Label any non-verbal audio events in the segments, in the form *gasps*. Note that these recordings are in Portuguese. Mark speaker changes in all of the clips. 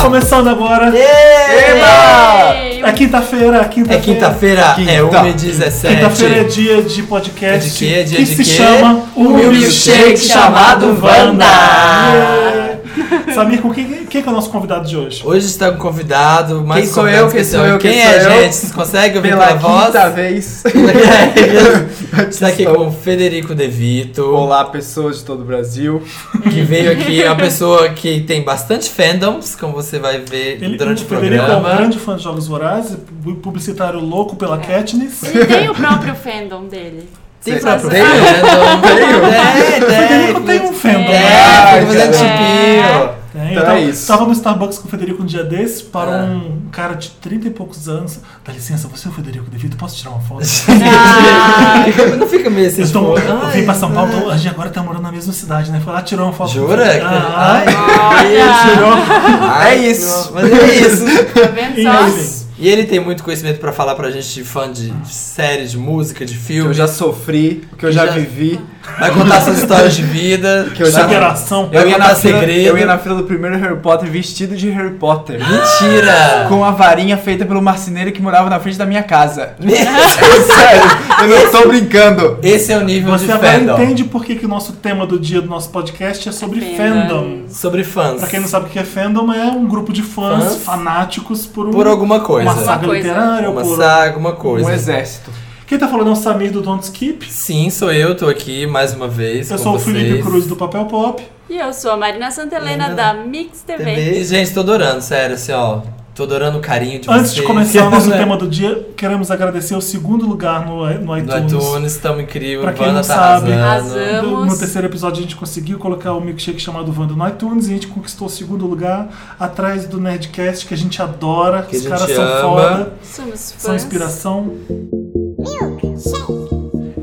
Speaker 1: começando agora.
Speaker 2: Eba!
Speaker 1: É quinta-feira, quinta-feira.
Speaker 2: É quinta-feira, é
Speaker 3: Quinta.
Speaker 2: 1 e 17.
Speaker 1: Quinta-feira é dia de podcast
Speaker 2: É de quê? É dia
Speaker 1: que
Speaker 2: de quê?
Speaker 1: se chama
Speaker 2: Um milkshake chamado Wanda.
Speaker 1: Yeah. Samir, com quem, quem que é o nosso convidado de hoje?
Speaker 2: Hoje está um convidado, mais
Speaker 3: Quem
Speaker 2: um
Speaker 3: sou
Speaker 2: convidado
Speaker 3: eu, quem
Speaker 2: especial.
Speaker 3: sou eu,
Speaker 2: Quem
Speaker 3: quem
Speaker 2: é,
Speaker 3: sou eu?
Speaker 2: gente? Vocês conseguem ouvir
Speaker 3: Pela
Speaker 2: pela voz?
Speaker 3: quinta vez.
Speaker 2: *laughs* Está
Speaker 3: é
Speaker 2: aqui com o Federico De Vito,
Speaker 3: Olá, pessoas de todo o Brasil.
Speaker 2: que veio aqui, é uma pessoa que tem bastante fandoms, como você vai ver durante o
Speaker 1: Federico é um
Speaker 2: programa. É.
Speaker 1: grande fã de Jogos Vorazes, pu- publicitário louco pela Katniss.
Speaker 4: Ele tem o próprio fandom dele.
Speaker 2: Tem
Speaker 3: Sim.
Speaker 1: tá
Speaker 2: próprio
Speaker 3: Tem?
Speaker 2: fandom. É, Tem, tem.
Speaker 1: Federico tem um
Speaker 4: É.
Speaker 1: fandom. né?
Speaker 2: Tem,
Speaker 3: Ah,
Speaker 2: fica fazendo
Speaker 4: cara.
Speaker 2: chipinho.
Speaker 1: É,
Speaker 3: Então
Speaker 1: eu tava,
Speaker 3: é isso.
Speaker 1: tava no Starbucks com o Federico um dia desse, parou
Speaker 2: Ah.
Speaker 1: um cara de 30 e poucos anos. Dá licença, você é o Federico De Vito? Posso tirar uma foto?
Speaker 4: É. Ah,
Speaker 2: Não fica meio assim,
Speaker 1: Vocês estão.
Speaker 2: tipo,
Speaker 1: um- Eu
Speaker 2: ai,
Speaker 1: vim pra São Paulo, tô- a gente agora tá morando na mesma cidade, né? Foi lá, tirou uma foto.
Speaker 2: Jura?
Speaker 1: Ah,
Speaker 2: Ai,
Speaker 4: olha,
Speaker 2: ai,
Speaker 3: É isso.
Speaker 2: Mas é isso.
Speaker 4: tá vendo
Speaker 1: E
Speaker 4: só?
Speaker 1: ele?
Speaker 2: E ele tem muito conhecimento pra falar pra gente de fã de série, de música, de
Speaker 3: Que eu
Speaker 2: filme.
Speaker 3: já sofri, o que eu
Speaker 2: Que
Speaker 3: já,
Speaker 2: já-
Speaker 3: vivi.
Speaker 2: Vai contar suas histórias de vida.
Speaker 3: Que eu já-
Speaker 1: Superação.
Speaker 2: Eu
Speaker 3: Eu ia,
Speaker 2: ia
Speaker 3: na
Speaker 2: dar
Speaker 3: fila,
Speaker 2: segredo.
Speaker 3: eu ia na fila do primeiro Harry Potter vestido de Harry Potter.
Speaker 2: Mentira!
Speaker 3: Com a varinha feita pelo marceneiro que morava na frente da minha *laughs* casa.
Speaker 2: Me-
Speaker 3: Sério, É, eu não tô brincando.
Speaker 2: Esse é o nível
Speaker 1: Você
Speaker 2: de
Speaker 1: agora
Speaker 2: fandom.
Speaker 1: entende por que, que o nosso tema do dia do nosso podcast é sobre fandom.
Speaker 4: Fandom.
Speaker 2: Sobre fãs.
Speaker 1: Pra quem não sabe o que é fandom, é um grupo de fãs,
Speaker 2: Fãs?
Speaker 1: fanáticos por, um,
Speaker 2: Por alguma
Speaker 1: uma
Speaker 2: coisa.
Speaker 1: saga
Speaker 4: Uma coisa.
Speaker 1: literária. ou
Speaker 2: Uma
Speaker 1: por...
Speaker 2: saga, alguma
Speaker 3: Um
Speaker 2: coisa.
Speaker 3: exército.
Speaker 1: Quem tá falando é o Samir do Don't Skip.
Speaker 2: Sim, sou eu, tô aqui mais uma vez.
Speaker 1: Eu
Speaker 2: com
Speaker 1: sou o
Speaker 2: vocês.
Speaker 1: Felipe Cruz do Papel Pop.
Speaker 4: E eu sou a Marina Santelena
Speaker 2: Helena.
Speaker 4: da Mix TV.
Speaker 2: E, gente, tô adorando, sério, assim, ó. Tô adorando o carinho de
Speaker 1: Antes
Speaker 2: vocês.
Speaker 1: de começar
Speaker 2: *laughs*
Speaker 1: o nosso tema do dia, queremos agradecer o segundo lugar no, no
Speaker 2: do
Speaker 1: iTunes.
Speaker 2: iTunes, tamo incrível.
Speaker 1: Pra quem
Speaker 2: Wanda
Speaker 1: não
Speaker 2: tá
Speaker 1: sabe,
Speaker 2: arrasando.
Speaker 4: Arrasando.
Speaker 1: No,
Speaker 4: Vamos.
Speaker 1: no terceiro episódio a gente conseguiu colocar o milkshake chamado Wanda no iTunes e a gente conquistou o segundo lugar atrás do Nerdcast, que a gente adora,
Speaker 2: Que
Speaker 1: os
Speaker 2: a
Speaker 1: caras
Speaker 2: gente
Speaker 1: são
Speaker 2: ama.
Speaker 1: foda,
Speaker 4: Somos
Speaker 1: são
Speaker 4: fãs.
Speaker 1: inspiração.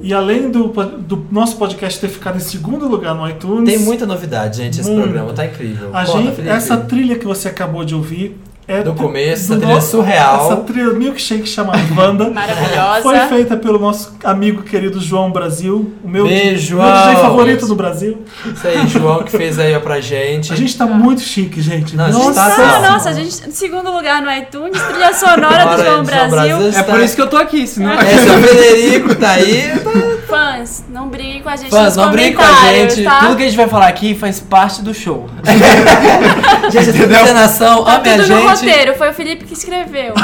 Speaker 1: E além do, po- do nosso podcast ter ficado em segundo lugar no iTunes,
Speaker 2: Tem muita novidade, gente, esse
Speaker 1: Muito.
Speaker 2: programa. Tá incrível.
Speaker 1: Hum. a
Speaker 2: Conta,
Speaker 1: gente-
Speaker 2: Felipe.
Speaker 1: essa trilha que você acabou de ouvir é
Speaker 2: No
Speaker 1: do-
Speaker 2: começo,
Speaker 1: do
Speaker 2: essa trilha é
Speaker 1: nosso-
Speaker 2: surreal.
Speaker 1: Essa trilha milkshake chamada Wanda.
Speaker 4: Maravilhosa.
Speaker 1: Foi feita pelo nosso amigo querido João Brasil, o meu,
Speaker 2: Beijo,
Speaker 1: meu
Speaker 2: Al.
Speaker 1: DJ favorito do Brasil.
Speaker 2: Isso aí, João que fez aí ó, pra gente.
Speaker 1: A gente tá muito chique, gente.
Speaker 2: Não, a gente tá
Speaker 4: Nossa,
Speaker 2: Nossa.
Speaker 4: nossa, a gente, segundo lugar no iTunes, trilha sonora do
Speaker 2: Agora,
Speaker 4: João
Speaker 2: João
Speaker 4: Brasil.
Speaker 2: Brasil
Speaker 3: É por isso que eu tô aqui, senão.
Speaker 2: É, seu Federico tá aí.
Speaker 1: *laughs*
Speaker 4: Fãs, não briguem com a gente
Speaker 2: Fãs,
Speaker 4: nos
Speaker 2: não briguem com a
Speaker 4: comentários,
Speaker 2: gente.
Speaker 4: tá?
Speaker 3: Tudo que a gente vai falar aqui faz parte do show.
Speaker 2: Gente, essa
Speaker 3: Entendeu?
Speaker 2: encenação,
Speaker 4: Tá
Speaker 2: ame a
Speaker 4: tudo no
Speaker 2: gente.
Speaker 4: roteiro, foi o Felipe que
Speaker 1: *laughs*
Speaker 4: escreveu.
Speaker 2: Isso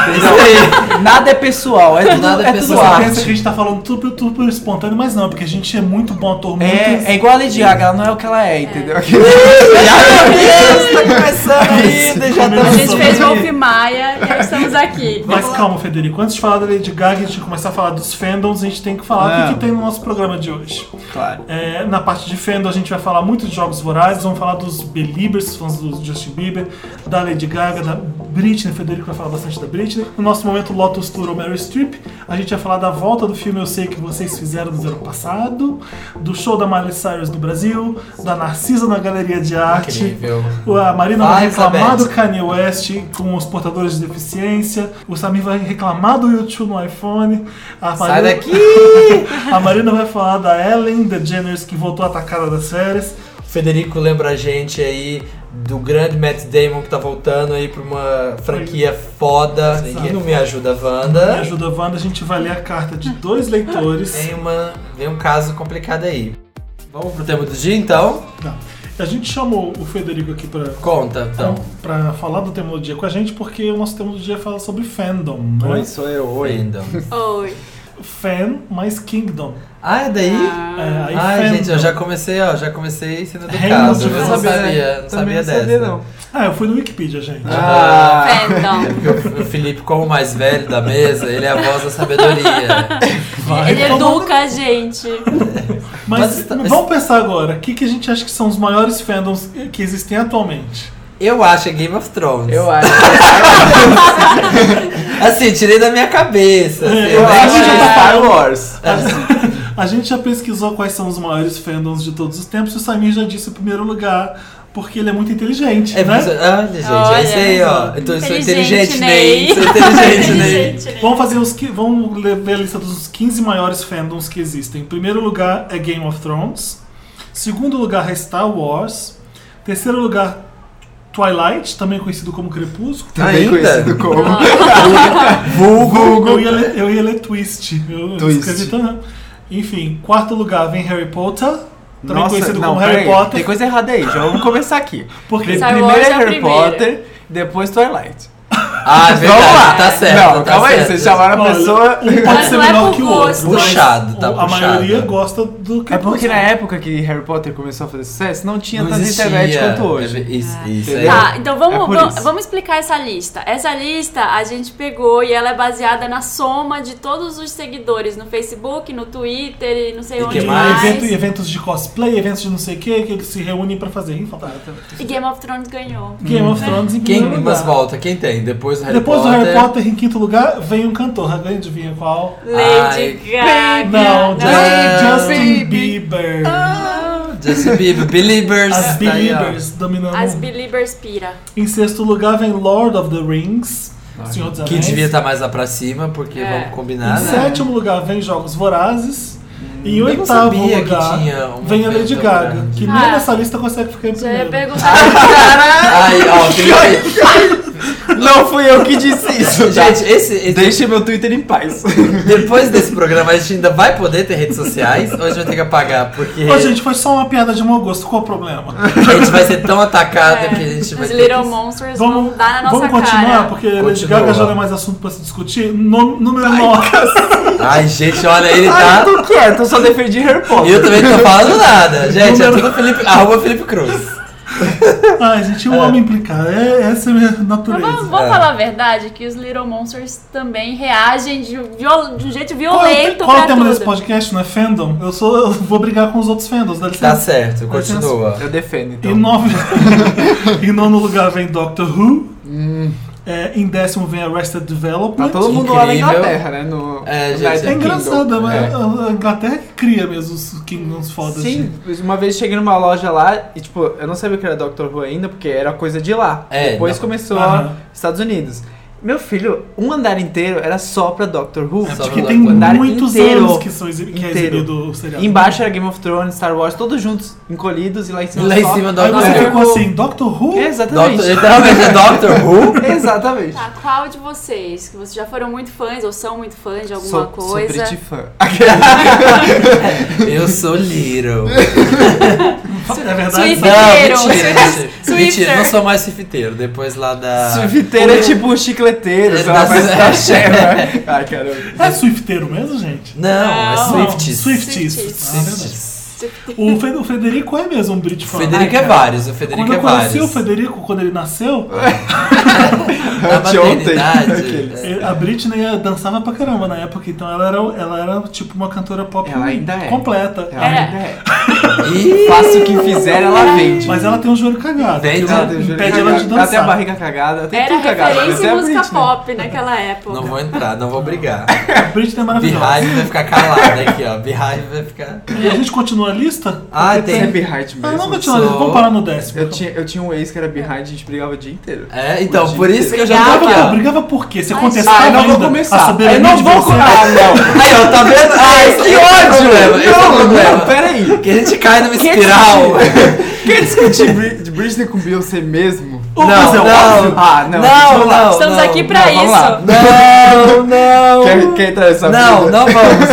Speaker 2: aí.
Speaker 3: *laughs* Nada é pessoal, é tudo,
Speaker 2: Nada é
Speaker 3: é tudo
Speaker 2: pessoal.
Speaker 1: Você
Speaker 3: arte.
Speaker 1: pensa que a gente tá falando tudo, por- tudo por espontâneo, mas não, porque a gente é muito bom ator, muito...
Speaker 3: É, é igual a Lady Gaga, ela não é o que ela é, entendeu?
Speaker 2: Ai, meu Deus, tá começando ainda, já tá
Speaker 4: A
Speaker 2: estamos...
Speaker 4: gente fez Wolf Maia e aí estamos aqui.
Speaker 1: Mas calma, Federico, antes de falar da Lady Gaga e de começar a falar dos fandoms, a gente tem que falar
Speaker 3: É.
Speaker 1: do que tem no nosso programa de hoje.
Speaker 3: *laughs* Claro.
Speaker 1: É, na parte de fandom, a gente vai falar muito de jogos vorazes, vamos falar dos Beliebers, fãs do Justin Bieber, da Lady Gaga, da Britney, o Federico vai falar bastante da Britney. No nosso momento Lotus Tour ou Mary Streep, a gente vai falar da volta do filme Eu Sei Que Vocês Fizeram no ano passado, do show da Miley Cyrus no Brasil, da Narcisa na Galeria de Arte,
Speaker 2: Incrível.
Speaker 1: a Marina
Speaker 2: Vai,
Speaker 1: vai reclamar
Speaker 2: Elizabeth.
Speaker 1: do Kanye West com os portadores de deficiência. O Samir vai reclamar do YouTube no iPhone. A
Speaker 2: Sai
Speaker 1: Marina-
Speaker 2: daqui!
Speaker 1: a Marina vai falar da Ellen DeGeneres que voltou atacada das férias.
Speaker 2: Federico lembra a gente aí do grande Matt Damon que tá voltando aí pra uma franquia foda.
Speaker 1: Exato.
Speaker 2: E não me ajuda,
Speaker 1: Me
Speaker 2: Wanda.
Speaker 1: ajuda, Wanda. A gente vai ler a carta de dois leitores.
Speaker 2: Tem, uma, tem um caso complicado aí. Vamos pro tema do dia então?
Speaker 1: Não. Tá. A gente chamou o Federico aqui pra,
Speaker 2: Conta, então.
Speaker 1: pra falar do tema do dia com a gente, porque o nosso tema do dia fala sobre fandom, né?
Speaker 3: Oi, sou eu, oi.
Speaker 2: Fandom.
Speaker 4: Oi.
Speaker 1: Fan mais kingdom.
Speaker 2: Ah, é daí?
Speaker 1: É, aí
Speaker 2: Ai,
Speaker 1: fandom.
Speaker 3: um
Speaker 2: gente, eu já comecei, ó, já comecei sendo
Speaker 3: É,
Speaker 1: Reino
Speaker 2: educado.
Speaker 1: de
Speaker 2: Eu não
Speaker 1: França.
Speaker 2: sabia, não
Speaker 3: né? Também
Speaker 2: sabia
Speaker 3: não
Speaker 2: dessa.
Speaker 3: sabia, não.
Speaker 1: Ah, eu fui no Wikipedia, gente.
Speaker 3: Ah,
Speaker 4: Fandom.
Speaker 2: O Felipe, como o mais velho da mesa, ele é a voz da sabedoria.
Speaker 1: Vai
Speaker 4: Ele
Speaker 1: tomar-
Speaker 4: educa a gente.
Speaker 1: Mas,
Speaker 2: é Mas- mas-
Speaker 1: vamos pensar agora, o que, que a gente acha que são os maiores fandoms que existem atualmente?
Speaker 2: Eu acho é Game of Thrones.
Speaker 3: eu acho.
Speaker 2: Assim, tirei da minha cabeça. assim,
Speaker 1: É,
Speaker 3: Eu
Speaker 2: né?
Speaker 3: acho que é
Speaker 1: Ah.
Speaker 3: Star Wars. É.
Speaker 1: A gente já pesquisou quais são os maiores fandoms de todos os tempos e o Samir já disse o primeiro lugar, porque ele é muito inteligente,
Speaker 2: É,
Speaker 1: né?
Speaker 2: mas- Olha, gente, é
Speaker 4: Olha. né?
Speaker 2: isso aí, ó. Então, eu sou inteligente, Ney. Sou inteligente, Ney.
Speaker 4: Inteligente, Ney.
Speaker 1: Vamos fazer os que. Vamos ler ver a lista dos 15 maiores fandoms que existem. Em primeiro lugar é Game of Thrones. Segundo lugar é Star Wars. Terceiro lugar, Twilight, também conhecido como Crepúsculo.
Speaker 3: Tá
Speaker 2: Ainda?
Speaker 5: Também conhecido como.
Speaker 1: Eu ia ler, eu ia ler Twist. Eu
Speaker 5: Twist.
Speaker 1: escrevi tanto. Enfim, quarto lugar vem Harry Potter, também
Speaker 3: Nossa,
Speaker 1: conhecido
Speaker 3: não,
Speaker 1: como Harry
Speaker 3: peraí,
Speaker 1: Potter.
Speaker 3: Tem coisa errada aí, já vamos começar aqui.
Speaker 1: Porque
Speaker 4: Star
Speaker 3: primeiro
Speaker 4: Wars
Speaker 3: é
Speaker 4: é a
Speaker 3: Harry
Speaker 4: primeira.
Speaker 3: Potter, depois Twilight.
Speaker 2: Ah, é verdade,
Speaker 3: Vamos lá.
Speaker 2: tá certo.
Speaker 3: Não,
Speaker 2: tá
Speaker 3: calma aí,
Speaker 2: certo.
Speaker 3: vocês chamaram a
Speaker 1: Olha,
Speaker 3: pessoa.
Speaker 1: um pode
Speaker 3: *laughs*
Speaker 4: Mas
Speaker 1: ser
Speaker 4: não é
Speaker 1: melhor
Speaker 4: por
Speaker 1: que o outro.
Speaker 4: gosto.
Speaker 1: mas
Speaker 2: Puxado, tá
Speaker 1: o- A
Speaker 2: puxado.
Speaker 1: maioria gosta do Crepúsculo.
Speaker 3: É porque na época que Harry Potter começou a fazer sucesso, não tinha
Speaker 2: Não
Speaker 3: tanta
Speaker 2: existia.
Speaker 3: internet quanto hoje.
Speaker 2: Isso, isso aí.
Speaker 3: Entendeu?
Speaker 4: Tá, então vamos,
Speaker 3: É por
Speaker 4: vamos,
Speaker 3: isso.
Speaker 4: vamos explicar essa lista. Essa lista a gente pegou e ela é baseada na soma de todos os seguidores no Facebook, no Twitter e não sei
Speaker 2: E
Speaker 4: onde
Speaker 2: que
Speaker 1: Ah,
Speaker 4: mais.
Speaker 2: mais?
Speaker 1: evento- eventos de cosplay, eventos de não sei o que, que eles se reúnem pra fazer. Enfim, Hum.
Speaker 4: E Game of Thrones ganhou.
Speaker 1: Game of Thrones em
Speaker 2: Quem,
Speaker 1: primeiro lugar.
Speaker 2: mas volta, quem tem? Depois do Harry
Speaker 1: Depois
Speaker 2: Potter.
Speaker 1: do Harry Potter, em quinto lugar, vem um cantor. Alguém adivinha qual?
Speaker 4: Lady Gaga.
Speaker 1: Não, é. Ah,
Speaker 2: Não.
Speaker 1: Justin Bieber.
Speaker 3: Ah,
Speaker 2: Justin Bieber, Believers.
Speaker 1: As
Speaker 2: tá aí, ó.
Speaker 1: Beliebers dominando.
Speaker 4: As Believers pira.
Speaker 1: Em sexto lugar vem Lord of the Rings, Senhor dos
Speaker 2: Que
Speaker 1: Anéis.
Speaker 2: devia tá estar mais lá pra cima, porque
Speaker 4: É.
Speaker 2: vamos
Speaker 1: Em
Speaker 2: combinar, né?
Speaker 1: sétimo lugar vem Jogos Vorazes. Em
Speaker 2: eu não
Speaker 1: oitavo
Speaker 2: sabia que
Speaker 1: lugar
Speaker 2: tinha uma
Speaker 1: vem a Lady
Speaker 2: oferta
Speaker 1: Gaga,
Speaker 2: grande.
Speaker 1: que
Speaker 4: Ah.
Speaker 1: nem nessa lista consegue ficar em
Speaker 4: Já ia
Speaker 1: primeiro.
Speaker 4: perguntar.
Speaker 2: Aí,
Speaker 1: *laughs*
Speaker 2: ó, Felipe.
Speaker 3: Não fui eu que disse isso, tá?
Speaker 2: Gente, esse, esse-
Speaker 3: Deixe meu Twitter em paz.
Speaker 2: depois desse programa a gente ainda vai poder ter redes sociais ou a gente vai ter que apagar? Porque
Speaker 1: Ô, gente, foi só uma piada de mau gosto, qual o problema?
Speaker 2: a gente vai ser tão atacado
Speaker 4: é,
Speaker 2: Ah, que a gente vai
Speaker 4: os
Speaker 2: ter
Speaker 4: Little
Speaker 2: que-
Speaker 4: Monsters
Speaker 1: Vamos,
Speaker 4: vão dar na nossa
Speaker 1: vamos continuar,
Speaker 4: cara.
Speaker 1: porque Lady
Speaker 2: Continua.
Speaker 1: Gaga já não é mais assunto pra se discutir. No, número 9.
Speaker 2: Ai, gente, olha, ele
Speaker 3: Ai,
Speaker 2: tá...
Speaker 3: eu tô quieto, eu só defendi Harry Potter.
Speaker 2: Eu também não tô falando nada. Gente, é tudo Felipe... Arroba Felipe Cruz.
Speaker 1: Ai, gente, o homem implicado. É, essa é a minha
Speaker 4: Mas vamos,
Speaker 1: natureza.
Speaker 4: vamos
Speaker 2: É.
Speaker 4: falar a verdade que os Little Monsters também reagem de, um viol- de um jeito
Speaker 1: Qual, é o te-
Speaker 4: violento
Speaker 1: qual é o
Speaker 4: pra
Speaker 1: tema
Speaker 4: tudo.
Speaker 1: desse podcast? Não é fandom? Eu, sou, eu vou brigar com os outros fandoms, dá
Speaker 2: Tá
Speaker 1: licença.
Speaker 2: certo, continua.
Speaker 3: Eu defendo,
Speaker 1: em,
Speaker 3: então.
Speaker 1: nove... *laughs* em nono lugar vem Doctor Who. É, em décimo vem Arrested Development.
Speaker 3: Tá todo mundo lá na
Speaker 2: Incrível.
Speaker 3: Inglaterra, né? No,
Speaker 2: É,
Speaker 3: no
Speaker 2: gente,
Speaker 3: United
Speaker 1: É
Speaker 2: Kingdom.
Speaker 1: engraçado,
Speaker 3: né?
Speaker 1: mas
Speaker 2: É.
Speaker 1: a a Inglaterra que cria mesmo os Kingdoms fodas.
Speaker 3: Sim, uma vez cheguei numa loja lá e, tipo, eu não sabia que era Doctor Who ainda, porque era coisa de lá.
Speaker 2: É,
Speaker 3: Depois
Speaker 2: não.
Speaker 3: começou
Speaker 1: Aham.
Speaker 3: Estados Unidos. Meu filho, um andar inteiro era só pra Doctor Who.
Speaker 2: É,
Speaker 3: É,
Speaker 2: só
Speaker 1: Porque
Speaker 2: pra
Speaker 1: tem
Speaker 2: Doctor
Speaker 3: Who.
Speaker 1: muitos
Speaker 3: Inteiro.
Speaker 1: anos que, são exi- que é
Speaker 3: Inteiro.
Speaker 1: exibido o seriado.
Speaker 3: Embaixo era Game of Thrones, Star Wars, todos juntos, encolhidos, e lá em cima
Speaker 2: Lá em
Speaker 3: só-
Speaker 2: cima do
Speaker 1: Aí
Speaker 2: Doctor
Speaker 1: você
Speaker 3: Não,
Speaker 2: Who.
Speaker 1: ficou assim, Doctor Who?
Speaker 3: *laughs* É. Exatamente.
Speaker 2: Doctor, literalmente é Doctor Who.
Speaker 3: Exatamente.
Speaker 4: Tá, qual de vocês, que vocês já foram muito fãs ou são muito fãs de alguma
Speaker 3: Sou, sou
Speaker 4: coisa?
Speaker 3: pretty
Speaker 2: *laughs*
Speaker 3: fã.
Speaker 2: Eu sou Little.
Speaker 1: É verdade.
Speaker 4: Swift.
Speaker 1: não.
Speaker 4: Fifteiro.
Speaker 2: Não, mentira, mentira.
Speaker 4: Swifter.
Speaker 2: Mentira, não sou mais Swifteiro. Depois lá da.
Speaker 3: Sufiteiro é tipo um chicleteiro,
Speaker 2: É,
Speaker 3: sei lá,
Speaker 2: tá
Speaker 3: parece da
Speaker 2: certo.
Speaker 3: Xena. *laughs* Ai, caramba.
Speaker 1: É Swifteiro mesmo, gente?
Speaker 2: Não, é
Speaker 1: Não,
Speaker 2: Swifties.
Speaker 1: Swifties.
Speaker 4: Swifties.
Speaker 1: Ah, é verdade. O, Fe- o Federico é mesmo um Brit
Speaker 2: O
Speaker 1: fan.
Speaker 2: Federico é vários, o Federico
Speaker 1: Quando
Speaker 2: é
Speaker 1: eu conheci
Speaker 2: vários.
Speaker 1: o Federico, quando ele nasceu,
Speaker 2: Na né, maternidade.
Speaker 3: Aqueles.
Speaker 1: ele- eh, a Britney dançava pra caramba na época, então ela era, ela era tipo uma cantora pop
Speaker 3: Ela ainda é.
Speaker 1: completa.
Speaker 3: Ela
Speaker 4: Era.
Speaker 3: ainda é.
Speaker 2: Ih,
Speaker 3: Faça o que fizer, ela vende.
Speaker 1: Mas ela tem um joelho cagado.
Speaker 2: Vem,
Speaker 1: que
Speaker 2: tá,
Speaker 1: não
Speaker 2: tem
Speaker 3: Eu juro
Speaker 1: impede
Speaker 3: que
Speaker 1: ela de
Speaker 3: ela- ela tem a
Speaker 1: dançar.
Speaker 3: barriga cagada, tem
Speaker 4: Era
Speaker 3: tudo cagado. mas
Speaker 4: referência
Speaker 3: é
Speaker 4: em
Speaker 3: a
Speaker 4: música
Speaker 3: Britney.
Speaker 4: pop naquela época.
Speaker 2: não vou entrar, não vou brigar.
Speaker 1: A Britney é maravilhosa.
Speaker 2: Behind vai ficar calada aqui, ó. Behind vai ficar.
Speaker 1: E a gente continua a lista?
Speaker 2: Ah,
Speaker 3: Você é
Speaker 2: tem.
Speaker 3: behind
Speaker 1: Ah, não
Speaker 3: mesmo.
Speaker 1: continua a lista,
Speaker 2: sou-
Speaker 1: vamos parar no décimo. então.
Speaker 3: Eu tinha, eu tinha um ex que era behind, a gente brigava o dia inteiro.
Speaker 2: É, então, por isso que eu já
Speaker 1: Brigava,
Speaker 2: tô aqui, ó.
Speaker 1: brigava por quê? Você
Speaker 4: Ai,
Speaker 1: contestava
Speaker 3: Ah, eu não vou
Speaker 1: ainda a
Speaker 3: começar.
Speaker 1: soberania
Speaker 3: Eu não
Speaker 1: de
Speaker 3: vou
Speaker 1: você?
Speaker 3: começar. Ah, não.
Speaker 2: *laughs* Aí, ó, tá vendo? Ai, que ódio, velho. Esse é o
Speaker 3: Não, não,
Speaker 2: problema.
Speaker 3: peraí.
Speaker 2: Que a gente cai numa
Speaker 3: Quer
Speaker 2: espiral.
Speaker 3: discutir- Quer discutir Bri- Britney com Beyoncé mesmo?
Speaker 1: Ô, mas é óbvio.
Speaker 3: Ah, não.
Speaker 2: Não,
Speaker 3: vamos lá.
Speaker 2: não.
Speaker 4: Estamos
Speaker 2: não,
Speaker 4: aqui pra
Speaker 3: não, vamos lá.
Speaker 4: isso.
Speaker 2: Não,
Speaker 3: *laughs*
Speaker 2: não.
Speaker 3: Quer, quer entrar nessa
Speaker 2: Não,
Speaker 3: briga?
Speaker 2: não vamos.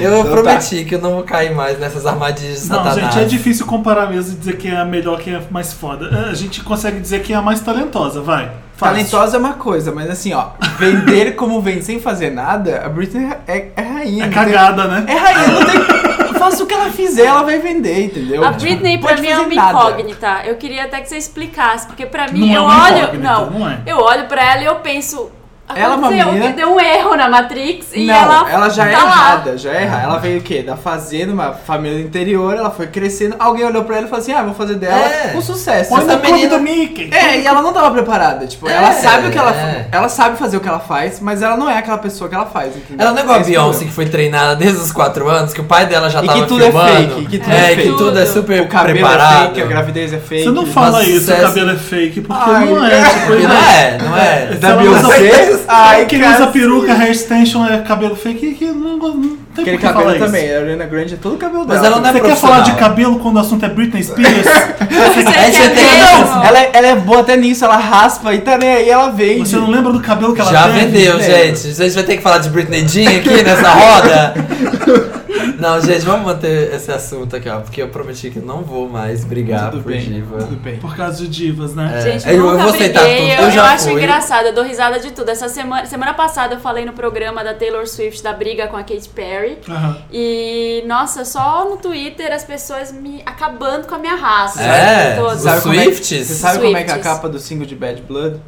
Speaker 2: Eu
Speaker 3: Então
Speaker 2: prometi que eu não vou cair mais nessas armadilhas de
Speaker 1: Não,
Speaker 2: satanás.
Speaker 1: gente, é difícil comparar mesmo e dizer quem é a melhor, quem é a mais foda. É, A gente consegue dizer quem é a mais talentosa, vai. Fácil.
Speaker 3: *laughs* Talentosa é uma coisa, mas assim, ó, vender como vem sem fazer nada, a Britney é, é rainha.
Speaker 1: É
Speaker 3: não tem-
Speaker 1: cagada, né?
Speaker 3: É rainha, não tem. Faça o que ela fizer, ela vai vender, entendeu?
Speaker 4: A
Speaker 3: Tipo,
Speaker 4: Britney
Speaker 3: não
Speaker 4: pra
Speaker 3: pode
Speaker 4: mim é
Speaker 3: fazer
Speaker 4: uma
Speaker 3: nada.
Speaker 4: incógnita. Eu queria até que você explicasse, porque pra mim
Speaker 1: Não é
Speaker 4: eu
Speaker 1: uma
Speaker 4: olho,
Speaker 1: incógnita,
Speaker 4: não,
Speaker 1: não é.
Speaker 4: eu olho pra ela e eu penso,
Speaker 3: Ela é uma
Speaker 4: aconteceu,
Speaker 3: menina-
Speaker 4: deu um erro na Matrix e
Speaker 3: não,
Speaker 4: ela
Speaker 3: ela, já é
Speaker 4: tá lá.
Speaker 3: errada, já é errada. Ela veio o quê? Da fazenda, uma família do interior, ela foi crescendo. Alguém olhou pra ela e falou assim: ah, vou fazer dela
Speaker 2: É.
Speaker 3: um sucesso.
Speaker 1: Põe
Speaker 3: Essa
Speaker 1: no clube
Speaker 3: menina-
Speaker 1: do Mickey.
Speaker 3: É, e ela não tava preparada, tipo,
Speaker 2: É,
Speaker 3: ela sabe o que ela
Speaker 2: é.
Speaker 3: ela sabe fazer o que ela faz, mas ela não é aquela pessoa que ela faz, entendeu?
Speaker 2: Ela não é igual a
Speaker 3: Esse
Speaker 2: Beyoncé,
Speaker 3: problema.
Speaker 2: que foi treinada desde os 4 anos, que o pai dela já
Speaker 3: E
Speaker 2: tava
Speaker 3: que tudo é
Speaker 2: filmando.
Speaker 3: fake, que tudo
Speaker 2: é,
Speaker 3: é
Speaker 2: que
Speaker 3: fake.
Speaker 2: tudo é super
Speaker 3: O cabelo é
Speaker 2: preparado.
Speaker 3: fake, a gravidez é fake.
Speaker 1: Você não fala
Speaker 2: Mas
Speaker 1: isso,
Speaker 2: sucesso.
Speaker 1: o cabelo é fake, porque
Speaker 3: Ai,
Speaker 1: não é. Tipo,
Speaker 2: Porque
Speaker 1: ele
Speaker 2: não é, não
Speaker 3: *laughs*
Speaker 1: Se
Speaker 2: é.
Speaker 3: Da
Speaker 1: ela usa-
Speaker 3: Beyoncé? Ai,
Speaker 1: Quem
Speaker 3: cara,
Speaker 1: usa peruca, hair extension, é cabelo fake, que, que não, não tem
Speaker 3: Aquele
Speaker 1: por que falar
Speaker 3: cabelo
Speaker 1: isso.
Speaker 3: também, a Ariana Grande é todo o cabelo
Speaker 2: Mas
Speaker 3: dela.
Speaker 2: ela não é
Speaker 1: Você quer falar de
Speaker 2: profissional.
Speaker 1: cabelo quando o assunto é Britney Spears?
Speaker 4: Você
Speaker 2: Aí você
Speaker 4: quer
Speaker 2: tem-
Speaker 4: mesmo?
Speaker 3: Ela, é-
Speaker 2: *laughs*
Speaker 3: *laughs* ela é boa até nisso, ela raspa e tá nem aí, ela vende.
Speaker 1: Você não lembra do cabelo que ela
Speaker 2: Já
Speaker 1: teve?
Speaker 2: vendeu,
Speaker 3: né?
Speaker 2: gente. Vocês vão ter que falar de Britney Jean aqui nessa roda. Não, gente, vamos manter esse assunto aqui, ó. Porque eu prometi que eu não vou mais brigar
Speaker 3: Tudo
Speaker 2: por
Speaker 3: bem,
Speaker 2: diva. *laughs*
Speaker 3: tudo bem.
Speaker 1: Por causa de divas, né?
Speaker 4: Gente,
Speaker 2: É, eu
Speaker 4: nunca
Speaker 2: vou aceitar
Speaker 4: briguei,
Speaker 2: tudo,
Speaker 4: eu,
Speaker 2: eu já
Speaker 4: acho
Speaker 2: fui.
Speaker 4: engraçado, eu dou risada de tudo. Essa semana, semana passada eu falei no programa da Taylor Swift da briga com a Katy Perry.
Speaker 1: Aham.
Speaker 4: E, nossa, só no Twitter as pessoas me acabando com a minha raça.
Speaker 2: É,
Speaker 4: Todas.
Speaker 2: os
Speaker 3: Sabe como é-
Speaker 2: Swifts.
Speaker 3: Você sabe como é que é a
Speaker 4: Swifties.
Speaker 3: capa do single de Bad Blood?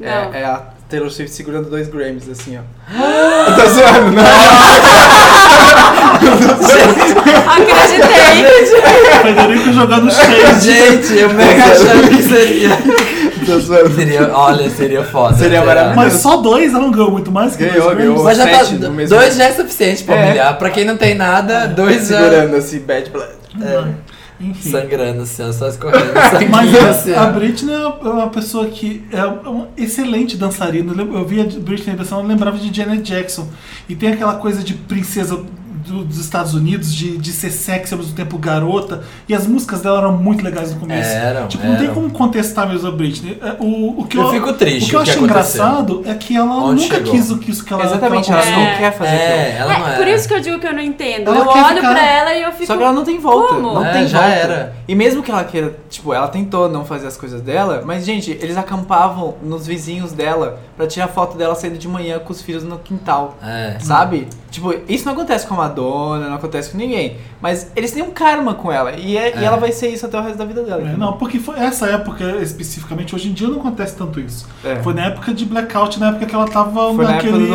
Speaker 4: Não.
Speaker 3: É, é a Taylor Swift segurando dois Grammys, assim, *gasps* ó. Eu tô zoando, *laughs* não? Tá
Speaker 4: Acreditei.
Speaker 1: Federico jogando cheio.
Speaker 2: Gente, eu mega achava que seria.
Speaker 3: tô
Speaker 2: *laughs*
Speaker 3: zoando.
Speaker 2: seria. Olha, seria foda.
Speaker 3: Seria
Speaker 2: será?
Speaker 3: maravilhoso.
Speaker 1: Mas só dois, ela não ganhou muito mais que
Speaker 3: Ganhou,
Speaker 1: dois
Speaker 3: ganhou.
Speaker 1: Grammys.
Speaker 2: Mas já tá.
Speaker 3: Sete no mesmo
Speaker 2: Dois já é suficiente pra
Speaker 3: É.
Speaker 2: humilhar. Pra quem não tem nada, dois já.
Speaker 3: Segurando, assim, Bad Blood.
Speaker 1: É. Enfim.
Speaker 2: Sangrando, assim, ó, só escorrendo.
Speaker 1: Mas
Speaker 2: sanguinho, assim,
Speaker 1: a, a
Speaker 2: ó.
Speaker 1: Britney é uma é uma pessoa que é uma excelente dançarina. Eu lembro- Eu via Britney Spears, eu lembrava de Janet Jackson. E tem aquela coisa de princesa do- dos Estados Unidos, de, de ser sexy ao mesmo tempo garota. E as músicas dela eram muito legais no começo.
Speaker 2: Eram,
Speaker 1: tipo, não tem
Speaker 2: eram.
Speaker 1: como contestar mesmo a Britney. É, O, o que
Speaker 2: Então, Eu
Speaker 1: eu,
Speaker 2: fico triste
Speaker 1: O que eu
Speaker 2: o que
Speaker 1: acho
Speaker 2: aconteceu.
Speaker 1: engraçado é que ela
Speaker 2: Onde
Speaker 1: nunca
Speaker 2: chegou.
Speaker 1: quis o que isso que ela
Speaker 3: Exatamente,
Speaker 1: que ela
Speaker 4: um
Speaker 3: ela
Speaker 1: conquistou.
Speaker 3: não quer fazer
Speaker 2: É,
Speaker 3: aquilo.
Speaker 2: ela não
Speaker 4: É,
Speaker 2: era.
Speaker 4: por isso que eu digo que eu não entendo.
Speaker 1: Ela
Speaker 4: eu
Speaker 1: quer
Speaker 4: olho
Speaker 1: ficar-
Speaker 4: pra ela e eu fico.
Speaker 3: Só que ela não tem volta.
Speaker 4: Como?
Speaker 3: Não
Speaker 2: É,
Speaker 3: tem
Speaker 2: já
Speaker 3: volta.
Speaker 2: era.
Speaker 3: E mesmo que ela queira, tipo, ela tentou não fazer as coisas dela, mas, gente, eles acampavam nos vizinhos dela pra tirar foto dela saindo de manhã com os filhos no quintal.
Speaker 2: É.
Speaker 3: Sabe? Tipo, isso não acontece com a Madonna, não acontece com ninguém. Mas eles têm um karma com ela. E, é- e
Speaker 2: É.
Speaker 3: ela vai ser isso até o resto da vida dela.
Speaker 1: É,
Speaker 3: entendeu?
Speaker 1: não, porque foi essa época especificamente, hoje em dia não acontece tanto isso.
Speaker 3: É.
Speaker 1: Foi na época de blackout, na época que ela tava
Speaker 3: Foi na época
Speaker 1: naquele
Speaker 3: do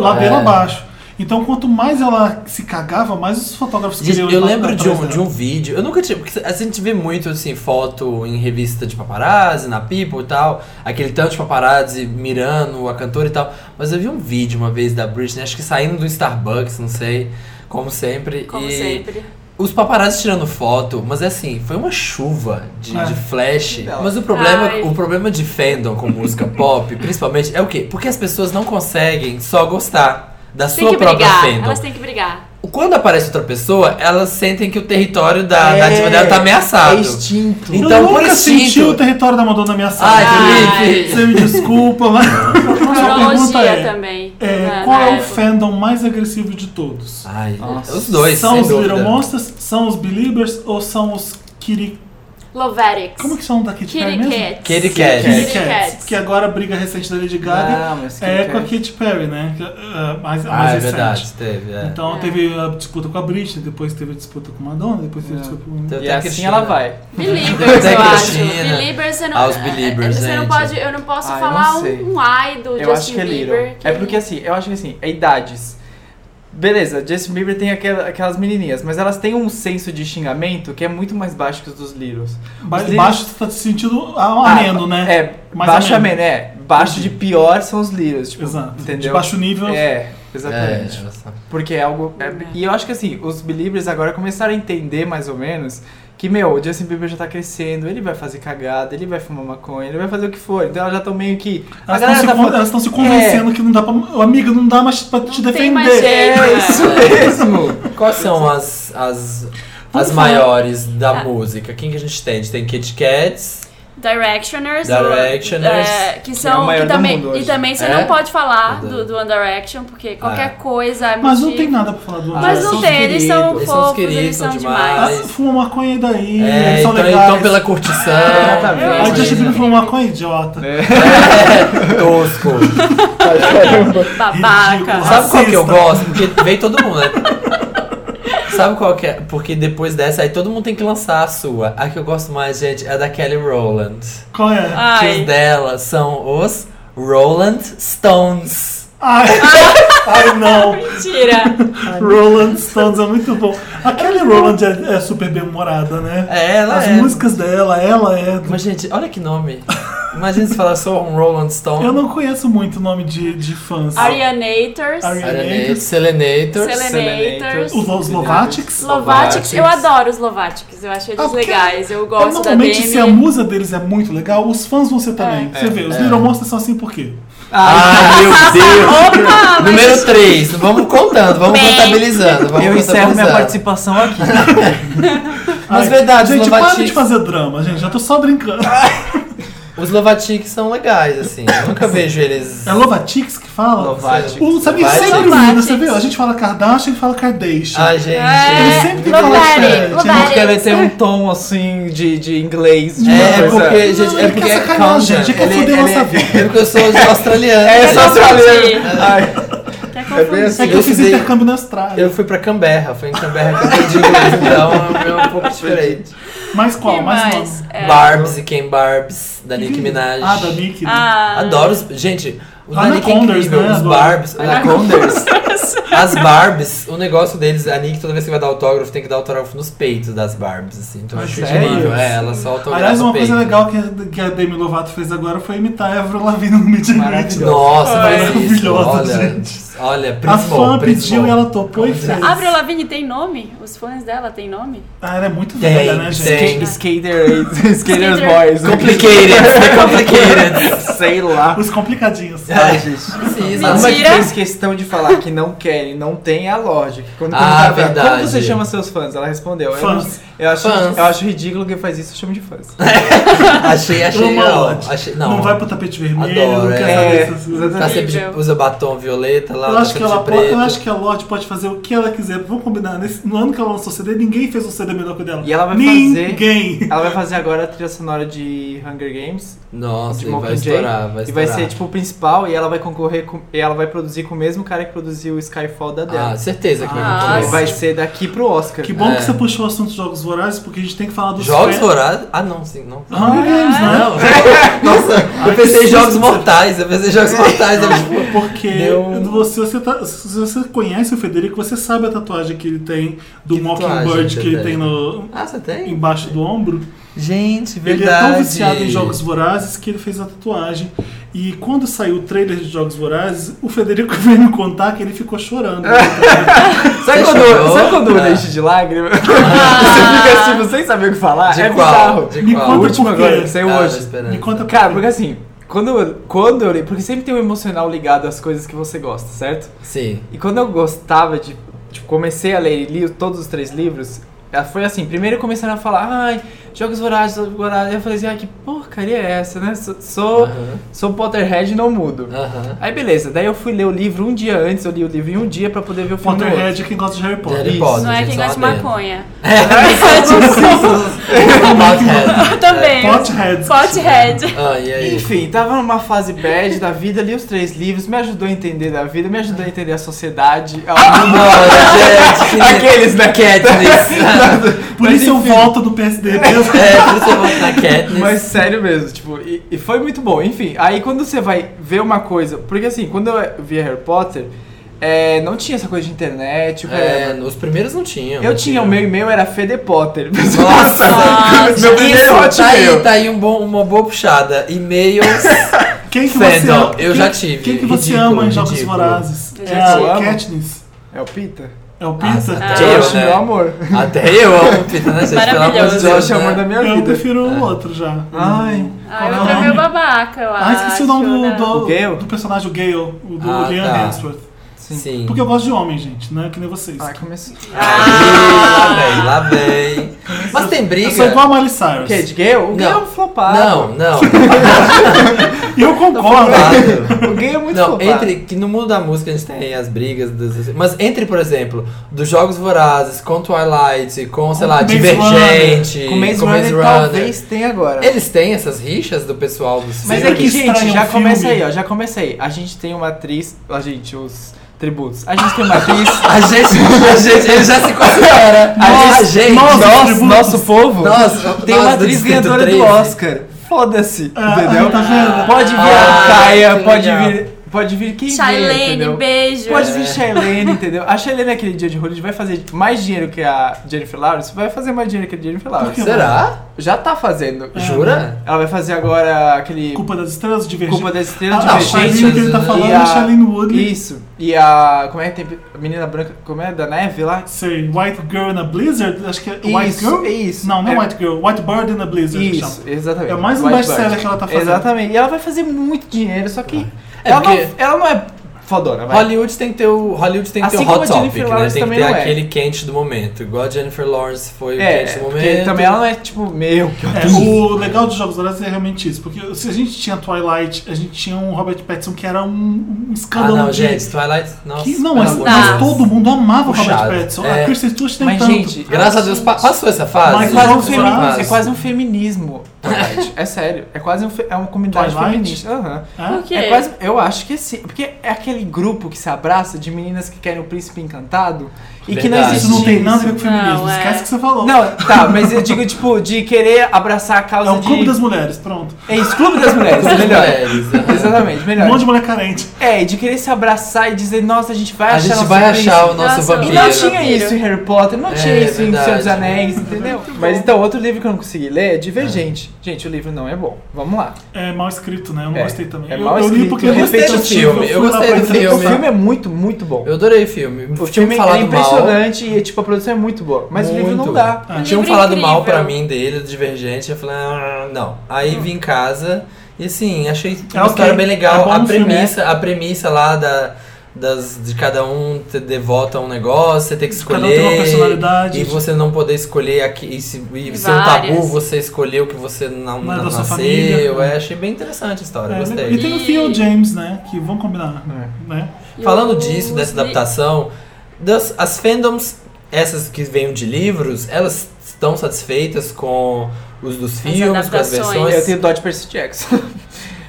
Speaker 1: Lá
Speaker 3: lá.
Speaker 1: ladeira
Speaker 2: É.
Speaker 1: abaixo. Então, quanto mais ela se cagava, mais os fotógrafos
Speaker 2: Gente,
Speaker 1: queriam. ir
Speaker 2: eu
Speaker 1: pra-
Speaker 2: lembro
Speaker 1: pra
Speaker 2: de um,
Speaker 1: trás né?
Speaker 2: de um vídeo. Eu nunca tive. Porque a gente vê muito assim, foto em revista de paparazzi, na People e tal. Aquele tanto de paparazzi mirando a cantora e tal. Mas eu vi um vídeo uma vez da Britney, acho que saindo do Starbucks, não sei. Como sempre.
Speaker 4: Como
Speaker 2: e
Speaker 4: sempre.
Speaker 2: Os paparazzi tirando foto, mas assim, foi uma chuva de,
Speaker 1: É.
Speaker 2: de flash.
Speaker 3: Não.
Speaker 2: Mas o problema,
Speaker 4: Ai.
Speaker 2: o problema de fandom com música pop, *laughs* principalmente, é o quê? Porque as pessoas não conseguem só gostar da
Speaker 4: Tem
Speaker 2: sua
Speaker 4: que
Speaker 2: própria
Speaker 4: brigar.
Speaker 2: fandom.
Speaker 4: Elas têm que brigar.
Speaker 2: Quando aparece outra pessoa, elas sentem que o território da, da
Speaker 3: É,
Speaker 2: diva dela tá ameaçado.
Speaker 3: É instinto.
Speaker 1: dela.
Speaker 2: Então,
Speaker 1: eu
Speaker 2: por
Speaker 1: nunca
Speaker 2: instinto-
Speaker 1: senti o território da Madonna ameaçado.
Speaker 2: Ai,
Speaker 1: Felipe.
Speaker 4: Ai.
Speaker 2: Felipe!
Speaker 1: Você me desculpa, mas. *laughs* Sua pergunta
Speaker 4: Cronologia
Speaker 1: é,
Speaker 4: também. né?
Speaker 1: é,
Speaker 4: na-
Speaker 1: qual
Speaker 4: na
Speaker 3: né?
Speaker 1: é o
Speaker 4: época.
Speaker 1: fandom mais agressivo de todos?
Speaker 2: Ai,
Speaker 3: Nossa.
Speaker 2: os dois,
Speaker 1: são
Speaker 2: sem
Speaker 1: os
Speaker 2: dúvida.
Speaker 1: Little Monsters, são os Believers ou são os Kiri.
Speaker 4: Lovetics.
Speaker 1: Como que são da Kitty Perry
Speaker 4: Kitty
Speaker 1: mesmo?
Speaker 4: Cats.
Speaker 2: Kitty Cats.
Speaker 1: Kitty
Speaker 4: Kitty
Speaker 1: Cats,
Speaker 4: Cats.
Speaker 1: que é agora a briga recente da Lady Gaga
Speaker 3: Ah, mas
Speaker 1: é
Speaker 3: que-
Speaker 1: com a Katy Perry, né? Que, ah, mais, mais
Speaker 2: Ah, é
Speaker 1: recente.
Speaker 2: verdade, teve. É.
Speaker 1: Então
Speaker 4: É.
Speaker 1: teve a disputa com a Britney, depois teve a disputa com a Madonna, depois teve a
Speaker 3: É.
Speaker 1: disputa com...
Speaker 2: Então,
Speaker 3: E
Speaker 2: tem a
Speaker 3: assim
Speaker 2: Cristina.
Speaker 3: ela vai.
Speaker 4: Beliebers,
Speaker 2: Tem
Speaker 4: eu acho.
Speaker 2: Cristina.
Speaker 4: Beliebers, você não, é,
Speaker 2: Ah, os Beliebers,
Speaker 4: você não
Speaker 2: gente.
Speaker 4: pode. Eu não posso
Speaker 3: Ah, eu
Speaker 4: falar
Speaker 3: não sei.
Speaker 4: um, um
Speaker 3: Eu
Speaker 4: idol, Justin
Speaker 3: acho que é Little.
Speaker 4: Bieber. que-
Speaker 3: É porque assim, eu acho que assim, é idades. Beleza, Justin Bieber tem aquela- aquelas menininhas, mas elas têm um senso de xingamento que é muito mais baixo que os dos Littles.
Speaker 1: Ba-
Speaker 3: Os Littles-
Speaker 1: Baixo tá se sentindo a-
Speaker 2: Ah,
Speaker 1: ameno, né?
Speaker 3: É,
Speaker 1: Mais
Speaker 3: baixo
Speaker 1: ameno.
Speaker 3: ameno, é. Baixo de pior são os Littles, tipo,
Speaker 1: Exato.
Speaker 3: entendeu?
Speaker 1: De baixo nível.
Speaker 3: É,
Speaker 2: É,
Speaker 3: exatamente.
Speaker 2: essa-
Speaker 3: Porque é algo. é-
Speaker 4: É.
Speaker 3: E eu acho que assim, os Believers agora começaram a entender mais ou menos que, meu, o Justin Bieber já tá crescendo, ele vai fazer cagada, ele vai fumar maconha, ele vai fazer o que for. Então elas já estão meio que.
Speaker 1: Elas
Speaker 3: galera
Speaker 1: estão se,
Speaker 3: tá
Speaker 1: con-
Speaker 3: falando-
Speaker 1: elas estão se convencendo
Speaker 2: É.
Speaker 1: que não dá pra. Ô, Amiga, não dá mais pra te
Speaker 4: Não
Speaker 1: defender.
Speaker 4: tem mais jeito.
Speaker 3: É isso mesmo!
Speaker 2: Quais são as, as,
Speaker 1: Vamos
Speaker 2: as
Speaker 1: falar-
Speaker 2: maiores da
Speaker 4: Ah.
Speaker 2: música? Quem que a gente tem? A gente tem Kit Kats.
Speaker 4: Directioners.
Speaker 2: Directioners.
Speaker 4: é, que
Speaker 3: é o
Speaker 4: são.
Speaker 3: maior
Speaker 4: que
Speaker 3: do
Speaker 4: também,
Speaker 3: mundo hoje.
Speaker 4: e também você
Speaker 2: É?
Speaker 4: não pode falar
Speaker 2: Verdade.
Speaker 4: do, do One Direction, porque qualquer
Speaker 2: É.
Speaker 4: coisa é
Speaker 1: Mas não
Speaker 4: motivo.
Speaker 1: tem nada pra falar do One
Speaker 4: Mas
Speaker 3: eles
Speaker 1: Direction.
Speaker 4: não
Speaker 3: são
Speaker 4: tem, eles são
Speaker 3: queridos.
Speaker 2: Eles são os
Speaker 4: fofos,
Speaker 2: queridos,
Speaker 4: eles são
Speaker 2: são
Speaker 4: demais.
Speaker 2: demais.
Speaker 1: Elas fumam Ah, maconha daí,
Speaker 2: É,
Speaker 1: eles são
Speaker 2: então,
Speaker 1: legais.
Speaker 2: então pela curtição.
Speaker 3: Exatamente.
Speaker 1: Aí o Justin
Speaker 2: Exatamente.
Speaker 1: Bieber fumou maconha, idiota.
Speaker 3: né?
Speaker 2: É, tosco.
Speaker 4: Babaca.
Speaker 1: Ridículo.
Speaker 2: Sabe qual que eu
Speaker 1: Racista.
Speaker 2: gosto? Porque veio todo mundo, né? Sabe qual que é? Porque depois dessa aí todo mundo tem que lançar a sua. A que eu gosto mais, gente, é a da Kelly Rowland.
Speaker 1: Qual é?
Speaker 2: Que os
Speaker 4: Ai.
Speaker 2: dela são os Roland Stones.
Speaker 1: Ai, ai não.
Speaker 4: Mentira.
Speaker 1: Roland Stones é muito bom. A Kelly Roland é, é super bem-humorada, né?
Speaker 2: É, ela
Speaker 1: As
Speaker 2: é.
Speaker 1: músicas dela, ela é.
Speaker 2: Mas, gente, olha que nome. Imagina se falar só um Roland Stone.
Speaker 1: Eu não conheço muito o nome de, de fãs.
Speaker 4: Arianators.
Speaker 1: Ari-
Speaker 2: Serenators. Selenators.
Speaker 4: Selenators.
Speaker 1: Os Los Lovatics?
Speaker 4: Lovatics. Eu adoro os Lovatics. Eu acho eles
Speaker 1: Ah, porque-
Speaker 4: legais. Eu
Speaker 1: Então,
Speaker 4: gosto da
Speaker 1: normalmente, se a
Speaker 4: Demi.
Speaker 2: É,
Speaker 1: musa deles é muito legal, os fãs vão ser também. Você vê, os Little Monsters são assim por quê?
Speaker 2: Ai, meu Deus!
Speaker 4: Opa! mas
Speaker 2: Número 3, vamos contando, vamos
Speaker 4: Bem.
Speaker 2: contabilizando. tá, Vamos
Speaker 3: Eu encerro minha
Speaker 2: contabilizando.
Speaker 3: participação aqui.
Speaker 2: Mas
Speaker 1: Ai,
Speaker 2: verdade,
Speaker 1: gente,
Speaker 2: os
Speaker 1: para de
Speaker 2: Lovatics,
Speaker 1: fazer drama, gente. Já tô só brincando.
Speaker 2: os Lovatics são legais, assim. Eu nunca vejo eles.
Speaker 1: É Lovatics que fala?
Speaker 3: Lovatics.
Speaker 1: O, sabe,
Speaker 2: Lovatics. Ah,
Speaker 1: sempre muda, você
Speaker 4: Lovatics.
Speaker 1: viu? A gente fala Kardashian e fala Kardashian.
Speaker 2: Ai, gente. é
Speaker 1: Eles
Speaker 4: É,
Speaker 1: sempre tem que falar
Speaker 4: Lovatic,
Speaker 1: diferente.
Speaker 3: A gente
Speaker 4: Lovatic.
Speaker 3: quer ter um tom assim de, de inglês. De
Speaker 2: É,
Speaker 3: uma coisa.
Speaker 2: porque, gente, é
Speaker 1: que
Speaker 2: porque é
Speaker 1: sacanagem,
Speaker 2: contra.
Speaker 1: gente, é confundir
Speaker 2: Ele-
Speaker 1: nossa
Speaker 2: ele-
Speaker 1: vida.
Speaker 2: É porque eu sou de australiano.
Speaker 3: É,
Speaker 4: Quer
Speaker 3: só se
Speaker 4: confundir.
Speaker 3: valer. Ai,
Speaker 4: Quer confundir.
Speaker 1: É que eu,
Speaker 2: Eu
Speaker 1: fiz
Speaker 2: estudei-
Speaker 1: intercâmbio na Austrália.
Speaker 2: Eu fui pra Canberra, foi em Canberra que eu aprendi inglês, então é um
Speaker 1: *laughs*
Speaker 2: pouco diferente.
Speaker 1: Mas qual?
Speaker 4: Que
Speaker 1: Mais
Speaker 4: mais?
Speaker 1: nome?
Speaker 4: É.
Speaker 2: Barbs e Ken Barbs, da Nicki Minaj.
Speaker 1: Ah, da Nick.
Speaker 4: Ah,
Speaker 2: Adoro os. Gente, o da Nick é
Speaker 1: Anacondas,
Speaker 2: incrível,
Speaker 1: né,
Speaker 2: os
Speaker 1: agora.
Speaker 2: Barbs. Anacondas. *laughs* As Barbs, o negócio deles, a Nick, toda vez que vai dar autógrafo, tem que dar autógrafo nos peitos das Barbs, assim. Então eu
Speaker 1: Ah,
Speaker 2: acho
Speaker 3: sério?
Speaker 2: incrível. É, ela só autografa
Speaker 1: Aliás, uma
Speaker 2: o peito.
Speaker 1: coisa legal que a, que a Demi Lovato fez agora foi imitar a Avril Lavigne no Meet and Greet.
Speaker 3: Maravilhoso.
Speaker 2: Nossa,
Speaker 1: Ai,
Speaker 2: mas é isso,
Speaker 1: maravilhosa,
Speaker 2: olha,
Speaker 1: gente.
Speaker 2: olha,
Speaker 1: A
Speaker 2: Prince
Speaker 1: fã
Speaker 2: Mo, Prince
Speaker 1: pediu
Speaker 2: Mo.
Speaker 1: e ela topou e fez.
Speaker 4: Avril Lavigne tem nome? Os fãs dela têm nome?
Speaker 1: Ah, ela é muito
Speaker 2: Tem,
Speaker 1: velha, né, gente?
Speaker 2: tem.
Speaker 3: Skater, *laughs* Skater's
Speaker 4: Skater.
Speaker 3: Boys. né?
Speaker 2: Complicated, é
Speaker 1: *laughs*
Speaker 2: complicated.
Speaker 3: *laughs* Sei lá.
Speaker 1: Os complicadinhos.
Speaker 2: É,
Speaker 3: Ai, gente.
Speaker 2: Precisa.
Speaker 3: Mas uma que
Speaker 4: Mentira.
Speaker 3: fez questão de falar que não quer e não tem é a lógica. Quando
Speaker 2: Ah,
Speaker 3: perguntava,
Speaker 2: verdade.
Speaker 3: como você chama seus fãs? Ela respondeu. eu não-
Speaker 1: Fãs.
Speaker 3: Eu, acho,
Speaker 2: Fãs.
Speaker 3: eu acho ridículo quem faz isso, eu chamo de fãs.
Speaker 2: Achei, achei,
Speaker 1: Uma
Speaker 2: ó,
Speaker 1: ótima.
Speaker 2: achei.
Speaker 1: Não,
Speaker 2: Não,
Speaker 1: vai pro tapete vermelho,
Speaker 2: Adoro,
Speaker 1: não quer
Speaker 3: é.
Speaker 1: saber essas-
Speaker 3: É, exatamente.
Speaker 2: tá sempre de,
Speaker 4: Incrível.
Speaker 2: usa batom violeta lá,
Speaker 1: Eu
Speaker 2: tá
Speaker 1: acho, que
Speaker 2: sempre de
Speaker 1: ela pode,
Speaker 2: preto.
Speaker 1: eu acho que a Lorde pode fazer o que ela quiser. Vamos combinar, nesse- no ano que ela lançou o CD, ninguém fez um CD melhor que o dela.
Speaker 3: E ela vai fazer-
Speaker 1: ninguém.
Speaker 3: Ela vai fazer agora a trilha sonora de Hunger Games
Speaker 2: Nossa,
Speaker 3: de
Speaker 2: e vai
Speaker 3: Mockingjay,
Speaker 2: estourar, vai estourar.
Speaker 3: e vai ser tipo o principal e ela vai concorrer com, e ela vai produzir com o mesmo cara que produziu o Skyfall da
Speaker 2: Ah,
Speaker 3: dela.
Speaker 2: certeza que vai
Speaker 4: Ah,
Speaker 2: acontecer.
Speaker 3: E vai ser daqui pro Oscar.
Speaker 1: Que bom
Speaker 2: É.
Speaker 1: que você puxou o assunto dos Jogos Vorazes, porque a gente tem que
Speaker 3: um
Speaker 1: falar dos
Speaker 2: Jogos
Speaker 1: fãs-
Speaker 2: Vorazes? Ah, não, sim, não.
Speaker 1: Hunger Games, né?
Speaker 2: Não, *laughs* nossa, eu pensei
Speaker 1: que
Speaker 2: em Jogos
Speaker 1: susto.
Speaker 2: Mortais, eu pensei em Jogos Mortais, eu, tipo,
Speaker 1: Porque
Speaker 2: Deu-
Speaker 1: você, você tá- se você conhece o Federico, você sabe a tatuagem que ele tem do
Speaker 2: Que
Speaker 1: Mockingbird
Speaker 2: tatuagem,
Speaker 1: que ele
Speaker 2: Federico?
Speaker 1: tem no,
Speaker 2: ah, você tem?
Speaker 1: embaixo do ombro.
Speaker 2: Gente,
Speaker 1: Ele é
Speaker 2: verdade.
Speaker 1: tão viciado em Jogos Vorazes que ele fez a tatuagem. E quando saiu o trailer de Jogos Vorazes, o Federico *laughs* veio me contar que ele ficou chorando.
Speaker 2: Ah.
Speaker 3: Sabe
Speaker 2: Você
Speaker 3: quando,
Speaker 2: chorou?
Speaker 3: sabe quando
Speaker 2: Ah.
Speaker 3: enche de lágrima? *laughs*
Speaker 4: Ah.
Speaker 3: você fica tipo sem saber o que falar?
Speaker 2: De
Speaker 3: é
Speaker 2: qual?
Speaker 3: bizarro.
Speaker 2: De
Speaker 1: Me
Speaker 2: qual?
Speaker 3: O
Speaker 1: conta
Speaker 3: último
Speaker 1: por quê?
Speaker 3: agora, saiu
Speaker 2: Ah, tô
Speaker 3: hoje.
Speaker 2: esperando.
Speaker 1: Me conta
Speaker 3: Cara,
Speaker 1: por quê?
Speaker 3: porque assim, quando eu, quando eu li, porque sempre tem um emocional ligado às coisas que você gosta, certo?
Speaker 2: Sim.
Speaker 3: E quando eu gostava de, tipo, comecei a ler e li todos os três livros, ela foi assim, primeiro começaram a falar, ai, jogos vorazes, jogos vorazes, eu falei assim, ai, que porcaria é essa, né? Sou, sou,
Speaker 2: Aham,
Speaker 3: sou um Potterhead e não mudo.
Speaker 2: aham.
Speaker 3: Aí beleza, daí eu fui ler o livro um dia antes, eu li o livro em um dia pra poder ver o filme no outro.
Speaker 1: Potterhead é quem gosta de Harry Potter.
Speaker 2: Harry
Speaker 3: Isso.
Speaker 2: Potter,
Speaker 4: Não é
Speaker 2: assim, gente,
Speaker 4: quem
Speaker 2: só
Speaker 4: gosta de
Speaker 2: adendo.
Speaker 4: maconha. *laughs*
Speaker 1: *laughs*
Speaker 2: Pothead.
Speaker 4: Eu também.
Speaker 1: Potheads.
Speaker 4: Pothead.
Speaker 2: Ah, e aí?
Speaker 3: Enfim, tava numa fase bad da vida, li os três livros, me ajudou a entender da vida, me ajudou a entender a sociedade.
Speaker 2: *laughs*
Speaker 3: a- *laughs*
Speaker 2: Bora, gente.
Speaker 3: Aqueles, né?
Speaker 2: da Katniss.
Speaker 1: Por
Speaker 3: Mas
Speaker 1: isso eu
Speaker 3: enfim.
Speaker 1: volto do PSDB.
Speaker 2: é, por isso eu vou na Katniss.
Speaker 3: Mas sério mesmo, tipo, e, e foi muito bom. Enfim, aí quando você vai ver uma coisa, porque assim, quando eu via Harry Potter, é, não tinha essa coisa de internet, o
Speaker 2: É,
Speaker 3: caramba.
Speaker 2: os primeiros não tinham.
Speaker 3: tipo, Eu tinha, o meu e-mail era Fede Potter. *laughs*
Speaker 2: Nossa,
Speaker 3: meu primeiro
Speaker 2: isso, tá aí,
Speaker 3: hotmail.
Speaker 2: tá aí um bom, uma boa puxada.
Speaker 3: *laughs*
Speaker 2: E-mails.
Speaker 1: Quem que
Speaker 2: Fandom,
Speaker 1: você ama?
Speaker 2: eu
Speaker 1: quem,
Speaker 2: já tive.
Speaker 1: Quem que você
Speaker 2: Ridículo,
Speaker 1: ama em Jogos
Speaker 2: ridículo.
Speaker 1: Vorazes?
Speaker 4: Eu
Speaker 1: É
Speaker 4: já
Speaker 3: tive.
Speaker 1: a Katniss?
Speaker 3: É o Pita.
Speaker 1: É o
Speaker 2: Ah,
Speaker 1: Pizza?
Speaker 2: tá.
Speaker 4: Ah,
Speaker 2: Eu,
Speaker 3: Josh,
Speaker 2: né?
Speaker 3: meu amor.
Speaker 2: Até eu amo Pita, né, gente? Pelo amor de
Speaker 4: Maravilhoso.
Speaker 2: Deus.
Speaker 3: Josh é o amor da
Speaker 2: né? Hum.
Speaker 3: minha
Speaker 1: Eu
Speaker 3: vida. É. Uhum.
Speaker 1: prefiro o outro já.
Speaker 3: Ai.
Speaker 4: Ah,
Speaker 1: Qual
Speaker 4: eu
Speaker 1: é o
Speaker 4: é meio
Speaker 1: nome?
Speaker 4: babaca, eu
Speaker 1: Ah, esqueci o nome do,
Speaker 4: acho, né?
Speaker 1: do,
Speaker 3: O Gale?
Speaker 1: do personagem, o Gale, o do
Speaker 2: Ah,
Speaker 1: Liam
Speaker 2: tá.
Speaker 1: Hemsworth.
Speaker 2: Sim.
Speaker 1: Porque eu gosto de homem, gente, não é que nem vocês.
Speaker 3: Ai, Ah, começou.
Speaker 4: Ah.
Speaker 2: Ih, lá vem, lá vem. Mas tem briga.
Speaker 1: eu sou igual a Miley Cyrus.
Speaker 3: O que? De Gale? O Gale é
Speaker 2: Não.
Speaker 3: um flopado.
Speaker 2: Não, não.
Speaker 1: E eu concordo.
Speaker 2: Claro.
Speaker 3: O Gale é muito
Speaker 2: Não,
Speaker 3: flopado.
Speaker 2: entre que no mundo da música a gente tem as brigas, das- mas entre, por exemplo, dos Jogos Vorazes com Twilight, com, sei lá,
Speaker 1: Maze
Speaker 2: Divergente,
Speaker 3: Com Maze
Speaker 2: com
Speaker 3: Runner,
Speaker 2: Maze
Speaker 3: talvez tenha agora.
Speaker 2: Eles têm essas rixas do pessoal do
Speaker 3: Mas
Speaker 1: Sim,
Speaker 3: é
Speaker 2: cinema?
Speaker 3: que,
Speaker 1: que
Speaker 3: gente,
Speaker 1: estranho
Speaker 3: já
Speaker 2: um
Speaker 1: o
Speaker 3: começa
Speaker 1: filme.
Speaker 3: aí, ó. Já começa aí. A gente tem uma atriz. A gente, os tributos. A gente tem uma atriz. *laughs*
Speaker 2: A gente, a gente, ele já se considera. A gente,
Speaker 3: nós,
Speaker 2: nós,
Speaker 3: nosso, povo.
Speaker 2: nós,
Speaker 3: tipo, tem
Speaker 2: nós
Speaker 3: uma
Speaker 2: do
Speaker 3: atriz
Speaker 2: Distrito
Speaker 3: ganhadora do
Speaker 2: 13.
Speaker 3: Oscar. Foda-se.
Speaker 1: Ah,
Speaker 3: entendeu?
Speaker 1: tá vendo?
Speaker 3: Pode vir
Speaker 2: Ah,
Speaker 3: a Caia,
Speaker 2: que
Speaker 3: pode
Speaker 2: legal.
Speaker 3: vir. Pode vir quem vier,
Speaker 4: Shailene,
Speaker 3: entendeu?
Speaker 4: beijo.
Speaker 3: Pode vir
Speaker 2: É.
Speaker 3: Shailene,
Speaker 2: *laughs*
Speaker 3: entendeu? A Shailene aquele dia de Hollywood vai fazer mais dinheiro que a Jennifer Lawrence? Vai fazer mais dinheiro que a Jennifer Lawrence.
Speaker 2: Será?
Speaker 3: Já tá fazendo.
Speaker 2: Jura?
Speaker 3: Ela vai fazer agora aquele
Speaker 1: É. Culpa das Estrelas, Divergente.
Speaker 3: Culpa das Estrelas
Speaker 1: Ah,
Speaker 3: de
Speaker 1: não,
Speaker 2: Divergente,
Speaker 1: Shailene que ele tá
Speaker 2: né?
Speaker 1: falando
Speaker 3: E
Speaker 1: é
Speaker 3: a-
Speaker 1: Shailene Woodley.
Speaker 3: Isso. E a. Como é que tem. A menina branca. Como é? Da neve lá?
Speaker 1: Sei, White Girl in a Blizzard? Acho que é White
Speaker 3: Isso,
Speaker 1: Girl?
Speaker 3: é isso.
Speaker 1: Não, não
Speaker 3: É-
Speaker 1: White Girl. White Bird in a Blizzard. que
Speaker 3: Isso,
Speaker 1: chama.
Speaker 3: exatamente.
Speaker 1: É mais um
Speaker 3: White
Speaker 1: best-seller
Speaker 3: Bird.
Speaker 1: que ela tá fazendo.
Speaker 3: Exatamente. E ela vai fazer muito dinheiro, só que.
Speaker 2: É
Speaker 3: ela,
Speaker 2: porque-
Speaker 3: não, ela não é fodona, vai.
Speaker 2: Hollywood tem que ter o, Hollywood tem que ter
Speaker 3: Assim
Speaker 2: o hot
Speaker 3: como a Jennifer
Speaker 2: topic, né?
Speaker 3: Lawrence
Speaker 2: Tem que
Speaker 3: também
Speaker 2: ter
Speaker 3: não é.
Speaker 2: aquele quente do momento. Igual a Jennifer Lawrence foi o
Speaker 3: É,
Speaker 2: quente do
Speaker 3: porque
Speaker 2: momento.
Speaker 3: também ela não é tipo, meu, que
Speaker 1: É,
Speaker 3: horrível.
Speaker 1: o legal dos Jogos Dourados é realmente isso, porque se a gente tinha Twilight, a gente tinha um Robert Pattinson que era um, um
Speaker 2: Ah,
Speaker 1: escândalo
Speaker 2: não,
Speaker 1: de...
Speaker 2: gente, Twilight. Nossa,
Speaker 1: que, não,
Speaker 2: pelo
Speaker 1: mas,
Speaker 2: amor de
Speaker 1: mas
Speaker 2: Deus.
Speaker 1: todo mundo amava o Robert
Speaker 2: Puxado.
Speaker 1: Pattinson.
Speaker 2: É.
Speaker 1: A Kristen Stewart tem
Speaker 3: Mas,
Speaker 1: tanto.
Speaker 3: gente,
Speaker 2: Graças a Deus, pa- passou essa fase.
Speaker 1: Mas
Speaker 3: É
Speaker 2: Os
Speaker 3: quase, um
Speaker 2: jogos
Speaker 1: Mas-
Speaker 3: feminismo,
Speaker 2: foram
Speaker 3: é
Speaker 2: fase.
Speaker 3: quase um feminismo. Twilight. é sério. É quase um fe- é uma comunidade
Speaker 1: Twilight?
Speaker 3: feminista. Aham.
Speaker 1: É?
Speaker 4: Por quê?
Speaker 3: É quase, eu acho que sim. Porque é aquele grupo que se abraça de meninas que querem o príncipe encantado e que não
Speaker 2: Verdade.
Speaker 3: existe
Speaker 1: Isso não tem nada a ver com
Speaker 4: Não,
Speaker 1: feminismo,
Speaker 4: é.
Speaker 1: esquece o que você falou.
Speaker 3: Não, tá, mas eu digo, tipo, de querer abraçar a causa
Speaker 1: é o clube
Speaker 3: de...
Speaker 1: das mulheres, pronto.
Speaker 3: É isso, clube
Speaker 2: *laughs*
Speaker 3: das mulheres,
Speaker 2: As
Speaker 3: melhor.
Speaker 2: mulheres,
Speaker 3: né?
Speaker 2: aham.
Speaker 3: Exatamente,
Speaker 1: Um
Speaker 3: melhor.
Speaker 1: monte de mulher carente.
Speaker 3: É, e de querer se abraçar e dizer, nossa, a gente vai
Speaker 2: A
Speaker 3: achar
Speaker 2: gente
Speaker 3: nosso
Speaker 2: vai
Speaker 3: príncipe.
Speaker 2: achar o nosso
Speaker 4: Nossa,
Speaker 3: E
Speaker 2: vampiro.
Speaker 3: não tinha isso em Harry Potter, não
Speaker 2: É,
Speaker 3: tinha isso em
Speaker 2: verdade.
Speaker 3: Senhor dos Anéis, entendeu? Mas então, outro livro que eu não consegui ler é Divergente. Gente, o livro não é bom. Vamos lá.
Speaker 1: É mal escrito, né? Eu não
Speaker 3: É.
Speaker 1: gostei também.
Speaker 3: É
Speaker 1: eu,
Speaker 3: mal
Speaker 1: eu li
Speaker 3: escrito.
Speaker 1: porque
Speaker 3: Eu
Speaker 1: eu
Speaker 2: gostei do filme, eu gostei do
Speaker 3: O
Speaker 2: filme.
Speaker 3: filme é muito, muito bom.
Speaker 2: Eu adorei o filme.
Speaker 3: O
Speaker 2: Tinham
Speaker 3: filme
Speaker 2: falado
Speaker 3: é impressionante e, tipo, a produção é muito boa. Mas o livro não
Speaker 2: Muito.
Speaker 3: dá.
Speaker 1: Ah.
Speaker 2: mal.
Speaker 4: Um
Speaker 2: Tinham
Speaker 4: livro
Speaker 2: falado
Speaker 4: incrível.
Speaker 2: mal pra mim dele, do Divergente. Eu falei, ah, não. Aí vim em casa e, assim, achei uma
Speaker 1: ok.
Speaker 2: história bem
Speaker 1: É
Speaker 2: legal.
Speaker 1: bom
Speaker 2: a,
Speaker 1: no filme,
Speaker 2: premissa, a premissa lá da... Das, de cada um te devota um negócio, você tem que escolher.
Speaker 1: Cada um tem uma personalidade.
Speaker 2: E você não poder escolher aqui. E se, e ser um
Speaker 4: Várias.
Speaker 2: tabu, você escolher o que você não,
Speaker 1: Não é
Speaker 2: não
Speaker 1: da sua
Speaker 2: nasceu.
Speaker 1: família. né?
Speaker 2: É, achei bem interessante a história,
Speaker 1: É,
Speaker 2: gostei. Hum.
Speaker 1: e tem o Theo James, né? Que vão combinar, né?
Speaker 4: E
Speaker 2: Falando
Speaker 4: os
Speaker 2: disso, dessa
Speaker 4: li-
Speaker 2: adaptação, das, as fandoms, essas que vêm de livros, elas estão satisfeitas com os dos filmes, com as
Speaker 4: adaptações.
Speaker 2: versões?
Speaker 3: Eu tenho dó de Percy Jackson. *laughs*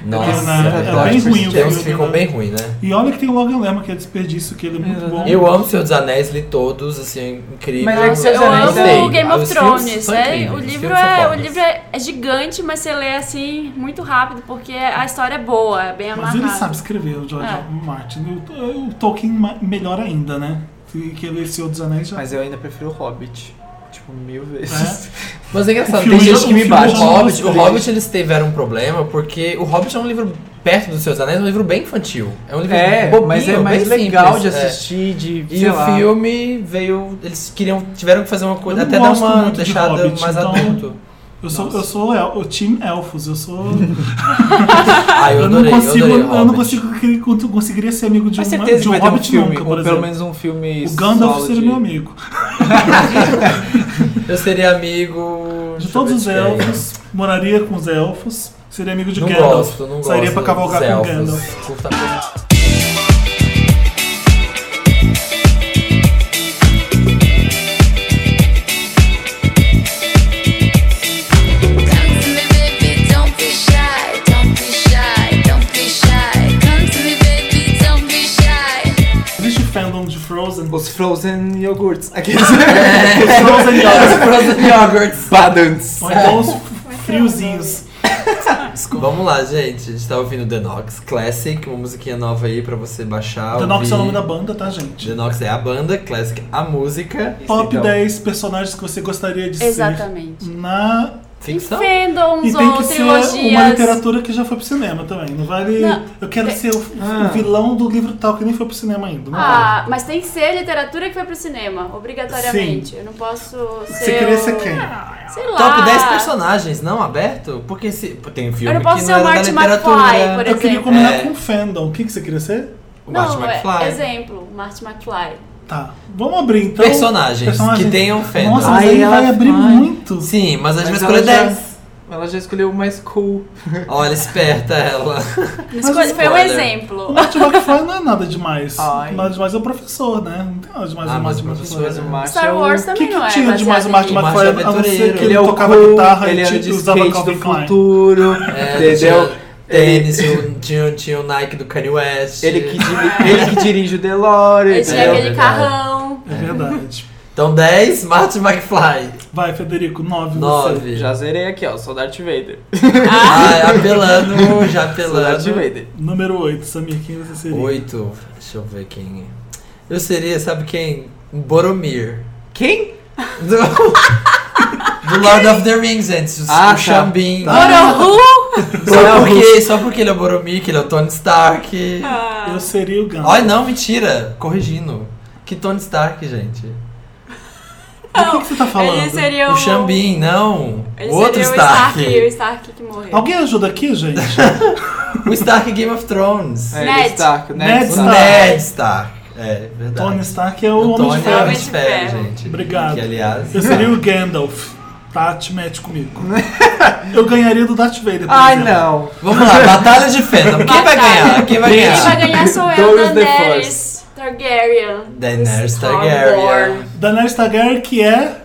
Speaker 2: Nossa,
Speaker 1: Não, é
Speaker 2: verdade,
Speaker 1: bem
Speaker 2: os
Speaker 1: ruim o
Speaker 2: filmes
Speaker 1: filme,
Speaker 2: ficam
Speaker 1: né?
Speaker 2: bem ruim, né?
Speaker 1: E olha que tem o Logan Lerman, que é desperdício, que ele é muito
Speaker 3: Eu
Speaker 1: bom.
Speaker 2: Eu amo Senhor dos Anéis, li todos, assim, é incrível.
Speaker 3: Mas é que Senhor dos
Speaker 4: Eu
Speaker 3: Anéis
Speaker 2: Gostei.
Speaker 4: amo o Game of
Speaker 2: Os filmes
Speaker 4: Thrones.
Speaker 2: são
Speaker 4: é,
Speaker 2: incríveis,
Speaker 4: o
Speaker 2: os
Speaker 4: livro,
Speaker 2: filmes são
Speaker 4: é, o
Speaker 2: fodas.
Speaker 4: livro é, é gigante, mas você lê assim muito rápido, porque a história é boa, é bem
Speaker 1: Mas
Speaker 4: amarrada.
Speaker 1: ele sabe escrever, o George
Speaker 4: É.
Speaker 1: Martin. O, o Tolkien ma- melhor ainda, né? Que que ele é Senhor dos Anéis já.
Speaker 3: Mas eu ainda prefiro o Hobbit. Tipo, mil vezes.
Speaker 1: É.
Speaker 2: Mas é engraçado,
Speaker 1: O filme
Speaker 2: tem gente
Speaker 1: já-
Speaker 2: que
Speaker 1: o
Speaker 2: me
Speaker 1: filme
Speaker 2: bate. O
Speaker 1: já não
Speaker 2: Hobbit, o
Speaker 1: gostei.
Speaker 2: Hobbit eles tiveram um problema, porque o Hobbit é um livro perto dos Seus Anéis, é um livro bem infantil. É um livro
Speaker 3: É,
Speaker 2: bobinho,
Speaker 3: mas é
Speaker 2: bem
Speaker 3: mais
Speaker 2: simples,
Speaker 3: legal de
Speaker 2: é.
Speaker 3: assistir, de.
Speaker 2: E
Speaker 3: sei
Speaker 2: o
Speaker 3: lá.
Speaker 2: filme veio. Eles queriam, tiveram que fazer uma coisa.
Speaker 1: Eu não
Speaker 2: Até dar
Speaker 1: gosto
Speaker 2: uma
Speaker 1: muito de
Speaker 2: deixada
Speaker 1: Hobbit,
Speaker 2: mais
Speaker 1: então-
Speaker 2: adulto.
Speaker 1: *laughs* Eu sou, eu sou el, o time Elfos, eu sou.
Speaker 2: Ah, eu
Speaker 1: eu não
Speaker 2: adorei, eu
Speaker 1: consigo.
Speaker 2: adorei.
Speaker 1: Eu, não
Speaker 2: Hobbit.
Speaker 1: consigo, que- eu conseguiria ser amigo de,
Speaker 3: Mas
Speaker 1: um,
Speaker 3: certeza
Speaker 1: de
Speaker 3: que
Speaker 1: um
Speaker 3: vai ter um
Speaker 1: Hobbit
Speaker 3: filme,
Speaker 1: nunca, por
Speaker 3: ou pelo
Speaker 1: exemplo.
Speaker 3: menos um filme
Speaker 1: o Gandalf
Speaker 3: solo
Speaker 1: seria
Speaker 3: de-
Speaker 1: meu amigo.
Speaker 2: Eu seria amigo.
Speaker 1: De
Speaker 2: deixa eu
Speaker 1: todos
Speaker 2: ver
Speaker 1: os
Speaker 2: de quem.
Speaker 1: elfos, moraria com os elfos, seria amigo de
Speaker 2: Não
Speaker 1: Gandalf.
Speaker 2: gosto, não gosto.
Speaker 1: Sairia pra cavalgar
Speaker 2: dos
Speaker 1: com
Speaker 2: elfos.
Speaker 1: Gandalf.
Speaker 2: Curta coisa.
Speaker 5: Come to me, baby, don't be shy. Don't be shy. Don't be shy. Come to me, baby, don't be shy.
Speaker 1: Existe fandom de Frozen.
Speaker 3: Os Frozen Yogurts. Aqueles.
Speaker 1: Frozen Yogurt.
Speaker 2: Frozen Yogurts.
Speaker 3: Badants.
Speaker 1: Ou então os friozinhos.
Speaker 2: Vamos lá, gente. A gente tá ouvindo The Nox Classic, uma musiquinha nova aí pra você baixar.
Speaker 1: The Nox é o
Speaker 2: ouvir.
Speaker 1: nome da banda, tá, gente?
Speaker 2: The Nox é a banda, Classic a música. é
Speaker 1: Top
Speaker 3: Então.
Speaker 1: 10 personagens que você gostaria de
Speaker 4: Exatamente.
Speaker 1: ser. Na...
Speaker 2: Ficção?
Speaker 4: Fandoms
Speaker 1: E tem
Speaker 4: ou
Speaker 1: que ser uma
Speaker 4: trilogias.
Speaker 1: literatura que já foi pro cinema também. Não vale.
Speaker 4: Não. É.
Speaker 1: Eu quero ser o, o
Speaker 3: Ah.
Speaker 1: vilão do livro tal que nem foi pro cinema ainda. Não vale.
Speaker 4: Ah, mas tem que ser literatura que foi pro cinema, obrigatoriamente. Eu não posso ser.
Speaker 1: Você queria ser
Speaker 4: o-
Speaker 1: quem?
Speaker 4: Sei lá.
Speaker 2: Top 10 personagens, não aberto? Porque se, tem um filme
Speaker 4: Eu não
Speaker 2: que
Speaker 4: posso ser
Speaker 2: não
Speaker 4: o
Speaker 2: era da
Speaker 4: Marty
Speaker 2: literatura.
Speaker 4: McFly, por
Speaker 1: Eu queria
Speaker 4: exemplo.
Speaker 1: combinar
Speaker 2: É.
Speaker 1: com o fandom. O que, que você queria ser?
Speaker 2: O Marty
Speaker 4: não, é-
Speaker 2: McFly.
Speaker 4: exemplo, Marty McFly.
Speaker 1: Tá. Vamos abrir então.
Speaker 2: Personagens que tenham fandom.
Speaker 1: Nossa, mas
Speaker 3: Aí
Speaker 1: aí
Speaker 3: ela
Speaker 1: vai abrir
Speaker 3: vai.
Speaker 1: muito.
Speaker 2: Sim, mas a gente vai
Speaker 3: Mas
Speaker 2: escolher
Speaker 3: ela já-
Speaker 2: 10.
Speaker 3: Ela já escolheu o mais cool.
Speaker 2: é Olha, esperta
Speaker 3: *laughs*
Speaker 2: ela.
Speaker 4: Escolha, foi um
Speaker 2: spoiler.
Speaker 1: O
Speaker 4: exemplo.
Speaker 1: Marty McFly não é nada demais.
Speaker 3: Ai.
Speaker 1: Nada demais é o professor, né? Não tem nada demais
Speaker 2: Ah,
Speaker 1: no
Speaker 2: mas
Speaker 1: Marty
Speaker 2: o professor
Speaker 1: McFly.
Speaker 3: Mas o
Speaker 1: né?
Speaker 3: Marty é
Speaker 4: Star
Speaker 3: o-
Speaker 4: Wars
Speaker 1: O que,
Speaker 4: também
Speaker 1: que
Speaker 4: não é.
Speaker 1: tinha demais
Speaker 4: baseado
Speaker 1: o Marty
Speaker 4: em-
Speaker 2: Marty
Speaker 1: McFly? A não ser
Speaker 2: Aventureiro.
Speaker 1: que
Speaker 3: Ele
Speaker 1: ele
Speaker 3: é o
Speaker 1: tocava
Speaker 3: cool,
Speaker 1: guitarra
Speaker 3: ele
Speaker 1: e
Speaker 3: era de
Speaker 1: tinha- usava
Speaker 3: skate do
Speaker 1: Calvin Klein.
Speaker 3: futuro,
Speaker 2: É,
Speaker 3: entendeu?
Speaker 2: tinha Tênis, tinha, tinha, tinha o Nike do Kanye West.
Speaker 3: Ele que, diri- ele que dirige o DeLorean,
Speaker 4: Ele é, tinha
Speaker 3: entendeu?
Speaker 4: aquele carrão.
Speaker 1: É verdade.
Speaker 2: Então 10, Marty McFly.
Speaker 1: Vai, Federico, 9 você.
Speaker 2: 9.
Speaker 3: Já zerei aqui, ó. Sou Darth Vader.
Speaker 2: Ah, apelando, já
Speaker 3: Sou Darth
Speaker 2: apelando.
Speaker 3: Vader.
Speaker 1: Número 8, Samir, quem você seria?
Speaker 2: 8. Deixa eu ver quem é. Eu seria, sabe quem? Um Boromir. *laughs*
Speaker 3: Quem?
Speaker 2: Do, do Lord of the Rings, gente. O,
Speaker 3: Ah,
Speaker 2: o
Speaker 3: tá.
Speaker 2: Xambin.
Speaker 4: Borohu!
Speaker 1: um
Speaker 4: Ah.
Speaker 2: Só porque, só porque ele é o Boromir, que ele é o Tony é Stark.
Speaker 1: Eu seria o Gandalf.
Speaker 2: Ai, não, mentira. Corrigindo. Que Tony Stark, gente.
Speaker 1: Do que, que você tá falando?
Speaker 4: Ele seria o.
Speaker 2: O Xambin, não.
Speaker 4: Ele
Speaker 2: O outro
Speaker 4: seria o Stark.
Speaker 2: Stark.
Speaker 4: O Stark que morreu.
Speaker 1: Alguém ajuda aqui, gente?
Speaker 2: O Stark Game of Thrones.
Speaker 3: É,
Speaker 4: Ned.
Speaker 3: Ned Stark. Ned
Speaker 1: Ned
Speaker 2: O
Speaker 3: Stark.
Speaker 2: Ned Stark. É, verdade.
Speaker 1: Tony Stark é
Speaker 2: O
Speaker 1: o Homem
Speaker 2: Tony
Speaker 1: de
Speaker 2: é o
Speaker 1: Ferro.
Speaker 2: Homem de Ferro, gente.
Speaker 1: Obrigado.
Speaker 2: Que, aliás...
Speaker 1: Eu seria o Gandalf. Tá, te mete comigo. Eu ganharia do Darth Vader. por
Speaker 3: Ai,
Speaker 1: exemplo.
Speaker 3: não.
Speaker 2: Vamos lá, batalha de fandom. Quem vai
Speaker 4: Batalha.
Speaker 2: ganhar? Quem vai
Speaker 4: Quem vai
Speaker 2: ganhar?
Speaker 4: ganhar
Speaker 3: *laughs*
Speaker 4: sou eu,
Speaker 3: Doris the
Speaker 4: Daenerys Targaryen.
Speaker 2: Daenerys
Speaker 4: Stormborn.
Speaker 2: Targaryen.
Speaker 1: Daenerys Targaryen, que é.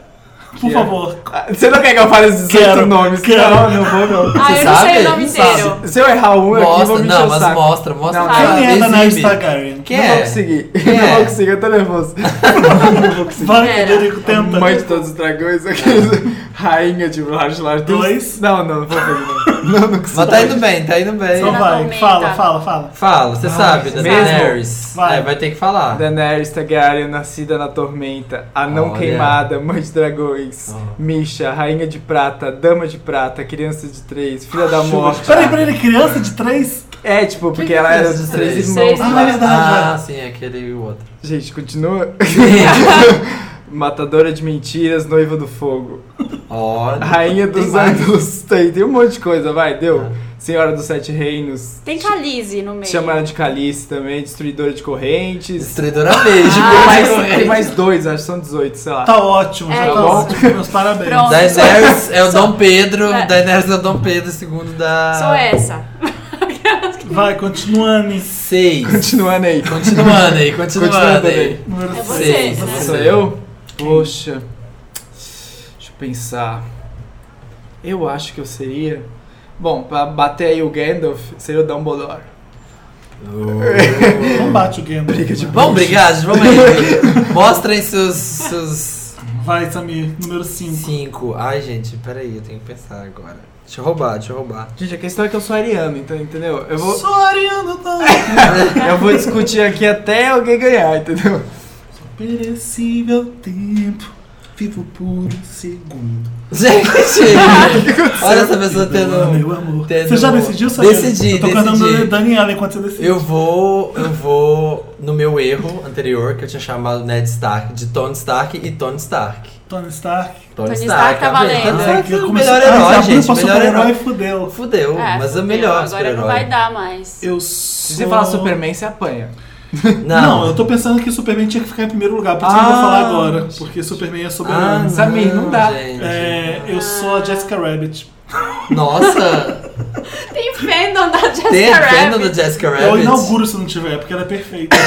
Speaker 1: Por
Speaker 3: Que é?
Speaker 1: favor.
Speaker 3: Ah, Você não quer que eu fale os 18
Speaker 1: Quero,
Speaker 3: nomes?
Speaker 1: quero.
Speaker 3: Não, não vou não.
Speaker 4: Ah,
Speaker 2: Você
Speaker 4: eu não sei
Speaker 2: sabe?
Speaker 4: o nome
Speaker 2: Não sabe.
Speaker 4: inteiro.
Speaker 3: Se eu errar um aqui, eu vou
Speaker 2: Mostra,
Speaker 3: me
Speaker 2: não,
Speaker 3: encher o
Speaker 2: mas
Speaker 3: saco.
Speaker 2: mostra, mostra.
Speaker 3: Não,
Speaker 4: Ah,
Speaker 1: Quem é
Speaker 2: exibe.
Speaker 1: Daenerys Targaryen?
Speaker 2: Quem
Speaker 3: não vou
Speaker 2: é?
Speaker 3: conseguir. *laughs*
Speaker 2: Quem
Speaker 3: Não
Speaker 2: é?
Speaker 3: vou conseguir, eu tô nervoso. não vou conseguir.
Speaker 1: Vai,
Speaker 4: Pera.
Speaker 1: Federico, tenta.
Speaker 3: Mãe de todos os dragões, *laughs* aqueles rainha de Lars Lars.
Speaker 1: Dois.
Speaker 3: Não, não, não vou fazer
Speaker 2: *laughs*
Speaker 3: não. Não, não consigo.
Speaker 2: Mas tá indo bem, tá indo bem.
Speaker 1: Então
Speaker 4: Sim.
Speaker 1: vai,
Speaker 4: Aumenta.
Speaker 1: fala, fala, fala.
Speaker 2: Fala, você sabe, da
Speaker 3: mesmo?
Speaker 2: Daenerys.
Speaker 1: Vai.
Speaker 2: Vai. É, vai ter que falar.
Speaker 3: Daenerys Targaryen, nascida na tormenta, a não
Speaker 2: Olha. Ah.
Speaker 3: queimada, mãe de dragões,
Speaker 2: Ó.
Speaker 3: Misha, rainha de prata, dama de prata, criança de três, filha da morte.
Speaker 1: Peraí, peraí, criança de três?
Speaker 3: É, tipo, porque
Speaker 2: que
Speaker 3: ela
Speaker 2: é
Speaker 3: era
Speaker 2: esses
Speaker 3: dos três
Speaker 2: três?
Speaker 3: irmãos.
Speaker 4: Seis.
Speaker 3: lá.
Speaker 1: Ah, é verdade,
Speaker 2: Ah, sim, aquele e o
Speaker 3: *laughs*
Speaker 2: outro. *laughs*
Speaker 3: Gente, continua. Matadora de mentiras, noiva do fogo.
Speaker 2: Olha.
Speaker 3: Rainha
Speaker 2: tem
Speaker 3: dos
Speaker 2: mais.
Speaker 3: anos. *laughs* Tem, tem um monte de coisa, vai, deu.
Speaker 2: Ah.
Speaker 3: Senhora dos Sete Reinos.
Speaker 4: Tem Khaleesi no meio.
Speaker 3: Chama ela de Calice também, destruidora de correntes.
Speaker 2: Destruidora mesmo.
Speaker 3: tem,
Speaker 4: Ah,
Speaker 3: mais, tem mais dois, acho que são 18, sei lá.
Speaker 1: Tá ótimo, já
Speaker 4: É
Speaker 1: tá
Speaker 4: isso.
Speaker 1: ótimo. Meus parabéns.
Speaker 4: Pronto.
Speaker 2: Daenerys é o Dom Pedro.
Speaker 4: É.
Speaker 2: Daenerys é o Dom Pedro II da...
Speaker 4: Sou essa.
Speaker 1: Vai, continuando.
Speaker 2: Seis.
Speaker 3: Continuando aí.
Speaker 2: Continuando aí, continuando
Speaker 3: Continuando
Speaker 2: aí.
Speaker 3: aí.
Speaker 1: Número
Speaker 4: É
Speaker 1: seis.
Speaker 4: você,
Speaker 2: Seis.
Speaker 4: né?
Speaker 3: Sou eu? Poxa. Deixa eu pensar. Eu acho que eu seria. Bom, pra bater aí o Gandalf, seria o Dumbledore. Oh.
Speaker 1: Não bate o Gandalf.
Speaker 3: Briga de
Speaker 2: Vamos brigar, gente, vamos aí. Mostrem seus, seus
Speaker 1: Vai, Samir, número 5.
Speaker 2: cinco. Ai, gente, peraí, eu tenho que pensar agora. Deixa eu roubar, deixa eu roubar.
Speaker 3: Gente, a questão é que eu sou ariano, então, entendeu? Eu vou,
Speaker 1: Sou ariano, tá? não
Speaker 3: eu vou discutir aqui até alguém ganhar, entendeu?
Speaker 1: Perecível tempo, vivo por um segundo.
Speaker 3: *laughs*
Speaker 2: Gente, olha essa pessoa
Speaker 1: Perdoa,
Speaker 2: tendo...
Speaker 1: meu amor.
Speaker 2: tendo-
Speaker 1: Você já decidiu, Samir?
Speaker 2: Decidi,
Speaker 1: Eu tô cantando
Speaker 2: decidi.
Speaker 1: Daniela enquanto você decide.
Speaker 2: Eu vou, eu vou no meu erro anterior, que eu tinha chamado Ned Stark de Tony Stark e Tony Stark.
Speaker 1: Tony Stark.
Speaker 4: Tony Stark tá
Speaker 2: vendo?
Speaker 4: valendo.
Speaker 2: Tony Stark é
Speaker 1: eu
Speaker 2: o
Speaker 1: comecei-
Speaker 2: melhor
Speaker 1: Ah, já
Speaker 2: herói,
Speaker 1: abriu
Speaker 2: gente,
Speaker 1: pra
Speaker 2: melhor
Speaker 1: super-herói,
Speaker 2: herói.
Speaker 1: fudeu.
Speaker 2: Fudeu,
Speaker 4: É,
Speaker 2: mas é o
Speaker 4: fudeu,
Speaker 2: melhor
Speaker 4: Agora não
Speaker 2: super-herói.
Speaker 4: vai dar mais.
Speaker 1: Eu
Speaker 3: Se
Speaker 1: sou...
Speaker 3: você falar Superman, você apanha.
Speaker 1: Não. eu tô pensando que Superman tinha que ficar em primeiro lugar, por isso que eu não vou
Speaker 3: Ah.
Speaker 1: falar agora. Porque Superman é soberano.
Speaker 3: Samir, não dá.
Speaker 2: Ah, gente.
Speaker 1: É, eu sou a Jessica Rabbit.
Speaker 4: *laughs*
Speaker 2: Nossa,
Speaker 4: Tem fandom da Jessica
Speaker 2: tem a
Speaker 4: Rabbit.
Speaker 2: venda do Jessica
Speaker 1: Eu
Speaker 2: Rabbit.
Speaker 1: inauguro se não tiver, porque ela
Speaker 2: *laughs*
Speaker 1: é perfeita.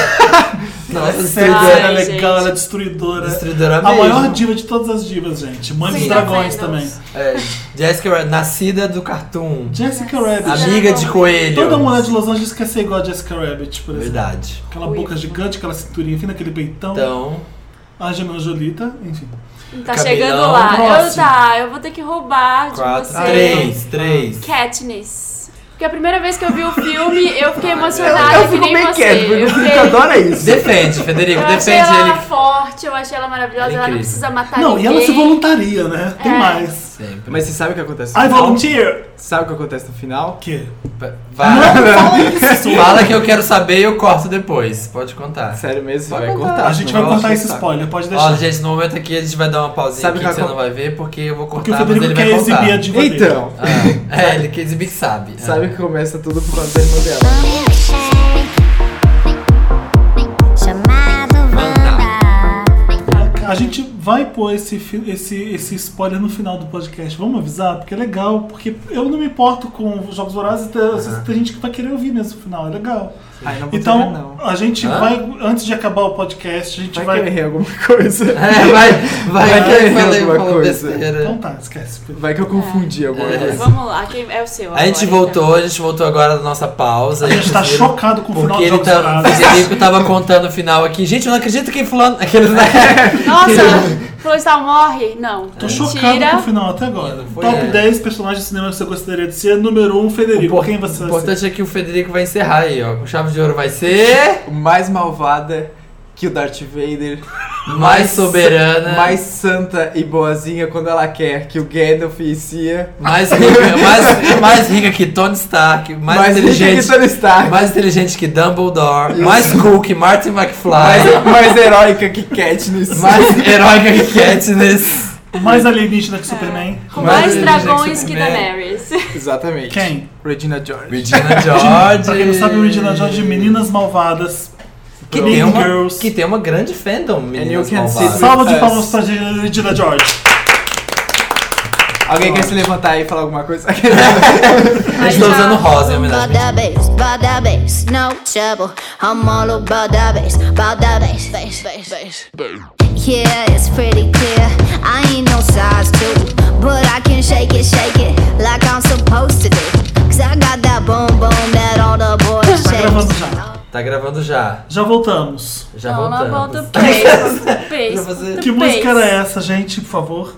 Speaker 2: Nossa,
Speaker 1: Sério, ela é
Speaker 4: Ai,
Speaker 1: legal,
Speaker 4: gente.
Speaker 1: ela é destruidora.
Speaker 2: Destruidora
Speaker 1: A
Speaker 2: mesmo.
Speaker 1: maior diva de todas as divas, gente. Mãe dos
Speaker 4: Sim.
Speaker 1: dragões
Speaker 4: Sim.
Speaker 1: também.
Speaker 2: É, Jessica Rabbit, nascida do cartoon.
Speaker 1: Jessica Rabbit.
Speaker 2: Amiga de coelho.
Speaker 1: Toda mulher de Los Angeles quer ser igual a Jessica Rabbit, por exemplo.
Speaker 2: Verdade.
Speaker 1: Aquela boca gigante, aquela cinturinha fina, aquele peitão.
Speaker 2: Então,
Speaker 1: A Gemma Jolita, enfim.
Speaker 4: Tá
Speaker 2: Cabelão.
Speaker 4: chegando lá. Eu,
Speaker 1: Próximo.
Speaker 4: tá, eu vou ter que roubar de
Speaker 2: quatro,
Speaker 4: você.
Speaker 2: três, três.
Speaker 4: Katniss. Porque a primeira vez que eu vi o filme, Tá, eu fiquei emocionada
Speaker 3: eu
Speaker 4: que
Speaker 3: fico
Speaker 4: nem
Speaker 3: meio
Speaker 4: você.
Speaker 3: quieto, porque
Speaker 4: eu
Speaker 3: o
Speaker 4: fiquei-
Speaker 3: Felipe adora isso.
Speaker 2: Defende, Federico,
Speaker 4: eu achei
Speaker 2: defende
Speaker 4: ela
Speaker 2: ele.
Speaker 4: forte, eu achei ela maravilhosa,
Speaker 2: Ela é
Speaker 4: ela não
Speaker 2: incrível.
Speaker 4: precisa matar
Speaker 1: não, e
Speaker 4: ninguém.
Speaker 1: ela se voluntaria, né? Tem
Speaker 4: Tá É.
Speaker 1: mais.
Speaker 2: Sempre.
Speaker 3: Mas você sabe o que acontece no
Speaker 1: I
Speaker 3: final?
Speaker 1: volunteer!
Speaker 3: Sabe o que acontece no final?
Speaker 1: O quê?
Speaker 2: Vai.
Speaker 1: Fala isso!
Speaker 2: *laughs* Fala que eu quero saber e eu corto depois. Pode contar.
Speaker 3: Sério mesmo, você
Speaker 2: Vai
Speaker 3: vai
Speaker 2: contar.
Speaker 3: cortar.
Speaker 1: A gente vai
Speaker 3: senão eu
Speaker 1: cortar
Speaker 3: acho
Speaker 1: esse
Speaker 3: que tá.
Speaker 1: spoiler, pode deixar.
Speaker 2: Olha, gente, no momento aqui a gente vai dar uma pausinha
Speaker 3: Sabe
Speaker 2: aqui que
Speaker 3: que
Speaker 2: você
Speaker 3: eu-
Speaker 2: não vai ver, porque eu vou
Speaker 1: porque o
Speaker 2: cortar, mas ele
Speaker 1: Federico
Speaker 2: vai
Speaker 1: quer exibir a
Speaker 2: contar.
Speaker 1: diva dele.
Speaker 3: Então,
Speaker 2: Ah,
Speaker 1: *laughs*
Speaker 2: é, ele quer exibir que sabe. Ah.
Speaker 3: sabe que começa tudo por conta da irmã dela.
Speaker 5: Chamado Wanda.
Speaker 1: A gente vai pôr esse, fi- esse, esse spoiler no final do podcast. Vamos avisar, porque é legal. Porque eu não me importo com os Jogos Vorazes, tem, às vezes tem gente que vai querer ouvir mesmo no final, é legal.
Speaker 3: Ai, não vou
Speaker 1: Então,
Speaker 3: terminar, não.
Speaker 1: a gente
Speaker 2: Hã?
Speaker 1: vai, antes de acabar o podcast, a gente
Speaker 3: Vai,
Speaker 1: vai.
Speaker 3: que eu errei alguma *laughs* coisa.
Speaker 2: *laughs* É, vai, vai,
Speaker 3: Vai
Speaker 2: vai que
Speaker 3: querer
Speaker 2: eu falei
Speaker 3: alguma
Speaker 2: falou
Speaker 3: coisa.
Speaker 2: besteira.
Speaker 1: Então tá, esquece.
Speaker 3: Vai que eu confundi alguma
Speaker 2: É.
Speaker 3: coisa.
Speaker 4: Vamos lá, quem é o seu
Speaker 2: A gente
Speaker 4: agora, então.
Speaker 2: voltou, a gente voltou agora da nossa pausa.
Speaker 1: *laughs* A gente tá
Speaker 2: Vocês viram?
Speaker 1: chocado com o final
Speaker 2: Porque
Speaker 1: de
Speaker 2: ele
Speaker 1: Jogos
Speaker 2: tá, o
Speaker 1: Vorazes.
Speaker 2: Federico tava contando o final aqui. Gente, eu não acredito que fulano. né? Aquele
Speaker 1: *laughs*
Speaker 4: então? Nossa, Florestal morre? Não.
Speaker 1: Tô chocado com o
Speaker 4: Mentira.
Speaker 1: final até agora.
Speaker 2: Não foi,
Speaker 1: Top
Speaker 2: é.
Speaker 1: 10 personagens de cinema que você gostaria de ser. Número 1, Federico. Quem você
Speaker 2: O
Speaker 1: vai ser?
Speaker 2: importante é que o Federico vai encerrar aí, ó. Com chave de ouro vai ser.
Speaker 3: Mais malvada que o Darth Vader
Speaker 2: Mais soberana.
Speaker 3: mais santa e boazinha quando ela quer, que o Gandalf e Cia
Speaker 2: Mais rica, mais, mais rica que Tony Stark, mais,
Speaker 3: mais rica
Speaker 2: inteligente.
Speaker 3: que Tony Stark,
Speaker 2: Mais inteligente que Dumbledore,
Speaker 3: Isso.
Speaker 2: mais cool que Martin McFly,
Speaker 3: mais, mais heróica que Katniss,
Speaker 2: mais heróica que Katniss.
Speaker 1: Mais alienígena que Superman.
Speaker 4: Com
Speaker 2: Mas
Speaker 4: mais
Speaker 2: ele
Speaker 4: dragões
Speaker 2: já
Speaker 4: que
Speaker 2: Superman.
Speaker 4: Daenerys.
Speaker 3: exatamente.
Speaker 1: Quem?
Speaker 3: Regina George.
Speaker 2: Regina George.
Speaker 1: Pra quem não sabe, o Regina George de Meninas Malvadas.
Speaker 2: que
Speaker 1: Mean
Speaker 2: tem, uma,
Speaker 1: Girls.
Speaker 2: que tem uma grande fandom, meninas
Speaker 3: you can see
Speaker 2: malvadas.
Speaker 3: through-
Speaker 1: Salva de
Speaker 3: Yes.
Speaker 1: palmas pra Regina George.
Speaker 3: Alguém quer se levantar e falar alguma coisa?
Speaker 2: Eu estou tá usando rosa em
Speaker 5: About
Speaker 2: homenagem.
Speaker 5: that bass, about that bass, no trouble. I'm all about that bass, about that bass, bass, bass, bass. Yeah, it's pretty clear. I ain't no size two, but I can shake it, shake it like I'm supposed to do. Cause I got that boom boom that all the boys
Speaker 1: Tá gravando
Speaker 5: chase.
Speaker 1: já.
Speaker 2: Tá gravando já.
Speaker 1: Já voltamos.
Speaker 2: Já
Speaker 4: Então ela
Speaker 2: voltamos. *laughs*
Speaker 4: volta o pace.
Speaker 2: Já
Speaker 4: pace,
Speaker 2: fazer-
Speaker 4: do
Speaker 1: Que música
Speaker 4: pace.
Speaker 1: era essa, gente, por favor?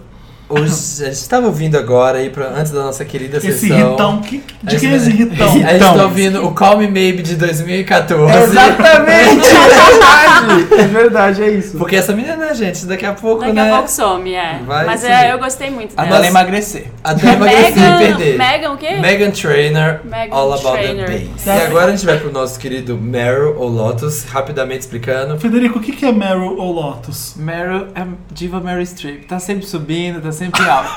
Speaker 2: Hoje, a gente tava ouvindo agora, aí, pra, antes da nossa querida
Speaker 1: Esse
Speaker 2: sessão.
Speaker 1: ritão. que- De
Speaker 2: Esse-
Speaker 1: quem é esse ritão?
Speaker 2: *laughs* A gente tá ouvindo o Call Me Maybe de 2014.
Speaker 3: *laughs* Exatamente! *laughs* é verdade! É verdade, é isso.
Speaker 2: Porque essa menina, né, gente, daqui a pouco,
Speaker 4: Daqui
Speaker 2: né?
Speaker 4: a pouco some, é.
Speaker 2: Vai
Speaker 4: Mas
Speaker 2: subir.
Speaker 4: é, eu gostei muito
Speaker 3: Até
Speaker 4: dela.
Speaker 3: ela emagrecer.
Speaker 2: Até emagrecer e perder.
Speaker 4: Megan o quê?
Speaker 2: Megan Trainer,
Speaker 4: Megan
Speaker 2: All About
Speaker 4: Trainor.
Speaker 2: the Bass.
Speaker 1: Tá.
Speaker 2: E agora a gente vai pro nosso querido Meryl ou Lotus, rapidamente explicando.
Speaker 1: Federico, o que que é Meryl ou Lotus?
Speaker 3: Meryl é diva Mary Streep. Tá sempre subindo, tá sempre em *laughs* alto.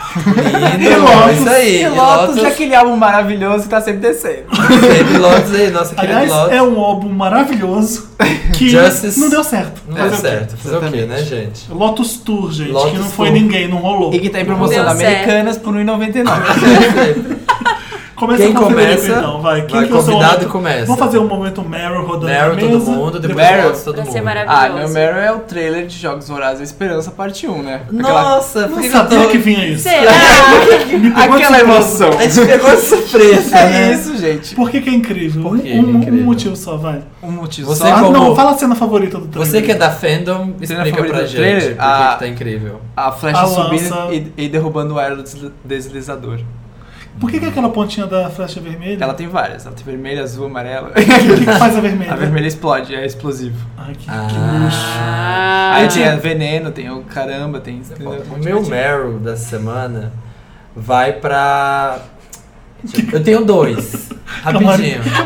Speaker 2: Lindo,
Speaker 1: Lotus,
Speaker 2: isso aí.
Speaker 3: E Lotus é aquele álbum maravilhoso que tá sempre descendo.
Speaker 2: Baby Lotus aí, nossa querida
Speaker 1: Aliás,
Speaker 2: Lotus.
Speaker 1: é um
Speaker 2: *laughs*
Speaker 1: álbum maravilhoso que
Speaker 2: Justice.
Speaker 1: não deu certo.
Speaker 2: Não
Speaker 1: Fazer
Speaker 2: deu
Speaker 1: o quê?
Speaker 2: certo. Fazer o quê,
Speaker 3: Exatamente.
Speaker 2: né,
Speaker 1: *laughs*
Speaker 2: gente?
Speaker 1: Lotus Tour, gente, que
Speaker 2: Lotus
Speaker 1: não foi
Speaker 2: Tour.
Speaker 1: ninguém, não rolou.
Speaker 3: E que tá em promoção
Speaker 4: Deu
Speaker 3: da
Speaker 4: certo.
Speaker 3: Americanas por R$1,99.
Speaker 1: Começa
Speaker 2: Quem
Speaker 1: com o Federico,
Speaker 2: começa,
Speaker 1: então, vai. Quem
Speaker 2: vai,
Speaker 1: que é o seu
Speaker 2: convidado
Speaker 1: momento?
Speaker 2: começa.
Speaker 1: Vamos fazer um momento Meryl rodando
Speaker 2: Meryl
Speaker 1: na mesa.
Speaker 2: todo mundo, depois
Speaker 3: Meryl.
Speaker 2: Lotus todo
Speaker 4: Vai
Speaker 2: mundo.
Speaker 4: ser maravilhoso.
Speaker 3: ah, meu Meryl é o trailer de Jogos Vorazes Esperança Parte 1, né?
Speaker 2: Nossa, por
Speaker 1: Não
Speaker 2: que que eu
Speaker 1: sabia
Speaker 2: tô-
Speaker 1: que vinha isso.
Speaker 4: Será?
Speaker 1: Me pegou
Speaker 3: *laughs* Aquela,
Speaker 1: de
Speaker 3: aquela
Speaker 1: surpresa.
Speaker 3: emoção.
Speaker 2: A gente pegou de surpresa,
Speaker 3: É
Speaker 2: né?
Speaker 3: isso, gente.
Speaker 1: Por que que é incrível?
Speaker 2: Por que
Speaker 1: um,
Speaker 2: é incrível?
Speaker 1: um motivo só, vai.
Speaker 3: Um motivo
Speaker 2: Você
Speaker 3: só.
Speaker 1: Ah,
Speaker 2: como-
Speaker 1: não, fala a cena favorita do trailer.
Speaker 2: Você que é da fandom, explica
Speaker 3: favorita
Speaker 2: pra
Speaker 3: do
Speaker 2: gente
Speaker 3: trailer?
Speaker 2: porque
Speaker 3: Ah.
Speaker 2: que tá incrível.
Speaker 3: A flecha
Speaker 1: A lança.
Speaker 3: subindo e, e derrubando o aero do deslizador.
Speaker 1: Por que que é aquela pontinha da flecha vermelha?
Speaker 3: Ela tem várias. Ela tem vermelha, azul, amarela.
Speaker 1: O que que faz a vermelha?
Speaker 3: a vermelha explode, é explosivo.
Speaker 1: Ai, que, que luxo.
Speaker 2: Ah.
Speaker 3: Aí
Speaker 4: Ah,
Speaker 3: tinha veneno, tem o caramba, tem. entendeu?
Speaker 2: é, O meu Meryl da semana vai pra. Eu tenho dois. Rapidinho.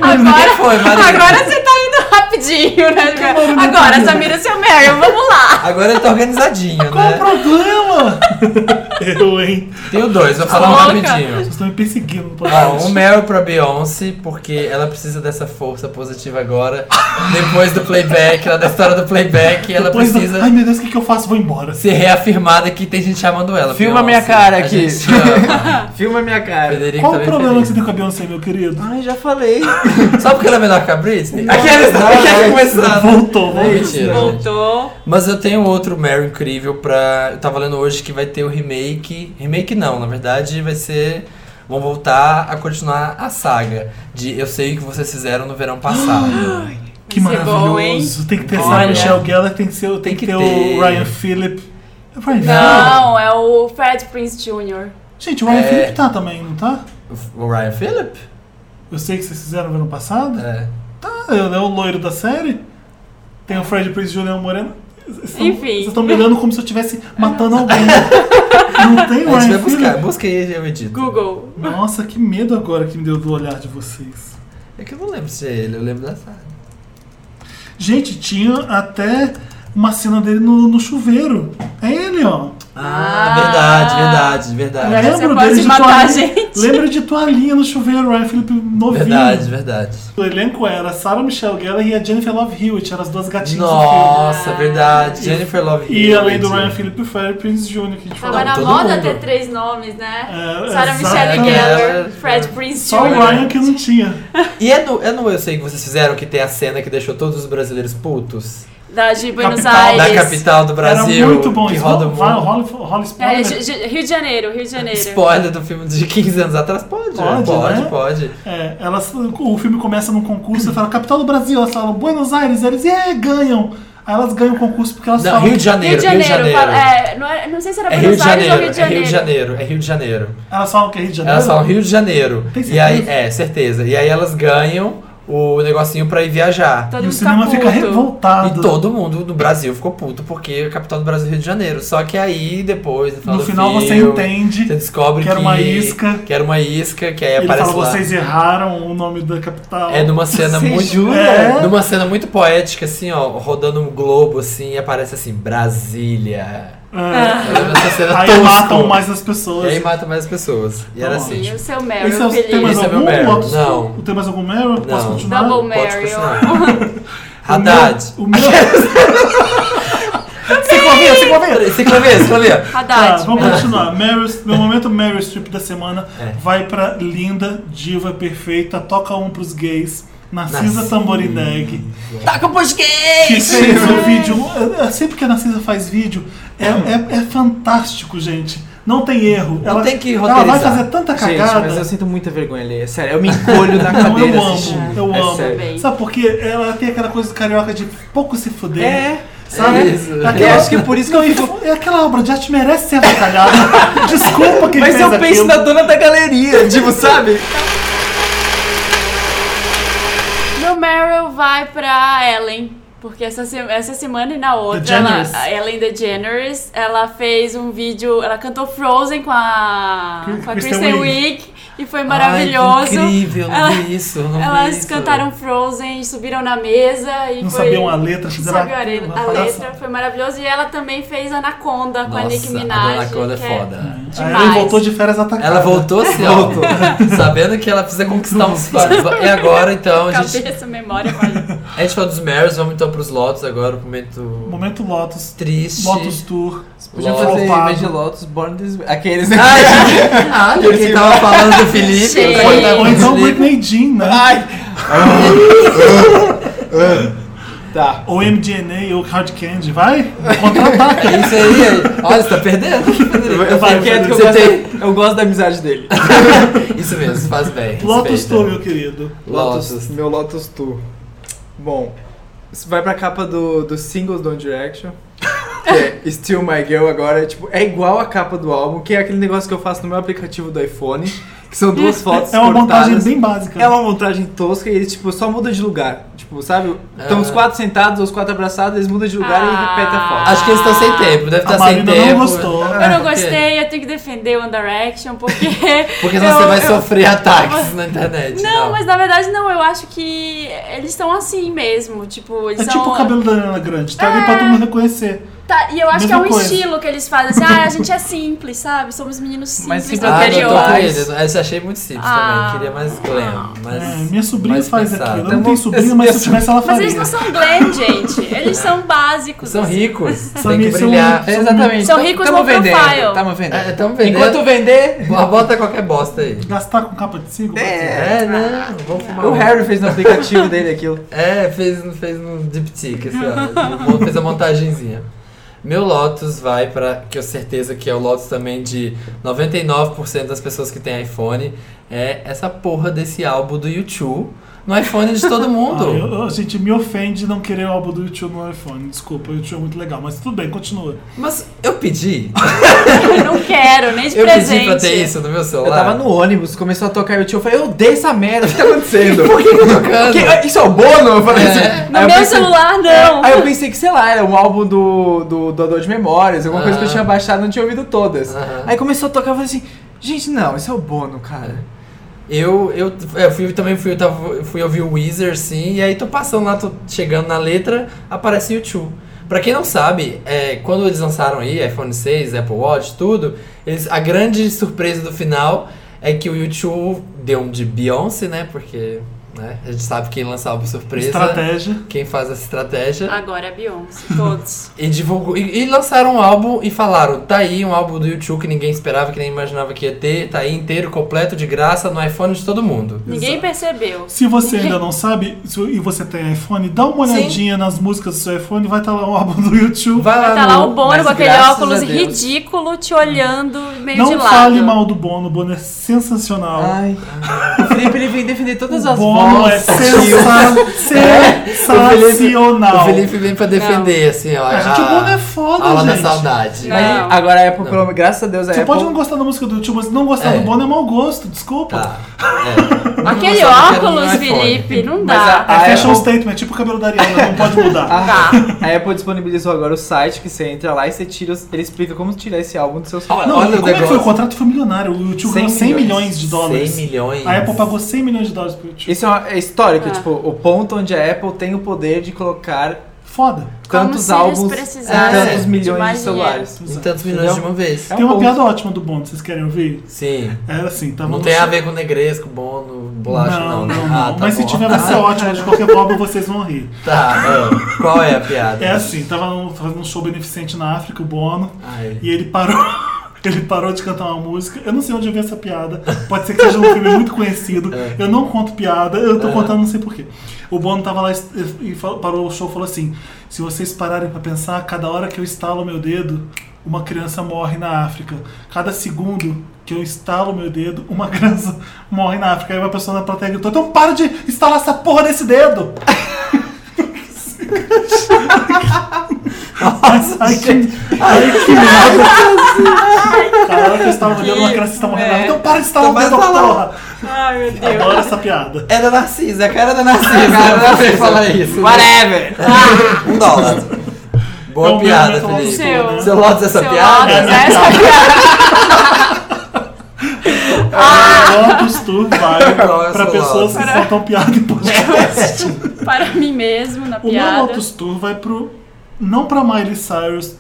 Speaker 4: agora,
Speaker 2: foi, Marina?
Speaker 4: agora você tá indo rapidinho, né?
Speaker 1: Marina,
Speaker 4: Agora,
Speaker 1: Marina.
Speaker 4: Samira, seu Meryl, vamos lá.
Speaker 2: Agora tá organizadinho,
Speaker 1: Qual o
Speaker 2: né?
Speaker 1: É um problema? *laughs* Eu, hein?
Speaker 2: Tenho dois, vou falar um
Speaker 4: Louca.
Speaker 2: rapidinho.
Speaker 1: Vocês estão me perseguindo no
Speaker 2: Ah,
Speaker 1: podcast.
Speaker 2: um Meryl pra Beyoncé, porque ela precisa dessa força positiva agora. Depois do playback, ela da história do playback, ela
Speaker 1: Depois da-
Speaker 2: precisa
Speaker 1: Ai meu Deus, o que, que eu faço? Vou embora.
Speaker 2: ser reafirmada que tem gente chamando ela.
Speaker 3: Filma
Speaker 2: Beyoncé.
Speaker 3: minha cara
Speaker 2: A
Speaker 3: aqui.
Speaker 2: gente te
Speaker 3: *laughs*
Speaker 2: ama.
Speaker 3: Filma minha cara.
Speaker 2: Federico
Speaker 1: Qual
Speaker 2: tá
Speaker 1: o
Speaker 2: bem
Speaker 1: problema
Speaker 2: feliz.
Speaker 1: que
Speaker 2: Ah,
Speaker 1: você tem com a Beyoncé, meu querido?
Speaker 3: Ai, já falei.
Speaker 2: Só porque ela é menor que a Britney?
Speaker 3: Aquela história que é começando.
Speaker 1: Voltou, voltou.
Speaker 2: Mentira, gente.
Speaker 4: Voltou.
Speaker 2: Mas eu tenho outro Meryl incrível pra. Eu tava lendo hoje que vai ter o remake. Remake não, na verdade vai ser. Vão voltar a continuar a saga de Eu Sei O Que Vocês Fizeram no Verão Passado.
Speaker 1: *gasps* Que
Speaker 4: Vai ser bom, hein?
Speaker 1: maravilhoso. Tem que ter
Speaker 2: é Olha.
Speaker 1: essa Michelle Geller, tem que, ser, tem
Speaker 2: Tem
Speaker 1: que
Speaker 2: que
Speaker 1: ter,
Speaker 2: ter.
Speaker 1: o Ryan Phillip. É o Ryan Phillip?
Speaker 4: Não, é o Fred Prince Jr.
Speaker 1: Gente, o Ryan
Speaker 2: É.
Speaker 1: Phillip tá também, não tá?
Speaker 2: o Ryan Phillip?
Speaker 1: Eu sei que vocês fizeram no ano passado.
Speaker 2: É.
Speaker 1: Ah, é o loiro da série. Tem o Fred Prince Jr. e o Moreno. Vocês estão-
Speaker 4: Enfim.
Speaker 1: Vocês estão me olhando como se eu estivesse matando alguém. não tem o
Speaker 2: A gente vai
Speaker 1: Ryan
Speaker 2: buscar,
Speaker 1: Phillip.
Speaker 2: busca aí e eu edito.
Speaker 4: Google.
Speaker 1: Nossa, que medo agora que me deu do olhar de vocês.
Speaker 2: É que eu não lembro se é ele, eu lembro da saga.
Speaker 1: Gente, tinha até uma cena dele no, no chuveiro. É ele, ó.
Speaker 2: Ah,
Speaker 4: Ah.
Speaker 2: verdade, verdade, verdade.
Speaker 1: Lembro
Speaker 4: Você
Speaker 1: dele
Speaker 4: pode
Speaker 1: de
Speaker 2: é?
Speaker 4: matar a
Speaker 1: toalha.
Speaker 4: gente.
Speaker 1: Lembra de toalhinha no chuveiro, Ryan Felipe novinho.
Speaker 2: Verdade, verdade.
Speaker 1: O elenco era Sarah Michelle Gellar e a Jennifer Love Hewitt, eram as duas gatinhas
Speaker 2: Nossa, verdade. Jennifer
Speaker 1: do
Speaker 2: Love
Speaker 1: filme. E além do
Speaker 2: Hewitt.
Speaker 1: Ryan Philip, o Fred Prince Jr. que a gente falou.
Speaker 4: Tava na
Speaker 2: todo
Speaker 4: moda
Speaker 2: mundo.
Speaker 4: ter três nomes, né?
Speaker 1: É,
Speaker 4: Sarah
Speaker 1: exatamente.
Speaker 4: Michelle Gellar,
Speaker 2: É.
Speaker 4: Fred Prince
Speaker 1: Só o
Speaker 4: Jr.
Speaker 2: né?
Speaker 1: Ryan que não tinha.
Speaker 2: E é no, é no Eu Sei Que Vocês Fizeram que tem a cena que deixou todos os brasileiros putos?
Speaker 4: da de Buenos
Speaker 1: Capital
Speaker 2: Da
Speaker 4: Aires.
Speaker 2: capital do Brasil.
Speaker 1: era muito bom
Speaker 2: que
Speaker 1: isso.
Speaker 2: roda o
Speaker 1: Vai,
Speaker 2: mundo.
Speaker 1: rola, rola spoiler.
Speaker 4: É, Ju- Ju- Rio de Janeiro, Rio de Janeiro.
Speaker 2: Spoiler do filme de 15 anos atrás? Pode,
Speaker 1: Pode,
Speaker 2: pode.
Speaker 1: né?
Speaker 2: pode.
Speaker 1: É, elas, o filme começa num concurso, fala capital do Brasil, elas falam Buenos Aires, eles é, ganham. Aí elas ganham o concurso porque elas
Speaker 2: Não,
Speaker 1: falam.
Speaker 2: Rio de Janeiro, Rio de Janeiro.
Speaker 4: fala- é, não, é- não sei se era
Speaker 2: É Rio
Speaker 4: Buenos
Speaker 2: de
Speaker 4: Aires ou
Speaker 2: Janeiro,
Speaker 4: Rio de
Speaker 2: é Rio de
Speaker 4: Janeiro.
Speaker 2: Janeiro, é Rio de Janeiro.
Speaker 1: Elas falam que é Rio de Janeiro.
Speaker 2: Elas falam Rio de Janeiro.
Speaker 1: Tem
Speaker 2: E aí,
Speaker 1: certeza?
Speaker 2: é, certeza. E aí elas ganham o negocinho pra ir viajar.
Speaker 3: Tá.
Speaker 1: E
Speaker 4: Todo
Speaker 1: o
Speaker 4: mundo
Speaker 1: cinema
Speaker 4: fica
Speaker 1: fica
Speaker 4: puto.
Speaker 1: revoltado.
Speaker 2: E todo mundo do Brasil ficou puto, porque a capital do Brasil é Rio de Janeiro. Só que aí, depois, no final,
Speaker 1: No
Speaker 2: do
Speaker 1: final você
Speaker 2: filme,
Speaker 1: entende
Speaker 2: Você descobre
Speaker 1: que era uma
Speaker 2: que-
Speaker 1: isca.
Speaker 2: Que era uma isca, que aí
Speaker 1: Ele
Speaker 2: aparece
Speaker 1: fala,
Speaker 2: lá.
Speaker 1: vocês erraram o nome da capital.
Speaker 2: É numa cena
Speaker 3: Você
Speaker 2: muito.
Speaker 3: jura?
Speaker 2: É. Numa cena muito poética, assim, ó, rodando um globo assim, e aparece assim, Brasília.
Speaker 1: É.
Speaker 4: Ah.
Speaker 2: Eu lembro dessa cena
Speaker 1: Aí
Speaker 2: tosca.
Speaker 1: matam mais as
Speaker 2: E
Speaker 1: pessoas.
Speaker 2: aí mata mais pessoas. E era
Speaker 1: Nossa.
Speaker 2: assim,
Speaker 4: E o
Speaker 2: tipo,
Speaker 4: seu Meryl
Speaker 1: Esse é o
Speaker 4: feliz.
Speaker 1: tem mais
Speaker 2: Esse é meu
Speaker 1: algum?
Speaker 2: Meryl.
Speaker 1: Outros-
Speaker 2: Não.
Speaker 1: Tem mais algum Meryl? Posso
Speaker 2: Não.
Speaker 1: continuar?
Speaker 4: Double
Speaker 2: pode continuar.
Speaker 4: Meryl.
Speaker 2: *laughs* Haddad.
Speaker 1: O meu.
Speaker 2: *laughs*
Speaker 1: Ciclovia, ciclovia!
Speaker 2: Ciclovia, ciclovia.
Speaker 1: Tá,
Speaker 4: Haddad.
Speaker 1: vamos
Speaker 4: Meryl.
Speaker 1: continuar. Meryl, meu momento Meryl Streep da semana
Speaker 2: É.
Speaker 1: vai pra linda, diva perfeita, toca um pros gays, Narcisa
Speaker 2: Narcisa.
Speaker 3: Hum.
Speaker 1: Tamborineg,
Speaker 2: Taca pros
Speaker 4: É
Speaker 1: que
Speaker 2: gays!
Speaker 1: fez o vídeo. é, é, Sempre que a Narcisa faz vídeo, é,
Speaker 3: Hum.
Speaker 1: é- é fantástico, gente. Não tem erro.
Speaker 2: Não
Speaker 1: ela,
Speaker 2: tem que
Speaker 1: ela vai
Speaker 2: roteirizar.
Speaker 1: fazer Tá tanta
Speaker 3: Gente,
Speaker 1: cagada.
Speaker 3: mas eu sinto muita vergonha ali. é Sério, *laughs* eu me encolho na
Speaker 1: Não,
Speaker 3: cadeira
Speaker 1: eu amo,
Speaker 3: assistindo.
Speaker 1: eu
Speaker 3: é
Speaker 1: amo.
Speaker 3: Sério.
Speaker 4: Também.
Speaker 1: Sabe por quê? Ela tem aquela coisa do carioca de pouco se fuder.
Speaker 3: É,
Speaker 1: Sabe?
Speaker 2: é isso.
Speaker 1: Aquela-
Speaker 3: Eu acho que é por isso que eu
Speaker 1: Não, e
Speaker 3: fico-
Speaker 1: é aquela obra de arte merece ser avacalhada. *laughs* Desculpa quem
Speaker 3: Mas
Speaker 1: fez
Speaker 3: eu penso
Speaker 1: aquilo.
Speaker 3: na dona da galeria, *laughs* tipo, sabe?
Speaker 4: Meu Meryl vai pra Ellen. Porque essa, se- essa semana e na outra, ela,
Speaker 1: DeGeneres.
Speaker 4: a Ellen DeGeneres, ela fez um vídeo, ela cantou Frozen com a,
Speaker 1: Cri-
Speaker 4: com a
Speaker 1: Kristen
Speaker 4: Kristen
Speaker 1: Wiig.
Speaker 4: Wiig e foi maravilhoso.
Speaker 2: Ai, que incrível, não
Speaker 4: Ela-
Speaker 2: vi isso. Não vi
Speaker 4: Elas
Speaker 2: isso.
Speaker 4: cantaram Frozen, subiram na mesa e
Speaker 1: Não
Speaker 4: foi...
Speaker 1: sabiam a letra,
Speaker 4: Não
Speaker 1: fizeram
Speaker 4: sabiam a letra,
Speaker 1: uma
Speaker 4: a
Speaker 1: palhaça-
Speaker 4: letra, foi maravilhoso. E ela também fez Anaconda com a Nicki
Speaker 2: Nossa,
Speaker 4: Minaj.
Speaker 2: a Anaconda é
Speaker 4: que é-
Speaker 2: foda.
Speaker 1: Aí
Speaker 4: Demais.
Speaker 1: Ela voltou de férias atacada.
Speaker 2: Ela voltou assim, ó, *laughs* sabendo que ela precisa conquistar uns fãs. E agora, então, a gente,
Speaker 4: Cabeça, memória, olha.
Speaker 2: a gente falou dos Marys, vamos então pros Lotus agora, o momento
Speaker 1: Momento Lotus.
Speaker 2: triste.
Speaker 1: Lotus Tour.
Speaker 3: Podia
Speaker 2: Lotus.
Speaker 3: fazer em vez de
Speaker 1: Flopado.
Speaker 3: Lotus, Born This Way. Aqueles... né?
Speaker 2: Ai,
Speaker 3: *laughs*
Speaker 2: gente,
Speaker 1: *laughs*
Speaker 2: caralho, quem tava falando do Felipe.
Speaker 4: Gente.
Speaker 2: foi da
Speaker 1: Ou então
Speaker 2: Felipe.
Speaker 1: Britney Jean, né? *laughs*
Speaker 3: Ai! tá.
Speaker 1: Ou MDNA ou Hard Candy. Vai, contra-ataca.
Speaker 2: É isso aí, aí. olha, você tá perdendo.
Speaker 3: Eu
Speaker 1: vai,
Speaker 3: fiquei quieto que eu
Speaker 2: você
Speaker 3: gosto,
Speaker 2: tem-
Speaker 3: eu gosto da amizade dele.
Speaker 2: *laughs* Isso mesmo, você faz bem.
Speaker 1: Lotus
Speaker 2: *laughs* respeita.
Speaker 1: Tour, meu querido.
Speaker 2: Lotus.
Speaker 3: Meu Lotus Tour. Bom, isso vai pra capa do, do singles do One Direction. Que
Speaker 2: *laughs*
Speaker 3: é Still My Girl agora, é, tipo, é igual a capa do álbum, que é aquele negócio que eu faço no meu aplicativo do iPhone, que
Speaker 2: *laughs*
Speaker 3: são duas fotos
Speaker 1: É uma
Speaker 2: tá,
Speaker 3: cortadas.
Speaker 1: montagem bem básica.
Speaker 3: É uma montagem tosca e eles, tipo, só muda de lugar. Tipo, sabe? Estão
Speaker 2: Ah.
Speaker 3: os quatro sentados, os quatro abraçados, eles mudam de lugar
Speaker 4: Ah.
Speaker 3: e repetem a foto.
Speaker 2: Acho que eles estão sem tempo, deve
Speaker 1: A
Speaker 2: estar sem
Speaker 1: Marina não
Speaker 2: tempo.
Speaker 1: gostou. É.
Speaker 4: Eu não
Speaker 2: *laughs* por quê?
Speaker 4: gostei, eu tenho que defender o One Direction, porque.
Speaker 2: *laughs* Porque senão você
Speaker 4: eu-
Speaker 2: vai
Speaker 4: eu-
Speaker 2: sofrer ataques na internet.
Speaker 4: Não, mas na verdade não, eu acho que eles estão assim mesmo. Tipo, eles
Speaker 1: É
Speaker 4: são.
Speaker 1: tipo o cabelo da Ariana Grande. Tá ali pra
Speaker 4: É.
Speaker 1: todo mundo reconhecer.
Speaker 4: Tá, e eu acho que é
Speaker 1: Mesma
Speaker 4: um
Speaker 1: coisa.
Speaker 4: estilo que eles fazem. Assim, ah, a gente é simples, sabe? Somos meninos
Speaker 3: Mas sempre
Speaker 4: simples do
Speaker 2: Ah,
Speaker 3: adotou
Speaker 4: interior.
Speaker 2: não tô com
Speaker 3: anteriores.
Speaker 2: ele. Essa eu achei muito simples
Speaker 4: Ah.
Speaker 2: também. Queria mais glam. Mas
Speaker 1: É, minha sobrinha
Speaker 2: mais
Speaker 1: faz
Speaker 2: pensado.
Speaker 1: aquilo. Eu não tenho sobrinha, mas se eu tivesse, ela
Speaker 4: Mas
Speaker 1: faria.
Speaker 4: eles não são glam, gente. Eles são básicos.
Speaker 2: São
Speaker 4: assim.
Speaker 2: ricos, tem que
Speaker 1: Samir, são-
Speaker 2: brilhar.
Speaker 1: são-
Speaker 4: São ricos
Speaker 3: tamo
Speaker 4: no
Speaker 3: vendendo,
Speaker 4: profile.
Speaker 3: Tamo vendendo.
Speaker 2: É, tamo vendendo.
Speaker 3: Enquanto vender,
Speaker 2: Bota qualquer bosta aí.
Speaker 1: Gastar com capa de cigarro?
Speaker 2: É,
Speaker 1: né?
Speaker 2: não, vamos fumar. um.
Speaker 3: o Harry fez no aplicativo dele aquilo.
Speaker 2: É, fez, fez um diptyque, assim, ó. fez a montagenzinha. Meu Lotus vai pra. que eu certeza que é o Lotus também de 99% das pessoas que tem iPhone. É essa porra desse álbum do YouTube no iPhone de todo
Speaker 1: Ah,
Speaker 2: mundo.
Speaker 1: eu, eu- gente, me ofende não querer o álbum do YouTube no iPhone. Desculpa, o YouTube é muito legal, mas tudo bem, continua.
Speaker 2: Mas eu pedi.
Speaker 4: Eu não quero, nem de
Speaker 2: Eu
Speaker 4: presente.
Speaker 2: pedi pra ter isso no meu
Speaker 3: Eu
Speaker 2: celular.
Speaker 3: tava no ônibus, começou a tocar e o tio, eu falei, eu odeio essa merda, o que tá acontecendo?
Speaker 2: Por que que eu tô tocando?
Speaker 3: Que- isso é o Bono? Eu falei
Speaker 2: É.
Speaker 3: assim.
Speaker 4: No
Speaker 3: Aí eu
Speaker 4: meu
Speaker 3: pensei-
Speaker 4: celular, não.
Speaker 3: Aí eu pensei que, sei lá, era um álbum do, do doador de memórias, alguma coisa que eu
Speaker 2: Aham.
Speaker 3: tinha baixado e não tinha ouvido todas.
Speaker 2: Aham.
Speaker 3: Aí começou a tocar e eu falei assim, gente, não, isso é o Bono, cara.
Speaker 2: Eu, eu, é, fui, também fui, eu tava- fui ouvir o Weezer, sim, e aí tô passando lá, tô chegando na letra, aparece o YouTube. Pra quem não sabe, é, quando eles lançaram aí, iPhone 6, Apple Watch, tudo, eles, a grande surpresa do final é que o YouTube deu um de Beyoncé, né? Porque né, a gente sabe quem lança álbum surpresa,
Speaker 1: Estratégia.
Speaker 2: quem faz essa estratégia.
Speaker 4: Agora é Beyoncé, todos.
Speaker 2: E divulgou. E, e lançaram um álbum e falaram: tá aí um álbum do YouTube que ninguém esperava, que nem imaginava que ia ter, tá aí inteiro, completo, de graça, no iPhone de todo mundo.
Speaker 4: Ninguém percebeu.
Speaker 1: Se você ainda não sabe se- e você tem iPhone, dá uma
Speaker 2: Sim.
Speaker 1: olhadinha nas músicas do seu iPhone, vai estar lá o álbum do YouTube.
Speaker 2: Vai
Speaker 4: Vai tá lá
Speaker 2: no-
Speaker 4: o Bono
Speaker 3: mas
Speaker 4: com aquele
Speaker 3: graças a
Speaker 4: óculos
Speaker 3: Deus.
Speaker 4: ridículo te olhando meio de
Speaker 1: não
Speaker 4: lado.
Speaker 1: fale mal do Bono, o Bono é sensacional.
Speaker 3: Ai. O Felipe ele vem defender todas
Speaker 1: O
Speaker 3: Ah, as
Speaker 1: Bono mano, é
Speaker 2: Nossa,
Speaker 1: sensa- sensacional.
Speaker 2: O Felipe vem pra defender, assim, ó.
Speaker 1: A gente, o mundo é foda,
Speaker 2: aula
Speaker 1: gente.
Speaker 2: da saudade.
Speaker 4: Não.
Speaker 3: Mas agora a Apple, pelo menos, graças a Deus, a
Speaker 1: Você
Speaker 3: Apple...
Speaker 1: pode não gostar da música do YouTube, mas não gostar
Speaker 2: É.
Speaker 1: do Bono é mau gosto, desculpa.
Speaker 2: Tá. É. Não
Speaker 4: Aquele
Speaker 2: gostava, quero
Speaker 4: óculos,
Speaker 2: um iPhone.
Speaker 4: Felipe, não
Speaker 3: Mas
Speaker 4: dá.
Speaker 1: É
Speaker 3: Ah,
Speaker 1: fashion
Speaker 3: eu-
Speaker 1: statement, tipo o cabelo da Ariana, não pode mudar.
Speaker 4: Tá.
Speaker 2: *laughs*
Speaker 3: A Apple disponibilizou agora o site que você entra lá e você tira, os- ele explica como tirar esse álbum do seu celular.
Speaker 1: Não,
Speaker 2: olha o
Speaker 1: e como é que foi?
Speaker 2: negócio.
Speaker 1: O contrato foi milionário. O YouTube
Speaker 3: 100
Speaker 1: ganhou 100 milhões,
Speaker 3: milhões
Speaker 1: de dólares.
Speaker 2: 100 milhões.
Speaker 1: A Apple pagou 100 milhões de dólares pro YouTube.
Speaker 3: Isso é, uma, é histórico,
Speaker 4: Ah.
Speaker 3: tipo, o ponto onde a Apple tem o poder de colocar
Speaker 1: Foda.
Speaker 4: Como
Speaker 3: tantos
Speaker 4: se eles
Speaker 3: álbuns em
Speaker 4: precisassem
Speaker 3: tantos
Speaker 2: de
Speaker 3: milhões de,
Speaker 4: mais
Speaker 3: celulares.
Speaker 2: Em tantos milhões de uma vez.
Speaker 3: É um
Speaker 1: Tem uma
Speaker 3: ponto.
Speaker 1: piada ótima do Bono, vocês querem ouvir?
Speaker 2: Sim.
Speaker 1: Era assim, tava
Speaker 2: Não
Speaker 1: no
Speaker 2: tem a
Speaker 1: show-
Speaker 2: ver com negresco, bono, bolacha,
Speaker 1: Não,
Speaker 2: não, né?
Speaker 1: não,
Speaker 2: Ah,
Speaker 1: não.
Speaker 2: tá
Speaker 1: Mas se
Speaker 2: bom.
Speaker 1: tiver, vai
Speaker 2: *laughs*
Speaker 1: ser ótimo. De qualquer forma, vocês vão rir.
Speaker 2: Tá, é. qual é a piada?
Speaker 1: É assim, tava num- fazendo um show beneficente na África, o Bono,
Speaker 2: Ai.
Speaker 1: e ele parou. *laughs* Ele parou de cantar uma música. Eu não sei onde eu vi essa piada. Pode ser que seja um filme muito conhecido. Eu não conto piada, eu tô contando não sei porquê. O Bono tava lá e e falou- parou o show e falou assim: se vocês pararem pra pensar, cada hora que eu estalo meu dedo, uma criança morre na África. Cada segundo que eu estalo meu dedo, uma *laughs* criança morre na África. Aí uma pessoa na plateia gritou: então para de instalar essa porra desse dedo! *laughs* Ai, que, ai, que merda. Caralho, eu estava olhando uma criança que está morrendo. Então para de instalar o
Speaker 2: Então vai
Speaker 1: dedo,
Speaker 2: instalar.
Speaker 1: porra.
Speaker 4: Ai, meu Deus.
Speaker 1: Adoro essa
Speaker 2: *laughs*
Speaker 1: piada.
Speaker 2: É da Narcisa, é *laughs* a cara é da Narcisa.
Speaker 3: cara da
Speaker 2: Não sei
Speaker 3: Narcisa.
Speaker 2: falar isso. né?
Speaker 3: Whatever!
Speaker 2: Um dólar. Boa
Speaker 1: É um
Speaker 2: piada,
Speaker 1: momento
Speaker 2: Felipe.
Speaker 4: Seu.
Speaker 2: Seu Lotus essa
Speaker 4: Seu
Speaker 2: piada?
Speaker 4: Lotus,
Speaker 1: É,
Speaker 4: *laughs* essa
Speaker 1: Lotus tu vai
Speaker 2: Nossa,
Speaker 1: para pessoas que
Speaker 2: Lotus.
Speaker 1: soltam
Speaker 2: *laughs*
Speaker 1: piada em podcast.
Speaker 4: piada é para mim mesmo, na
Speaker 1: O meu
Speaker 4: piada.
Speaker 1: Lotus Tour vai pro. Não pra Miley Cyrus,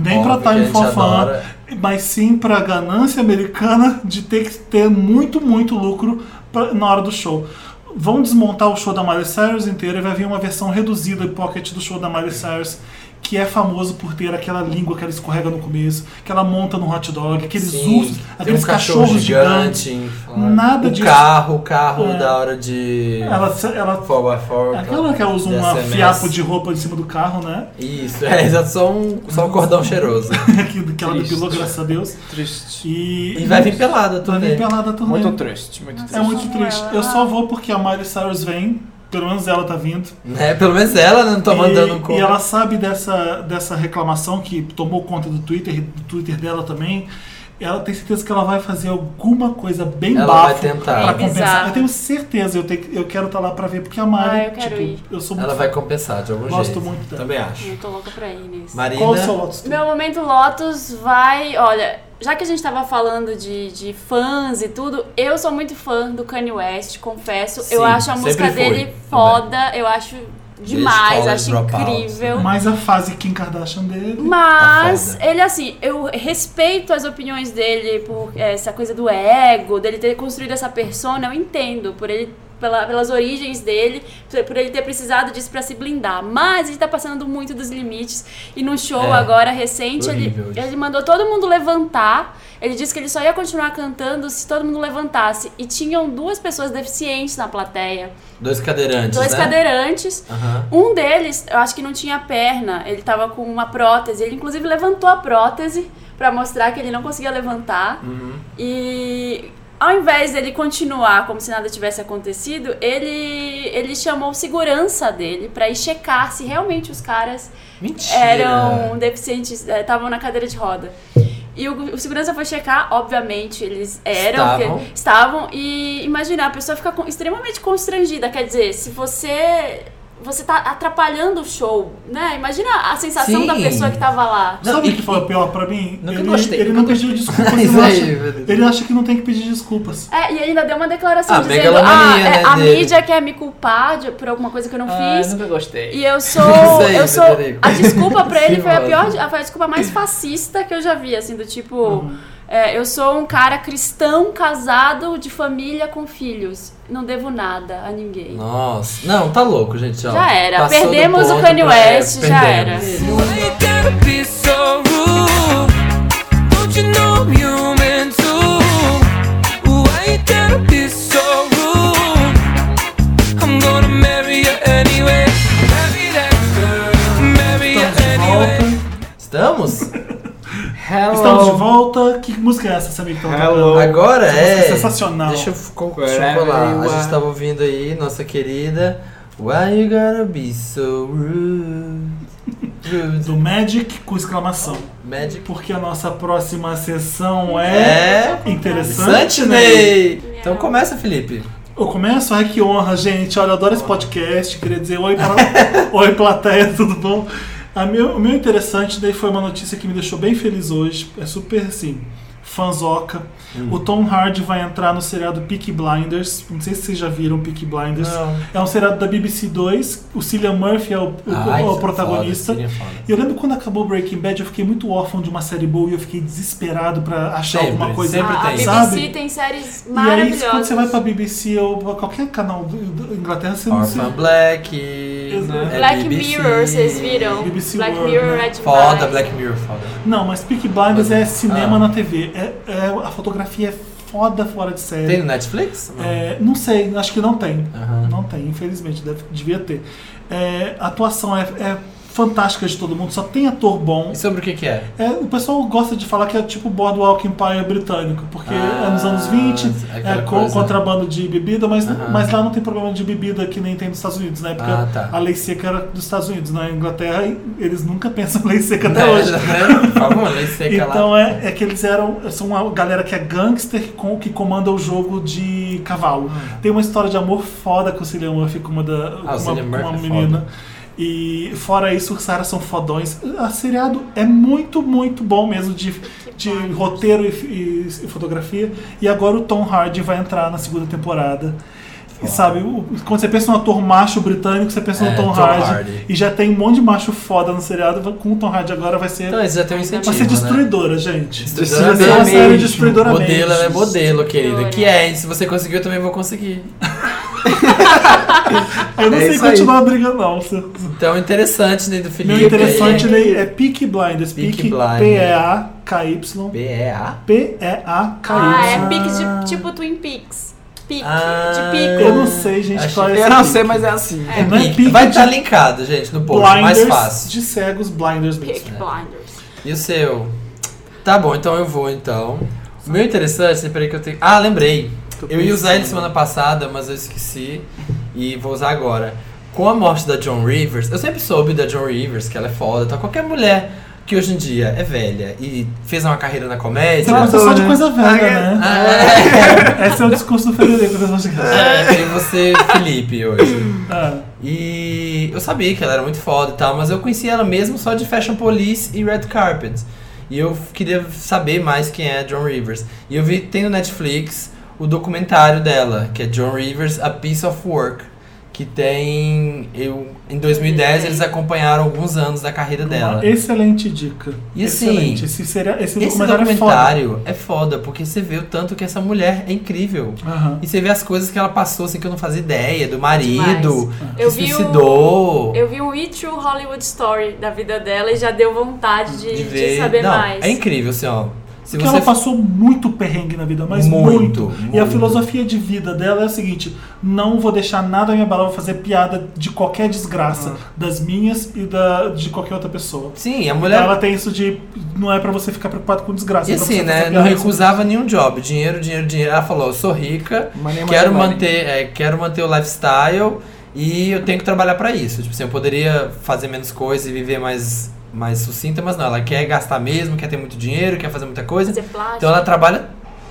Speaker 1: nem
Speaker 2: Óbvio
Speaker 1: pra Time
Speaker 2: que a
Speaker 1: for
Speaker 2: gente
Speaker 1: Fun,
Speaker 2: adora.
Speaker 1: mas sim pra ganância americana de ter que ter muito, muito lucro pra- na hora do show. Vão desmontar o show da Miley Cyrus inteiro e vai vir uma versão reduzida e pocket do show da Miley Cyrus. Que é famoso por ter aquela língua que ela escorrega no começo, que ela monta no hot dog, aqueles
Speaker 2: Sim,
Speaker 1: ursos,
Speaker 2: tem
Speaker 1: aqueles
Speaker 2: um cachorro
Speaker 1: cachorros gigantes.
Speaker 2: inflável.
Speaker 1: Nada
Speaker 2: o
Speaker 1: disso.
Speaker 2: carro, o carro
Speaker 1: É.
Speaker 2: da hora de...
Speaker 1: Ela, ela,
Speaker 2: Fogo a fogo.
Speaker 1: aquela que ela usa um
Speaker 2: SMS.
Speaker 1: fiapo de roupa em cima do carro, né? *laughs*
Speaker 2: Isso, é, exato, só um, só um cordão cheiroso.
Speaker 1: que, que ela
Speaker 3: Triste.
Speaker 1: depilou, graças a Deus.
Speaker 3: Triste.
Speaker 1: E,
Speaker 2: E vai vir pelada a
Speaker 1: vai
Speaker 2: turnê.
Speaker 1: vir pelada a turnê.
Speaker 3: Muito triste, muito triste.
Speaker 1: Uhum. É muito
Speaker 4: Nossa,
Speaker 1: triste.
Speaker 4: ela-
Speaker 1: Eu só vou porque a Miley Cyrus vem, pelo menos ela tá vindo.
Speaker 2: Né, Pelo menos ela né, não tá mandando um
Speaker 1: e,
Speaker 2: cover.
Speaker 1: e ela sabe dessa, dessa reclamação que tomou conta do Twitter e do Twitter dela também. Ela tem certeza que ela vai fazer alguma coisa bem
Speaker 2: Ela
Speaker 1: bafo
Speaker 2: vai tentar.
Speaker 1: pra
Speaker 4: Bem
Speaker 1: compensar.
Speaker 4: bizarro.
Speaker 1: Eu tenho certeza, eu, tenho, eu quero estar lá pra ver, porque a Miley,
Speaker 4: Ah, eu quero
Speaker 1: tipo,
Speaker 4: ir.
Speaker 1: eu sou muito
Speaker 2: Ela vai compensar de algum
Speaker 1: Gosto
Speaker 2: jeito.
Speaker 1: muito dela.
Speaker 2: Também acho.
Speaker 4: Eu tô louca pra ir nisso.
Speaker 2: Marina,
Speaker 1: Qual o seu Lotus Tour?
Speaker 4: Meu momento Lotus vai. Olha, já que a gente tava falando de, de fãs e tudo, eu sou muito fã do Kanye West, confesso.
Speaker 2: Sim,
Speaker 4: eu acho a
Speaker 2: sempre
Speaker 4: música
Speaker 2: foi,
Speaker 4: dele
Speaker 2: também.
Speaker 4: foda, eu acho demais,
Speaker 2: College
Speaker 4: acho
Speaker 2: Dropout, né?
Speaker 4: incrível.
Speaker 1: Mas a fase Kim Kardashian dele.
Speaker 4: Mas
Speaker 2: Tá
Speaker 4: ele, assim, eu respeito as opiniões dele por eh, essa coisa do ego, dele ter construído essa persona, eu entendo, por ele. pela- pelas origens dele, por- por ele ter precisado disso pra se blindar. Mas ele tá passando muito dos limites. E no show
Speaker 2: É.
Speaker 4: agora recente, ele,
Speaker 2: Horrível isso.
Speaker 4: ele mandou todo mundo levantar. Ele disse que ele só ia continuar cantando se todo mundo levantasse. E tinham duas pessoas deficientes na plateia.
Speaker 2: dois cadeirantes,
Speaker 4: Dois
Speaker 2: né?
Speaker 4: cadeirantes.
Speaker 2: Aham.
Speaker 4: Um deles, eu acho que não tinha perna, ele tava com uma prótese. Ele inclusive levantou a prótese pra mostrar que ele não conseguia levantar. E ao invés dele continuar como se nada tivesse acontecido, ele ele chamou segurança dele pra ir checar se realmente os caras
Speaker 2: Mentira.
Speaker 4: eram deficientes, eh, estavam na cadeira de roda. E o, o segurança foi checar, obviamente, eles eram,
Speaker 2: Estavam.
Speaker 4: porque- estavam e imagina, a pessoa fica com- extremamente constrangida, quer dizer, se você você tá atrapalhando o show, né? Imagina a sensação
Speaker 2: Sim.
Speaker 4: da pessoa que tava lá.
Speaker 2: Não,
Speaker 1: Sabe o
Speaker 2: e-
Speaker 1: que foi o pior pra mim?
Speaker 2: Nunca
Speaker 1: ele,
Speaker 2: gostei,
Speaker 1: ele
Speaker 2: nunca
Speaker 1: não pediu
Speaker 2: *laughs*
Speaker 1: desculpas. ele,
Speaker 2: Isso
Speaker 1: não
Speaker 2: aí,
Speaker 1: acha-
Speaker 2: velho.
Speaker 1: ele acha que não tem que pedir desculpas.
Speaker 4: É, e ele ainda deu uma declaração
Speaker 2: Ah,
Speaker 4: dizendo, ah,
Speaker 2: megalomania,
Speaker 4: é,
Speaker 2: né,
Speaker 4: a
Speaker 2: dele."
Speaker 4: mídia quer me culpar de- por alguma coisa que eu não
Speaker 3: Ah,
Speaker 4: fiz.
Speaker 3: nunca gostei.
Speaker 4: E eu sou.
Speaker 2: *laughs* Isso aí,
Speaker 4: eu sou.
Speaker 2: Federico.
Speaker 4: A desculpa pra ele
Speaker 2: Sim,
Speaker 4: foi a
Speaker 2: mano.
Speaker 4: pior. Foi a desculpa mais fascista que eu já vi, assim, do tipo.
Speaker 2: Uhum.
Speaker 4: é, eu sou um cara cristão, casado, de família, com filhos. Não devo nada a ninguém.
Speaker 2: Nossa. Não, tá louco, gente. ó.
Speaker 4: Já era.
Speaker 2: Passou do
Speaker 4: Perdemos o
Speaker 2: ponto
Speaker 4: Kanye
Speaker 2: pra- é,
Speaker 4: West, já era.
Speaker 2: perdemos.
Speaker 1: É,
Speaker 6: You gotta be so rude. Don't you know I'm human too? Why you gotta be so rude? I'm gonna marry you anyway. Marry that girl. Marry you
Speaker 1: Estamos de
Speaker 6: anyway.
Speaker 1: volta. *laughs*
Speaker 2: Estamos?
Speaker 3: Hello.
Speaker 2: Oh.
Speaker 1: Estamos de volta. Que música é essa, sabia que tava
Speaker 3: Hello.
Speaker 1: tocando?
Speaker 2: Agora
Speaker 1: Essa
Speaker 2: é.
Speaker 1: música é sensacional.
Speaker 2: Deixa eu co-
Speaker 3: Wherever
Speaker 2: chocolar.
Speaker 3: you
Speaker 2: A gente
Speaker 3: are.
Speaker 2: tava ouvindo aí, nossa querida. Why you gotta be so rude? Rude.
Speaker 1: é Do Magic com exclamação.
Speaker 2: Magic.
Speaker 1: Porque a nossa próxima sessão é.
Speaker 2: É.
Speaker 1: Interessante, né?
Speaker 2: Santiney! Então começa, Felipe.
Speaker 1: Eu começo? Ai, que honra, gente. Olha, eu adoro esse podcast. Queria dizer oi, pra... *laughs* oi plateia, *laughs* tudo bom? A meu, o meu interessante daí foi uma notícia que me deixou bem feliz hoje. É super, assim, fanzoca.
Speaker 2: Hum.
Speaker 1: O Tom Hardy vai entrar no seriado Peaky Blinders. Não sei se vocês já viram Peaky Blinders.
Speaker 2: Não.
Speaker 1: É um seriado da BBC 2. O Cillian Murphy é o, o-
Speaker 2: Ai,
Speaker 1: é o
Speaker 2: isso é
Speaker 1: protagonista.
Speaker 2: foda, seria foda.
Speaker 1: E eu lembro quando acabou Breaking Bad, eu fiquei muito órfão de uma série boa e eu fiquei desesperado pra achar
Speaker 2: Sempre,
Speaker 1: alguma coisa.
Speaker 2: sempre
Speaker 4: Ah, A, a BBC
Speaker 2: tem.
Speaker 1: Sabe?
Speaker 4: tem séries
Speaker 1: E aí,
Speaker 4: maravilhosas.
Speaker 1: quando você vai pra BBC ou pra qualquer canal do- da Inglaterra, você não se...
Speaker 2: Orphan Black.
Speaker 1: Exato.
Speaker 2: é
Speaker 4: Black
Speaker 2: BBC.
Speaker 4: Mirror, vocês viram?
Speaker 1: BBC
Speaker 4: Black
Speaker 1: World,
Speaker 4: Mirror
Speaker 1: né?
Speaker 4: é
Speaker 2: Foda,
Speaker 4: demais.
Speaker 2: Black Mirror, foda.
Speaker 1: Não, mas Peak Blinders é cinema
Speaker 2: Ah.
Speaker 1: na TV. É, é- a fotografia é foda fora de série.
Speaker 2: Tem no Netflix?
Speaker 1: É, não sei, acho que não tem.
Speaker 2: Aham.
Speaker 1: Não tem, infelizmente, deve- devia ter. É, a atuação é, é fantástica de todo mundo, só tem ator bom.
Speaker 2: E sobre o que que é?
Speaker 1: É, o pessoal gosta de falar que é tipo Boardwalk Empire britânico, porque
Speaker 2: Ah,
Speaker 1: é nos anos 20, é
Speaker 2: aquela
Speaker 1: co-
Speaker 2: coisa.
Speaker 1: contrabando de bebida, mas,
Speaker 2: Aham.
Speaker 1: mas lá não tem problema de bebida que nem tem nos Estados Unidos. Na época,
Speaker 2: Ah, tá.
Speaker 1: a lei seca era dos Estados Unidos. Na Inglaterra, eles nunca *laughs* pensam em lei seca até
Speaker 2: Né,
Speaker 1: hoje.
Speaker 2: né? *laughs* Por favor, nem sei que
Speaker 1: Então
Speaker 2: lá.
Speaker 1: é, é que eles eram. São uma galera que é gangster que, com, que comanda o jogo de cavalo. Tem uma história de amor foda com o Cillian Murphy com uma, da,
Speaker 2: Hum. Ah, o
Speaker 1: com uma,
Speaker 2: Cillian
Speaker 1: com uma
Speaker 2: Murphy é
Speaker 1: menina.
Speaker 2: foda.
Speaker 1: E fora isso, os caras são fodões. A seriado é muito, muito bom mesmo de, de roteiro e, e- e fotografia. E agora o Tom Hardy vai entrar na segunda temporada. E sabe, o- quando você pensa num ator macho britânico, você pensa
Speaker 2: É,
Speaker 1: no Tom,
Speaker 2: Tom
Speaker 1: Hardy,
Speaker 2: Hardy.
Speaker 1: E já tem um monte de macho foda no seriado. Com o Tom Hardy agora vai ser.
Speaker 2: Então, isso já tem um incentivo.
Speaker 1: Vai ser
Speaker 2: né?
Speaker 1: destruidora, gente.
Speaker 2: Destruidora
Speaker 1: Vai ser uma
Speaker 2: mesmo.
Speaker 1: série destruidora
Speaker 2: Modelo, ela é
Speaker 1: mesmo.
Speaker 2: modelo, querida. Que é, e se você conseguiu, eu também vou conseguir.
Speaker 1: Eu não
Speaker 3: É
Speaker 1: sei
Speaker 3: isso aí.
Speaker 1: continuar a briga, não. Seu-
Speaker 2: Então, interessante, né, do Felipe.
Speaker 1: Meu interessante né, é Peak Blinders.
Speaker 2: Peaky
Speaker 1: Peak
Speaker 2: Blinders.
Speaker 1: P-E-A-K-Y.
Speaker 2: B-E-A?
Speaker 4: Ah, é
Speaker 1: P-E-A-K-Y.
Speaker 4: pique de tipo Twin Peaks. Pique,
Speaker 2: Ah,
Speaker 4: de pico.
Speaker 1: Eu não sei, gente,
Speaker 2: Achei-
Speaker 1: qual é esse
Speaker 3: Eu não
Speaker 1: pique.
Speaker 3: sei, mas é assim.
Speaker 1: É, não é
Speaker 2: Pique.
Speaker 1: pique
Speaker 2: Vai
Speaker 1: de
Speaker 2: estar linkado, gente, no post. Mais
Speaker 1: Blinders
Speaker 2: fácil.
Speaker 1: de cegos, Blinders mesmo.
Speaker 4: Peaky Blinders.
Speaker 2: E o seu? Tá bom, então eu vou, então. O meu interessante, peraí que eu tenho... Ah, lembrei. Eu ia usar ele semana passada, mas eu esqueci. E vou usar agora. Com a morte da John Rivers, eu sempre soube da John Rivers, que ela é foda, tá? Qualquer mulher que hoje em dia é velha e fez uma carreira na
Speaker 1: Você
Speaker 2: comédia...
Speaker 1: gosta só é de
Speaker 3: né?
Speaker 1: coisa velha,
Speaker 3: Ah,
Speaker 1: né?
Speaker 2: Ah,
Speaker 1: Esse é o discurso do Frederico. das nossas crianças.
Speaker 2: é, tem você, Felipe, hoje.
Speaker 1: Ah,
Speaker 2: E eu sabia que ela era muito foda e tal, mas eu conhecia ela mesmo só de Fashion Police e Red Carpet. E eu queria saber mais quem é a John Rivers. E eu vi, tem no Netflix, o documentário dela, que é John Rivers, A Piece of Work. Que tem. Eu, em 2010 eles acompanharam alguns anos da carreira dela.
Speaker 1: Uma excelente dica.
Speaker 2: E assim,
Speaker 1: excelente. Esse, seria, esse,
Speaker 2: Esse
Speaker 1: documentário,
Speaker 2: documentário é foda, porque você vê o tanto que essa mulher é incrível.
Speaker 1: é foda. Aham.
Speaker 2: E você vê as coisas que ela passou, assim, que eu não fazia ideia, do marido, que
Speaker 4: Eu vi,
Speaker 2: suicidou.
Speaker 4: o, eu vi um E True Hollywood Story da vida dela e já deu vontade de, de saber
Speaker 2: não,
Speaker 4: mais.
Speaker 2: É incrível, assim, ó. Se
Speaker 1: Porque ela passou muito perrengue na vida, mas
Speaker 2: Muito,
Speaker 1: muito, E a
Speaker 2: muito.
Speaker 1: filosofia de vida dela é a seguinte: não vou deixar nada me abalar, vou fazer piada de qualquer
Speaker 2: Uhum.
Speaker 1: desgraça, das minhas e da, de qualquer outra pessoa.
Speaker 2: Sim, a
Speaker 1: Então
Speaker 2: mulher.
Speaker 1: ela tem isso de. Não é pra você ficar preocupado com desgraça.
Speaker 2: E
Speaker 1: é pra
Speaker 2: assim,
Speaker 1: você
Speaker 2: né?
Speaker 1: fazer
Speaker 2: Não
Speaker 1: piada.
Speaker 2: recusava nenhum job. Dinheiro, dinheiro, dinheiro. Ela falou: eu sou rica,
Speaker 3: Money, money,
Speaker 2: quero,
Speaker 3: money.
Speaker 2: manter, é, quero manter o lifestyle e eu tenho que trabalhar pra isso. Tipo assim, eu poderia fazer menos coisa e viver mais, mais sucinta, mas não. Ela quer gastar mesmo, quer ter muito dinheiro, quer fazer muita coisa.
Speaker 4: Fazer plástico.
Speaker 2: Então ela trabalha.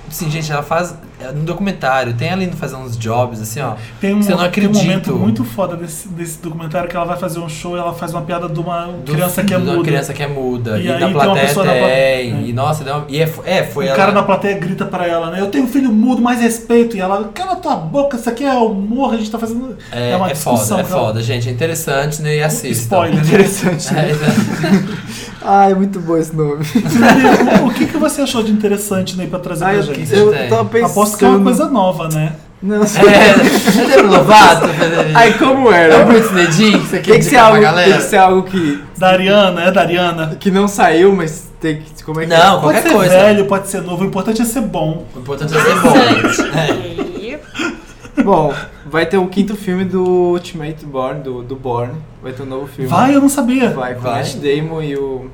Speaker 2: Assim, gente, ela faz. é, No documentário, tem ela indo fazer uns jobs, assim, ó.
Speaker 1: Tem um,
Speaker 2: Você não
Speaker 1: tem um
Speaker 2: acredita.
Speaker 1: momento muito foda desse, desse documentário que ela vai fazer um show e ela faz uma piada de uma
Speaker 2: Do-
Speaker 1: criança que é
Speaker 2: de uma
Speaker 1: muda.
Speaker 2: criança que é muda.
Speaker 1: E
Speaker 2: E,
Speaker 1: aí
Speaker 2: da
Speaker 1: tem uma
Speaker 2: plateia
Speaker 1: pessoa na
Speaker 2: tem.
Speaker 1: plateia.
Speaker 2: E nossa, deu uma- e é, fo- é, foi
Speaker 1: O
Speaker 2: ela.
Speaker 1: cara na plateia grita pra ela, né? Eu tenho um filho mudo, mais respeito. E ela, cala tua boca, isso aqui é humor, a gente tá fazendo.
Speaker 2: É,
Speaker 1: uma
Speaker 2: é foda, é
Speaker 1: que ela-
Speaker 2: foda, gente. É interessante, né? E assista. *laughs*
Speaker 1: Spoiler.
Speaker 3: Interessante.
Speaker 2: É, né?
Speaker 3: Ai, é muito bom esse nome.
Speaker 1: Frederico, *laughs* o que, que você achou de interessante né, pra trazer
Speaker 3: Ai,
Speaker 1: pra
Speaker 3: eu,
Speaker 1: gente?
Speaker 3: eu
Speaker 2: tem?
Speaker 3: tava pensando.
Speaker 1: Aposto que é uma coisa nova, né?
Speaker 3: Não,
Speaker 2: é, é, é Lovato, Federico.
Speaker 3: Ai, como
Speaker 2: é o
Speaker 3: era?
Speaker 2: Bruce Nedin que você quer
Speaker 3: Tem que ser
Speaker 2: indicar
Speaker 3: algo,
Speaker 2: pra
Speaker 3: tem que
Speaker 2: galera?
Speaker 3: ser algo que,
Speaker 1: Da Ariana, é da Ariana.
Speaker 3: que não saiu, mas tem que. Como é que
Speaker 2: Não,
Speaker 3: é?
Speaker 1: Pode
Speaker 2: qualquer
Speaker 1: ser
Speaker 2: coisa.
Speaker 1: velho, pode ser novo, o importante é ser bom.
Speaker 2: O importante é ser bom. É.
Speaker 3: Bom, vai ter o quinto filme do Ultimate Born, do, do Born. Vai ter um novo filme.
Speaker 1: Vai, eu não sabia.
Speaker 3: Vai, com o
Speaker 2: Vai. Ah,
Speaker 3: Matt Damon e o.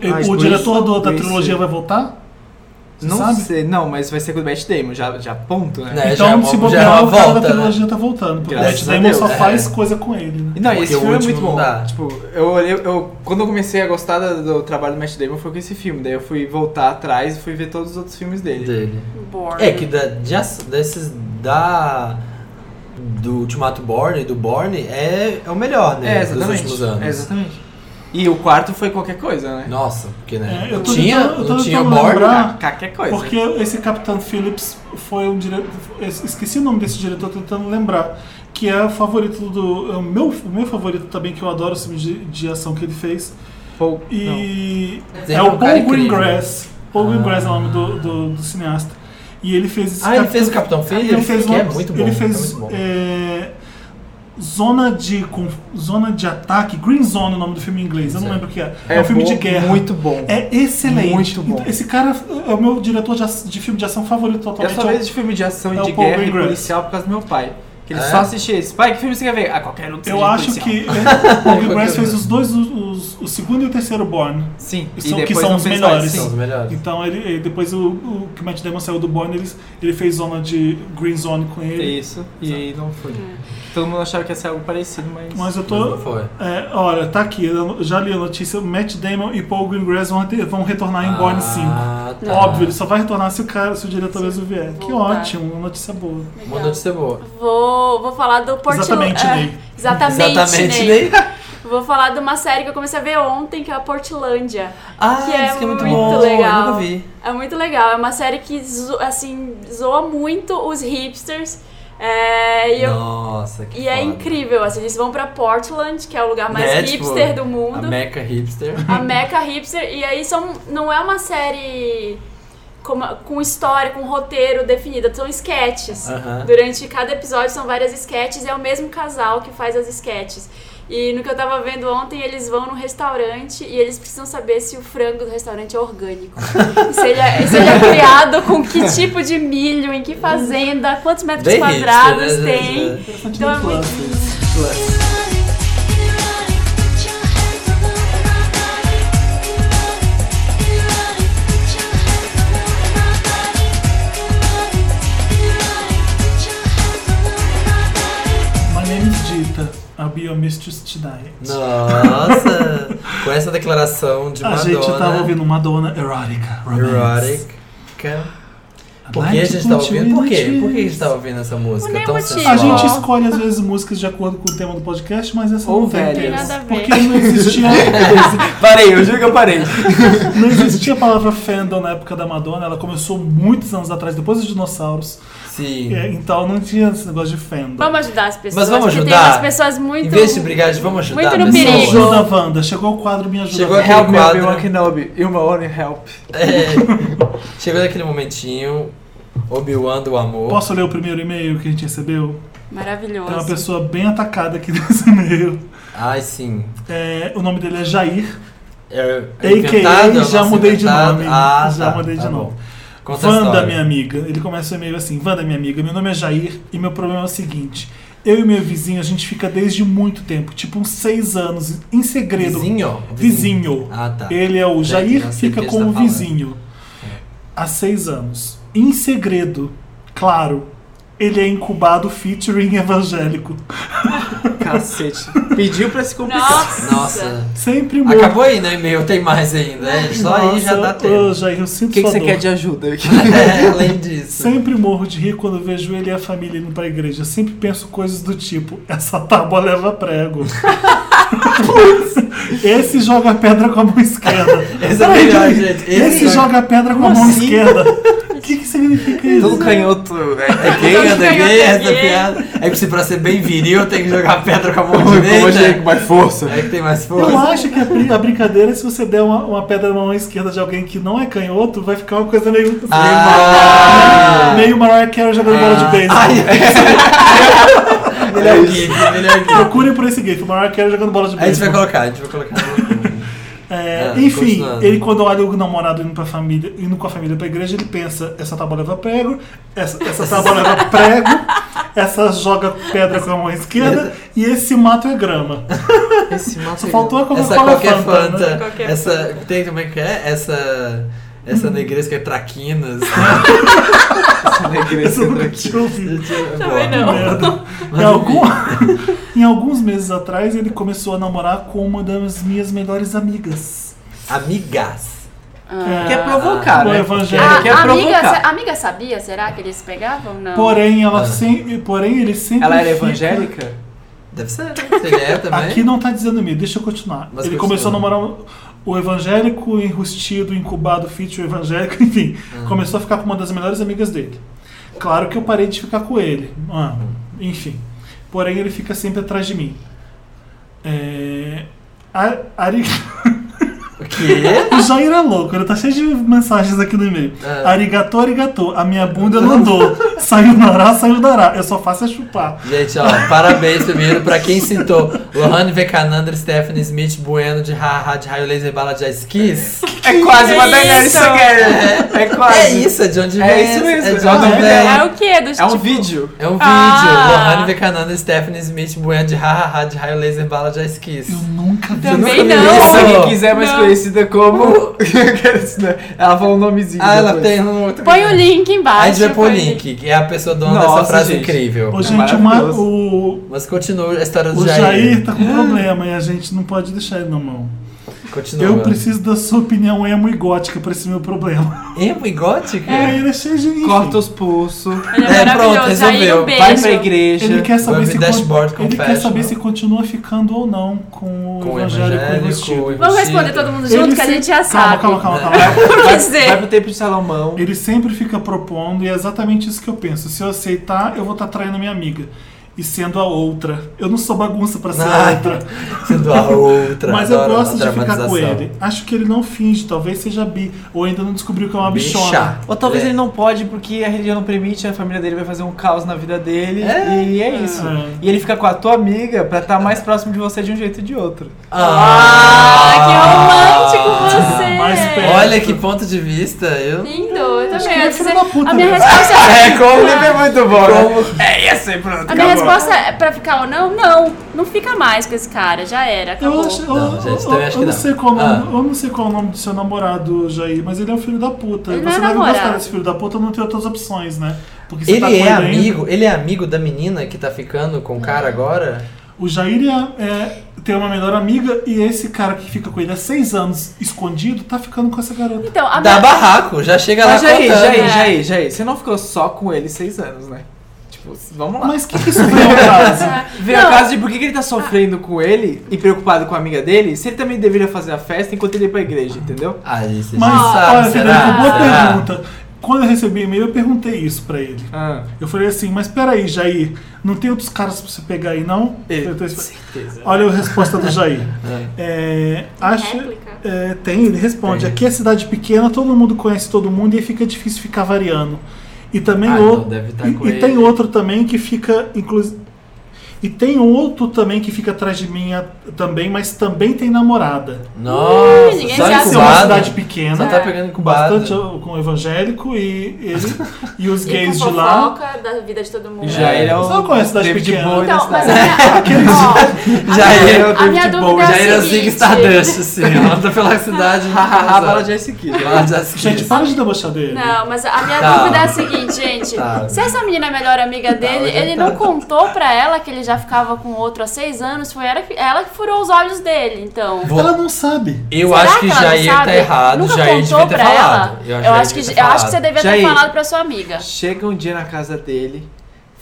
Speaker 1: E
Speaker 3: Ai,
Speaker 1: o
Speaker 3: Bruce-
Speaker 1: diretor do- da
Speaker 3: Bruce-
Speaker 1: trilogia vai voltar? Você
Speaker 3: Não
Speaker 1: sabe?
Speaker 3: sei, não, mas vai ser com o Matt Damon, já, já ponto, né?
Speaker 2: Né? É, já é
Speaker 1: Então,
Speaker 2: uma-
Speaker 1: se
Speaker 2: já é uma
Speaker 1: bobear, o cara
Speaker 2: volta,
Speaker 1: da
Speaker 2: né?
Speaker 1: trilogia tá voltando. Porque o
Speaker 3: Graças
Speaker 1: Matt
Speaker 3: a
Speaker 1: Damon só
Speaker 3: Deus,
Speaker 1: faz
Speaker 2: É.
Speaker 1: coisa com ele, né?
Speaker 3: E Não,
Speaker 2: Porque
Speaker 3: esse
Speaker 2: o
Speaker 3: filme é
Speaker 2: último
Speaker 3: muito
Speaker 2: não
Speaker 3: bom.
Speaker 2: dá.
Speaker 3: Tipo, eu olhei, eu, quando eu comecei a gostar do, do trabalho do Matt Damon foi com esse filme. Daí eu fui voltar atrás e fui ver todos os outros filmes dele.
Speaker 2: dele.
Speaker 4: Boring.
Speaker 2: É que da, de ass- desses da do Ultimato Borne e do Borne é, é o melhor, né?
Speaker 3: É,
Speaker 2: dos
Speaker 3: exatamente.
Speaker 2: últimos anos.
Speaker 3: É, exatamente. E o quarto foi qualquer coisa, né?
Speaker 2: Nossa, porque né?
Speaker 1: É, eu
Speaker 2: não
Speaker 1: tô
Speaker 2: tinha,
Speaker 1: tentando- eu tô
Speaker 2: não tinha o
Speaker 1: tentando
Speaker 2: Borne.
Speaker 1: lembrar.
Speaker 3: Ca- Qualquer coisa.
Speaker 1: Ah, Porque esse Capitão Phillips foi um diretor. Esqueci o nome desse diretor, tô tentando lembrar. Que é o favorito do. é o meu, o meu favorito também, que eu adoro os filmes de, de ação que ele fez.
Speaker 3: Pô, não.
Speaker 1: E.
Speaker 2: Não.
Speaker 1: É
Speaker 2: É
Speaker 1: o
Speaker 2: um cara
Speaker 1: Paul
Speaker 2: incrível.
Speaker 1: Greengrass. Paul Greengrass é o nome do, do- do cineasta. E ele fez esse
Speaker 2: Ah, ele fez o Capitão Phillips,
Speaker 1: Ele fez
Speaker 2: que
Speaker 1: um-
Speaker 2: é muito bom,
Speaker 1: Ele
Speaker 2: é
Speaker 1: fez.
Speaker 2: muito bom.
Speaker 1: é, Zona de, con- zona de Ataque, Green Zone é o nome do filme em inglês, eu não
Speaker 2: Sei.
Speaker 1: lembro o que é. É, um filme de
Speaker 3: bom,
Speaker 1: guerra.
Speaker 3: Muito bom.
Speaker 1: É excelente.
Speaker 3: Muito bom.
Speaker 1: Esse cara é o meu diretor de, ac- de filme de ação favorito
Speaker 3: Eu
Speaker 1: atualmente.
Speaker 3: só vejo de filme de ação e
Speaker 1: é o
Speaker 3: de
Speaker 1: Paul
Speaker 3: guerra e
Speaker 1: Greengrass.
Speaker 3: policial por causa do meu pai. Que ele
Speaker 2: É?
Speaker 3: só assistia esse. Pai, que filme você quer ver? Ah, qualquer um que
Speaker 1: Eu
Speaker 3: seja de
Speaker 1: acho
Speaker 3: policial.
Speaker 1: que
Speaker 2: *laughs*
Speaker 1: o Paul Grass
Speaker 3: Qualquer
Speaker 1: fez
Speaker 3: um.
Speaker 1: os dois, os, os- o segundo e o terceiro Born.
Speaker 3: Sim,
Speaker 1: que
Speaker 3: e
Speaker 1: são- que
Speaker 3: depois
Speaker 1: são
Speaker 3: não
Speaker 1: os
Speaker 3: fez
Speaker 1: melhores.
Speaker 3: mais,
Speaker 2: São os
Speaker 3: Sim.
Speaker 2: melhores.
Speaker 1: Então ele, ele- depois o, o que o Matt Damon saiu do Born, ele, ele fez zona de Green Zone com
Speaker 3: É
Speaker 1: ele.
Speaker 3: isso. E aí não foi.
Speaker 4: É.
Speaker 3: Todo mundo achava que ia ser algo parecido, mas.
Speaker 1: Mas eu
Speaker 2: Mas não
Speaker 1: Então, tô.
Speaker 2: foi.
Speaker 1: É, olha, tá aqui, eu já li a notícia. Matt Damon e Paul Greengrass vão, ter- vão retornar em Born 5.
Speaker 2: Ah, tá.
Speaker 1: Óbvio, ele só vai retornar se o cara, se o diretor mesmo vier. Que
Speaker 4: voltar.
Speaker 1: ótimo, uma notícia boa.
Speaker 2: Uma notícia boa.
Speaker 4: Vou, vou falar do Portland.
Speaker 1: Exatamente,
Speaker 4: é.
Speaker 1: Ney.
Speaker 4: Exatamente, né?
Speaker 2: Exatamente, né?
Speaker 4: Ney.
Speaker 2: Ney.
Speaker 4: Vou falar de uma série que eu comecei a ver ontem, que é a Portlandia.
Speaker 2: Ah,
Speaker 4: que é,
Speaker 2: isso que é muito
Speaker 4: muito,
Speaker 2: bom.
Speaker 4: legal.
Speaker 2: Eu nunca vi.
Speaker 4: É muito legal. É uma série que zo- assim, zoa muito os hipsters. É, e, eu-
Speaker 2: Nossa, que
Speaker 4: e é
Speaker 2: foda.
Speaker 4: incrível. Assim, eles vão pra Portland, que é o lugar mais
Speaker 2: Né, tipo,
Speaker 4: hipster do
Speaker 2: A
Speaker 4: mundo.
Speaker 2: Meca Hipster.
Speaker 4: a Meca Hipster. E aí são, não é uma série com, com história, com roteiro definido, são sketches.
Speaker 2: Aham.
Speaker 4: Durante cada episódio são várias sketches, é o mesmo casal que faz as sketches. E no que eu tava vendo ontem, eles vão num restaurante e eles precisam saber se o frango do restaurante é
Speaker 2: *laughs*
Speaker 4: orgânico. E se ele é, se ele é criado com que tipo de milho, em que fazenda, quantos metros
Speaker 2: Bem
Speaker 4: quadrados
Speaker 2: hipster, né,
Speaker 4: tem.
Speaker 2: gente?
Speaker 4: Então é muito.
Speaker 1: My name is Dita. I'll be your mistress tonight.
Speaker 4: *laughs*
Speaker 2: Nossa! com essa declaração de
Speaker 1: A
Speaker 2: Madonna.
Speaker 1: gente tava ouvindo Madonna Erotica. romance.
Speaker 2: Erotica.
Speaker 1: I'd
Speaker 2: Por que
Speaker 1: like
Speaker 2: a
Speaker 1: to
Speaker 2: gente tava
Speaker 1: put you
Speaker 2: ouvindo?
Speaker 1: in
Speaker 2: Por
Speaker 1: a
Speaker 2: quê? Por que a
Speaker 1: twist.
Speaker 2: gente tava ouvindo essa música
Speaker 4: nem
Speaker 2: tão
Speaker 4: é motivo.
Speaker 2: sensual?
Speaker 1: A gente
Speaker 4: Ó.
Speaker 1: escolhe às vezes músicas de acordo com o tema do podcast, mas essa
Speaker 3: Ou
Speaker 1: não tem
Speaker 3: velhas.
Speaker 1: tema.
Speaker 4: Nada a ver.
Speaker 1: Porque não
Speaker 2: *laughs*
Speaker 1: existia,
Speaker 3: Parei, eu juro que eu *laughs* parei.
Speaker 1: não existia a palavra fandom na época da Madonna, ela começou muitos anos atrás, depois dos dinossauros.
Speaker 2: Sim.
Speaker 1: É, Então não tinha esse negócio de fandom.
Speaker 4: Vamos ajudar as pessoas.
Speaker 2: Mas vamos
Speaker 4: porque
Speaker 2: ajudar?
Speaker 4: Tem umas pessoas muito.
Speaker 2: Em vez de brigar, a gente vamos
Speaker 4: Muito
Speaker 2: ajudar
Speaker 4: no
Speaker 2: a
Speaker 1: Me
Speaker 4: perigo.
Speaker 2: pessoa.
Speaker 1: ajuda, Wanda. Chegou o quadro Me Ajuda.
Speaker 2: Chegou
Speaker 1: Wanda.
Speaker 2: aquele
Speaker 3: Help me,
Speaker 2: quadro.
Speaker 3: Obi-Wan Kenobi. You my only help.
Speaker 2: É. Chegou naquele momentinho, Obi-Wan do amor.
Speaker 1: Posso ler o primeiro e-mail que a gente recebeu?
Speaker 4: Maravilhoso.
Speaker 1: Tem uma pessoa bem atacada aqui *laughs* nesse e-mail.
Speaker 2: Ai, sim.
Speaker 1: É, o nome dele é Jair,
Speaker 2: É, é inventado, é o
Speaker 1: a.k.a.
Speaker 2: nosso
Speaker 1: já mudei de
Speaker 2: inventado.
Speaker 1: nome.
Speaker 2: Ah,
Speaker 1: já
Speaker 2: tá,
Speaker 1: mudei
Speaker 2: tá
Speaker 1: de
Speaker 2: bom.
Speaker 1: nome.
Speaker 2: Conta a
Speaker 1: Wanda,
Speaker 2: história.
Speaker 1: minha amiga. Ele começa o e-mail assim: Wanda, minha amiga, meu nome é Jair e meu problema é o seguinte. Eu e meu vizinho, a gente fica desde muito tempo, tipo uns seis anos, em segredo.
Speaker 2: Vizinho?
Speaker 1: Vizinho.
Speaker 2: Ah, tá.
Speaker 1: Ele é o
Speaker 2: Já que
Speaker 1: Jair,
Speaker 2: não sei o
Speaker 1: fica
Speaker 2: que
Speaker 1: com
Speaker 2: está
Speaker 1: o
Speaker 2: falando.
Speaker 1: vizinho. Há seis anos. Em segredo, claro, ele é incubado featuring evangélico.
Speaker 3: Cacete. Pediu pra se complicar.
Speaker 4: Nossa!
Speaker 2: Nossa.
Speaker 1: Sempre morto.
Speaker 2: Acabou aí, né, e-mail? Tem mais ainda. né? Só aí já dá
Speaker 1: Ô,
Speaker 2: tempo.
Speaker 1: Jair, eu sinto
Speaker 3: O que, que
Speaker 1: sua
Speaker 3: você
Speaker 1: dor.
Speaker 3: quer de ajuda? *laughs*
Speaker 2: *laughs* É, além disso.
Speaker 1: Sempre morro de rir quando vejo ele e a família indo pra igreja. Sempre penso coisas do tipo: essa tábua leva prego. Esse joga pedra com a mão esquerda.
Speaker 2: Esse é melhor, gente.
Speaker 1: Esse joga pedra com a
Speaker 3: Como
Speaker 1: mão
Speaker 3: assim?
Speaker 1: esquerda. O que, que significa isso?
Speaker 3: Todo canhoto. É,
Speaker 1: *laughs*
Speaker 2: É gay, anda gay,
Speaker 4: É
Speaker 2: essa
Speaker 4: gay.
Speaker 2: piada. É que se pra ser bem viril tem que jogar pedra com a mão
Speaker 3: Como
Speaker 2: direita.
Speaker 3: mais força.
Speaker 2: É que tem mais
Speaker 1: Eu
Speaker 2: força.
Speaker 1: acho que a, brin- a brincadeira é se você der uma, uma pedra na mão esquerda de alguém que não é canhoto, vai ficar uma coisa meio.
Speaker 2: Ah.
Speaker 1: é Meio Mariah Carey jogando bola de beisebol.
Speaker 2: Ai, *laughs*
Speaker 1: É
Speaker 2: Melhor gif, melhor gif.
Speaker 1: Procurem por esse gif, Mariah Carey jogando bola de
Speaker 2: A gente vai
Speaker 1: beisebol.
Speaker 2: colocar, a gente vai colocar.
Speaker 1: É,
Speaker 2: É,
Speaker 1: enfim,
Speaker 2: continuando.
Speaker 1: ele quando olha o namorado indo, pra família, indo com a família pra igreja, ele pensa, essa tábua leva prego, essa, essa tábua leva prego, essa joga pedra com a mão esquerda e esse mato é grama.
Speaker 3: Esse mato
Speaker 1: Só faltou a
Speaker 2: Essa
Speaker 1: Coca-Cola
Speaker 2: qualquer
Speaker 1: Fanta, né?
Speaker 2: fanta.
Speaker 4: Qualquer
Speaker 2: Essa. Tem como é que é? Essa. Essa negresca é traquinas.
Speaker 1: *laughs* Essa é eu nunca
Speaker 3: negresca
Speaker 1: tinha ouvido.
Speaker 4: Também
Speaker 2: Boa.
Speaker 1: Que
Speaker 4: não.
Speaker 1: merda. *laughs* Em, algum- em alguns meses atrás, ele começou a namorar com uma das minhas melhores amigas. É,
Speaker 2: Amigas.
Speaker 3: Quer provocar,
Speaker 1: O
Speaker 3: né?
Speaker 1: evangélico.
Speaker 3: Ele
Speaker 4: A,
Speaker 3: quer
Speaker 4: Ah, amiga,
Speaker 3: provocar.
Speaker 4: se- amiga sabia, será que eles pegavam? Não.
Speaker 1: Porém, ela sempre, porém, ele sempre.
Speaker 3: Ah. Ela era
Speaker 1: fica-
Speaker 3: evangélica?
Speaker 2: Deve ser, né? Se ele é também.
Speaker 1: Tá Aqui não tá dizendo medo, deixa eu continuar.
Speaker 2: Mas
Speaker 1: ele
Speaker 2: continua.
Speaker 1: começou a namorar o- o evangélico, enrustido, incubado, feature evangélico, *laughs* enfim.
Speaker 3: Ah.
Speaker 1: Começou a ficar com uma das melhores amigas dele. Claro que eu parei de ficar com ele. Ah,
Speaker 3: Uhum.
Speaker 1: enfim. Porém, ele fica sempre atrás de mim. É... A- Ari... *laughs*
Speaker 2: O quê?
Speaker 1: O Jair é louco, ele tá cheio de mensagens aqui no e-mail.
Speaker 2: É.
Speaker 1: Arigatou, arigatou, a minha bunda ela andou. Saiu dará, saiu dará. Eu só faço é chupar.
Speaker 2: Gente, ó, parabéns primeiro pra quem citou Lohane Vekanandra, Stephanie Smith, Bueno de Haha, de Raio Laser Bala de Ice Kiss.
Speaker 3: É quase uma
Speaker 4: isso?
Speaker 3: Daenerys Targaryen. É quase.
Speaker 2: É isso, é de onde vem.
Speaker 3: É isso
Speaker 2: essa-
Speaker 3: mesmo,
Speaker 2: É de onde
Speaker 3: é
Speaker 2: vem.
Speaker 1: né?
Speaker 4: É o que? Do
Speaker 3: É um
Speaker 4: tipo,
Speaker 3: vídeo.
Speaker 2: É um vídeo.
Speaker 4: Ah.
Speaker 2: Lohane Vekananda, Stephanie Smith, Bueno de Hahaha, de Raio Laser Bala de Ice Kiss.
Speaker 1: Eu nunca vi.
Speaker 4: Também
Speaker 3: Nunca me
Speaker 4: não.
Speaker 3: disse Se alguém quiser mais
Speaker 4: Não.
Speaker 3: conhecida como. *laughs* ela fala um nomezinho.
Speaker 2: Ah, ela
Speaker 3: depois.
Speaker 2: tem um outro.
Speaker 4: Põe o link
Speaker 2: A
Speaker 4: embaixo.
Speaker 2: gente vai pôr o
Speaker 4: põe
Speaker 2: link, que é a pessoa dona dessa
Speaker 3: Nossa,
Speaker 2: frase
Speaker 3: gente.
Speaker 2: incrível.
Speaker 1: Ô, gente, uma-
Speaker 3: maravilhoso.
Speaker 1: o,
Speaker 2: Mas continua a história do
Speaker 1: o
Speaker 2: É Jair. É.
Speaker 1: Jair tá com problema e a gente não pode deixar ele na mão.
Speaker 2: Continua.
Speaker 1: Eu preciso da sua opinião emo e gótica pra esse meu problema.
Speaker 2: Emo e gótica?
Speaker 1: É, ele é cheio de enfim.
Speaker 3: Corta os pulsos.
Speaker 4: Ele é,
Speaker 2: É,
Speaker 4: maravilhoso.
Speaker 2: pronto,
Speaker 4: Aí
Speaker 2: resolveu.
Speaker 4: um beijo.
Speaker 3: Vai pra igreja.
Speaker 1: Ele quer
Speaker 2: Vai
Speaker 1: saber,
Speaker 2: ver
Speaker 1: se,
Speaker 2: Dashboard
Speaker 1: con- ele quer
Speaker 2: Confessional.
Speaker 1: saber se continua ficando ou não com o
Speaker 2: Com o
Speaker 1: evangélico
Speaker 2: evangélico,
Speaker 1: enrustido.
Speaker 2: o
Speaker 4: Vamos responder todo mundo junto,
Speaker 1: Ele
Speaker 4: que a
Speaker 1: se-
Speaker 4: gente já
Speaker 1: calma,
Speaker 4: sabe.
Speaker 1: calma,
Speaker 2: *laughs*
Speaker 1: calma, calma.
Speaker 4: Por que
Speaker 3: Vai
Speaker 4: dizer?
Speaker 3: pro tempo de Salomão.
Speaker 1: Ele sempre fica propondo e é exatamente isso que eu penso. Se eu aceitar, eu vou estar traindo a minha amiga. E sendo a outra. Eu não sou bagunça pra ser a
Speaker 2: Ai, *laughs*
Speaker 1: outra.
Speaker 2: Sendo a outra.
Speaker 1: Mas eu
Speaker 2: Ah, adoro a
Speaker 1: gosto de ficar com
Speaker 2: dramatização.
Speaker 1: ele. Acho que ele não finge, talvez seja bi. Ou ainda não descobriu que é uma bichona.
Speaker 2: Bicha.
Speaker 3: Ou talvez
Speaker 2: É.
Speaker 3: ele não pode porque a religião não permite, a família dele vai fazer um caos na vida dele.
Speaker 2: É.
Speaker 3: E é isso.
Speaker 1: É.
Speaker 3: E ele fica com a tua amiga pra estar mais próximo de você de um jeito ou de outro.
Speaker 4: Ah, que romântico
Speaker 2: Ah.
Speaker 4: você.
Speaker 1: Mais perto.
Speaker 2: Olha que ponto de vista. Eu...
Speaker 4: Lindo, eu
Speaker 1: Acho
Speaker 4: também.
Speaker 1: que ele é
Speaker 4: Eu dizer,
Speaker 1: filho da puta
Speaker 4: a minha
Speaker 1: mesmo.
Speaker 4: resposta
Speaker 3: É,
Speaker 2: Ah.
Speaker 3: como é muito bom.
Speaker 2: Como-
Speaker 3: É isso aí, pronto.
Speaker 4: A minha resposta é pra ficar ou não? Não, não fica mais com esse cara, já era,
Speaker 1: Eu,
Speaker 4: acabou.
Speaker 1: acho, eu,
Speaker 2: Não, gente,
Speaker 1: eu-
Speaker 2: também
Speaker 1: eu
Speaker 2: acho que
Speaker 1: não
Speaker 2: não.
Speaker 1: sei qual o nome,
Speaker 2: Ah.
Speaker 1: eu não sei qual é o nome do seu namorado, Jair, mas ele é um filho da puta.
Speaker 4: Ele não
Speaker 1: você
Speaker 4: é
Speaker 1: deve
Speaker 4: namorado.
Speaker 1: gostar desse filho da puta, não tem outras opções, né? Porque você
Speaker 2: Ele
Speaker 1: tá com
Speaker 2: é
Speaker 1: ainda.
Speaker 2: amigo, ele é amigo da menina que tá ficando com o
Speaker 4: Ah.
Speaker 2: cara agora?
Speaker 1: O Jair é- é- tem uma melhor amiga e esse cara que fica com ele há seis anos escondido tá ficando com essa garota.
Speaker 4: Então, a
Speaker 2: Dá
Speaker 4: minha...
Speaker 2: barraco, já chega lá
Speaker 3: Mas Jair,
Speaker 2: contando.
Speaker 3: Jair,
Speaker 4: É.
Speaker 3: Jair, Jair, você não ficou só com ele seis anos, né? Tipo, vamos lá.
Speaker 1: Mas o que, que isso tem ao caso?
Speaker 2: *laughs*
Speaker 3: Veio a caso de por que
Speaker 4: Ah.
Speaker 3: que ele tá sofrendo com ele e preocupado com a amiga dele, se ele também deveria fazer a festa enquanto ele ia pra igreja, entendeu?
Speaker 2: Ah, isso,
Speaker 1: Mas,
Speaker 2: gente sabe,
Speaker 1: olha,
Speaker 2: será?
Speaker 1: Federico, boa
Speaker 2: Será?
Speaker 1: pergunta. Quando eu recebi o e-mail, eu perguntei isso pra ele.
Speaker 3: Ah,
Speaker 1: Eu falei assim, mas peraí, Jair, não tem outros caras pra você pegar aí, não?
Speaker 3: Ele-
Speaker 1: Eu assim, tô esper-
Speaker 3: certeza.
Speaker 1: Olha a resposta do Jair. É, acho,
Speaker 4: réplica?
Speaker 1: é, tem, ele responde. Aqui é cidade pequena, todo mundo conhece todo mundo e aí fica difícil ficar variando. E também
Speaker 2: Ah,
Speaker 1: outro.
Speaker 2: então deve tá com
Speaker 1: e, e
Speaker 2: ele.
Speaker 1: tem outro também que fica, inclusive. E tem outro também que fica atrás de mim a- também, mas também tem namorada.
Speaker 2: Nossa,
Speaker 4: Ih, ninguém
Speaker 2: só
Speaker 1: Essa
Speaker 4: já
Speaker 1: é uma
Speaker 2: Tá incubado.
Speaker 1: cidade pequena.
Speaker 2: Só tá pegando incubado.
Speaker 1: Bastante o- com o evangélico e ele e os
Speaker 4: E
Speaker 1: gays
Speaker 4: com
Speaker 1: de lá.
Speaker 4: fofoca da vida de todo mundo.
Speaker 3: Já ele é o
Speaker 1: Você não conhece cidade
Speaker 3: David
Speaker 1: pequena.
Speaker 3: Bowie da
Speaker 4: Então, mas a
Speaker 3: cidade.
Speaker 2: *laughs*
Speaker 3: *laughs*
Speaker 4: minha, ó,
Speaker 2: Jair é o
Speaker 4: a minha
Speaker 3: David
Speaker 4: dúvida
Speaker 2: Já
Speaker 4: é
Speaker 2: era
Speaker 4: a
Speaker 2: o Zig
Speaker 4: seguinte.
Speaker 2: Stardust,
Speaker 4: *laughs*
Speaker 2: assim, anda pela cidade. né?
Speaker 3: Hahaha, bala de Ice Kid.
Speaker 2: Bala de Ice
Speaker 1: Gente,
Speaker 2: Kiss.
Speaker 1: para de debochar dele.
Speaker 4: Não, mas a minha
Speaker 2: Tá.
Speaker 4: dúvida é a seguinte, gente.
Speaker 2: Tá.
Speaker 4: Se essa menina é a melhor amiga dele,
Speaker 2: hoje
Speaker 4: ele
Speaker 2: tá-
Speaker 4: não contou pra ela que ele já ficava com outro há seis anos, foi ela que, ela que furou os olhos dele, então.
Speaker 2: Vou-
Speaker 1: Ela não sabe.
Speaker 2: Eu
Speaker 4: Será
Speaker 2: acho que,
Speaker 4: ela não
Speaker 2: Jair
Speaker 4: sabe?
Speaker 2: tá errado,
Speaker 4: Nunca
Speaker 2: Jair
Speaker 4: contou
Speaker 2: devia ter
Speaker 4: pra
Speaker 2: falado.
Speaker 4: Ela. Eu, acho que,
Speaker 2: Jair devia ter
Speaker 4: eu acho que você
Speaker 2: falado.
Speaker 4: devia ter
Speaker 3: Jair.
Speaker 4: falado pra sua amiga.
Speaker 3: Chega um dia na casa dele,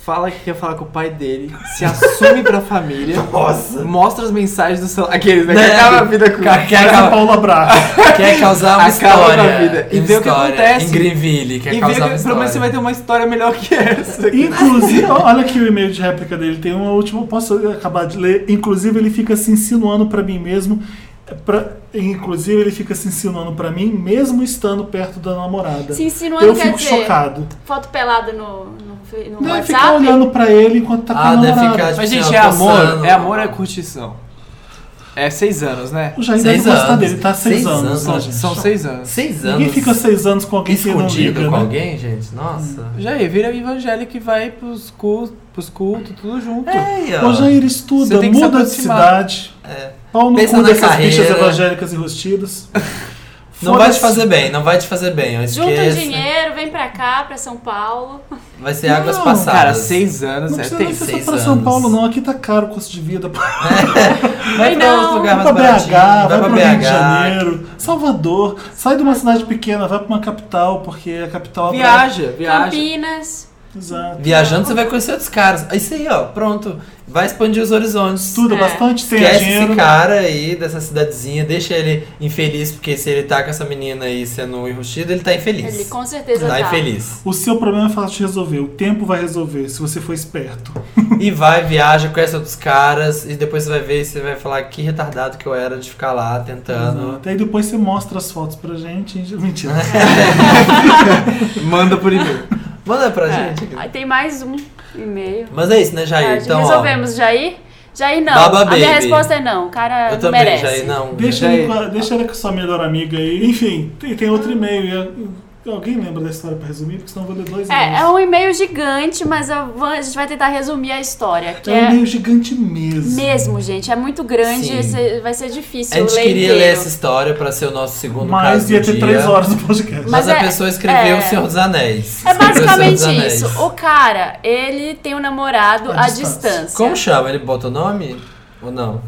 Speaker 3: fala que quer falar com o pai dele, se assume pra família,
Speaker 2: Nossa!
Speaker 3: mostra as mensagens do celular. Aqueles, né? Que
Speaker 2: Né?
Speaker 3: acaba a vida com
Speaker 2: Ca- quer,
Speaker 1: Mas a
Speaker 2: ca-
Speaker 1: Paula Braga.
Speaker 2: quer causar uma
Speaker 3: Acaba com a
Speaker 2: história.
Speaker 3: vida. E
Speaker 2: uma
Speaker 3: vê o que
Speaker 2: história
Speaker 3: acontece.
Speaker 2: Em Greenville,
Speaker 3: E
Speaker 2: quer
Speaker 3: vê que
Speaker 2: causar uma
Speaker 3: pelo menos você vai
Speaker 2: história.
Speaker 3: ter um uma história melhor que essa.
Speaker 1: Inclusive, olha aqui o e-mail de réplica dele. Tem uma última. Posso acabar de ler? Inclusive, ele fica se insinuando pra mim mesmo. é pra- inclusive, ele fica se insinuando pra mim, mesmo estando perto da namorada.
Speaker 4: Se insinuando
Speaker 1: Eu
Speaker 4: quer
Speaker 1: fico
Speaker 4: dizer
Speaker 1: chocado.
Speaker 4: foto pelada no, no, no
Speaker 1: Não é
Speaker 4: WhatsApp.
Speaker 1: ficar olhando pra ele enquanto tá com
Speaker 2: Ah,
Speaker 1: a
Speaker 2: deve
Speaker 1: namorada.
Speaker 2: ficar-
Speaker 3: Mas,
Speaker 2: Tipo assim,
Speaker 3: gente, é
Speaker 2: ó,
Speaker 3: amor,
Speaker 2: coçando.
Speaker 3: é amor, é curtição. É seis anos, né?
Speaker 1: O Jair
Speaker 2: Seis
Speaker 1: deve gostar
Speaker 2: anos.
Speaker 1: dele, tá há seis,
Speaker 2: Seis
Speaker 1: anos,
Speaker 2: anos,
Speaker 1: né,
Speaker 2: são-
Speaker 1: gente?
Speaker 3: São seis anos.
Speaker 2: Seis
Speaker 1: Ninguém
Speaker 2: anos
Speaker 1: fica seis anos com alguém que não
Speaker 2: escondido
Speaker 1: liga,
Speaker 2: com
Speaker 1: né?
Speaker 2: alguém, gente? Nossa.
Speaker 3: Já é, vira evangélico e vai pros cultos, pros cultos tudo junto.
Speaker 2: Ei, ó.
Speaker 1: Ô, Jair, estuda,
Speaker 3: Você tem que se
Speaker 1: muda de
Speaker 3: aproximar.
Speaker 1: cidade. Pau no
Speaker 2: É. Pensa
Speaker 1: cu
Speaker 2: na
Speaker 1: dessas
Speaker 2: carreira.
Speaker 1: bichas evangélicas enrustidas.
Speaker 2: Não vai
Speaker 1: Foda-se.
Speaker 2: te fazer bem, não vai te fazer bem. Eu
Speaker 4: Junta
Speaker 2: esqueço.
Speaker 4: dinheiro, vem pra cá, pra
Speaker 2: *laughs*
Speaker 4: São Paulo.
Speaker 2: Vai ser águas
Speaker 1: Não,
Speaker 2: passadas.
Speaker 3: Cara, seis anos
Speaker 1: Não
Speaker 3: é
Speaker 1: precisa nem
Speaker 3: terrível.
Speaker 1: pensar
Speaker 2: seis
Speaker 1: para São
Speaker 2: anos.
Speaker 1: Paulo, não. Aqui tá caro o custo de vida.
Speaker 2: Vai
Speaker 4: Ai,
Speaker 2: pra
Speaker 4: não.
Speaker 2: outro lugar
Speaker 1: vai
Speaker 2: mais
Speaker 1: pra
Speaker 2: baratinho.
Speaker 1: BH,
Speaker 2: vai
Speaker 1: vai pra
Speaker 2: pra
Speaker 1: Rio de
Speaker 2: BH.
Speaker 1: Janeiro, Salvador. Sai de uma cidade pequena, vai pra uma capital, porque a capital atrai-
Speaker 3: Viaja, viaja.
Speaker 4: Campinas.
Speaker 1: Exato.
Speaker 2: Viajando, você vai conhecer outros caras. Isso aí, ó, pronto. Vai expandir os horizontes.
Speaker 1: Estuda
Speaker 4: É.
Speaker 1: bastante, tem
Speaker 2: Esquece
Speaker 1: dinheiro.
Speaker 2: esse cara aí dessa cidadezinha, deixa ele infeliz, porque se ele tá com essa menina aí sendo enrustida, ele tá infeliz.
Speaker 4: Ele com certeza
Speaker 2: tá
Speaker 4: tá.
Speaker 2: infeliz.
Speaker 1: O seu problema é fácil de resolver. O tempo vai resolver, se você for esperto.
Speaker 2: e vai, viaja, conhece outros caras, e depois você vai ver e você vai falar que retardado que eu era de ficar lá tentando.
Speaker 1: Exato. Aí depois você mostra as fotos pra gente. hein?
Speaker 2: *laughs*
Speaker 1: Mentira.
Speaker 2: É,
Speaker 3: Manda por e-mail.
Speaker 2: Manda pra
Speaker 4: É.
Speaker 2: né, gente.
Speaker 4: Aí tem mais um e-mail.
Speaker 2: Mas é isso, né, Jair?
Speaker 4: Ah,
Speaker 2: então, ó,
Speaker 4: resolvemos, Jair? Jair não.
Speaker 2: Baba
Speaker 4: a minha
Speaker 2: baby.
Speaker 4: resposta é não. O cara
Speaker 2: eu
Speaker 4: não
Speaker 2: também,
Speaker 4: merece.
Speaker 2: Jair, não.
Speaker 1: Deixa,
Speaker 3: Daí-
Speaker 1: ele, com a- deixa ele com a sua melhor amiga aí. Enfim, tem, tem outro e-mail. e- e- Alguém lembra da história pra resumir? Porque senão eu vou ler dois
Speaker 4: É, é
Speaker 1: e-mails.
Speaker 4: um e-mail gigante, mas eu vou- a gente vai tentar resumir a história. Que
Speaker 1: É um
Speaker 4: é,
Speaker 1: e-mail gigante mesmo.
Speaker 4: mesmo, gente. É muito grande,
Speaker 2: Sim.
Speaker 4: esse- vai ser
Speaker 2: A
Speaker 4: difícil
Speaker 2: gente
Speaker 4: ler
Speaker 2: queria
Speaker 4: inteiro.
Speaker 2: ler essa história pra ser o nosso segundo
Speaker 1: Mas
Speaker 2: caso
Speaker 1: ia
Speaker 2: do
Speaker 1: ter
Speaker 2: dia,
Speaker 1: três horas no podcast.
Speaker 2: Mas,
Speaker 4: Mas
Speaker 2: a
Speaker 4: é-
Speaker 2: pessoa escreveu
Speaker 4: é.
Speaker 2: O Senhor dos Anéis.
Speaker 4: É
Speaker 2: Escreveu O Senhor dos
Speaker 4: basicamente
Speaker 2: Anéis.
Speaker 4: isso. O cara, ele tem um namorado
Speaker 1: À
Speaker 4: à
Speaker 1: distância.
Speaker 4: distância.
Speaker 2: Como chama? Ele bota o nome? Ou não?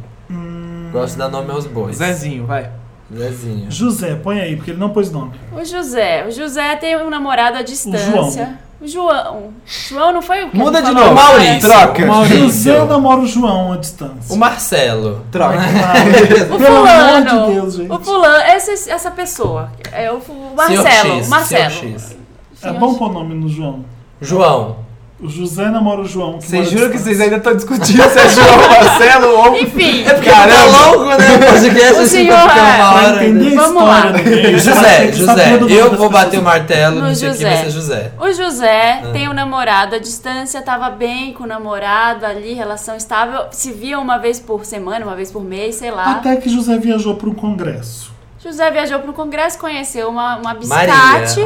Speaker 2: Gosto de dar nome aos bois.
Speaker 3: Zezinho, vai.
Speaker 2: Zezinho.
Speaker 1: Hum. José, põe aí, porque ele não pôs nome.
Speaker 4: O José. O José tem um namorado à distância. O João. O João não foi o que
Speaker 2: Muda
Speaker 4: a gente
Speaker 2: de
Speaker 4: falou?
Speaker 2: nome. Maurício.
Speaker 3: Troca.
Speaker 1: José namora o João à distância. Ah,
Speaker 2: O Marcelo.
Speaker 3: Troca.
Speaker 1: é.
Speaker 4: O
Speaker 1: Pelo amor
Speaker 4: fulano.
Speaker 1: de Deus, gente.
Speaker 4: O fulano, esse- essa pessoa. É o, fu- o
Speaker 2: Senhor
Speaker 4: Marcelo.
Speaker 2: X,
Speaker 4: Marcelo.
Speaker 2: Senhor X.
Speaker 1: É bom pôr nome no João.
Speaker 2: João.
Speaker 1: O José namora o João. que
Speaker 3: Vocês
Speaker 1: mora à
Speaker 3: juram que
Speaker 1: distância.
Speaker 3: vocês ainda estão discutindo se é João Marcelo ou.
Speaker 1: É
Speaker 4: Enfim,
Speaker 2: Tá
Speaker 3: Caramba!
Speaker 2: louco, né? O podcast
Speaker 4: O
Speaker 2: assim
Speaker 4: senhor
Speaker 2: pra ficar
Speaker 4: é.
Speaker 2: uma
Speaker 1: Pra
Speaker 2: hora.
Speaker 1: entender a
Speaker 4: Vamos
Speaker 1: história né?
Speaker 4: lá.
Speaker 1: do meio, você vai ter
Speaker 2: né? *laughs* José,
Speaker 1: que saber
Speaker 2: José.
Speaker 1: do nome
Speaker 2: Eu
Speaker 1: das
Speaker 2: vou bater o
Speaker 1: pessoas.
Speaker 2: martelo
Speaker 4: No
Speaker 2: nisso aqui,
Speaker 4: José.
Speaker 2: vai ser José.
Speaker 4: o José
Speaker 2: É.
Speaker 4: tem um namorado à distância, tava bem com o namorado ali, relação estável. Se via uma vez por semana, uma vez por mês, sei lá.
Speaker 1: Até que José viajou para um congresso.
Speaker 4: José viajou pro congresso, conheceu uma, uma
Speaker 2: Maria.
Speaker 4: biscate.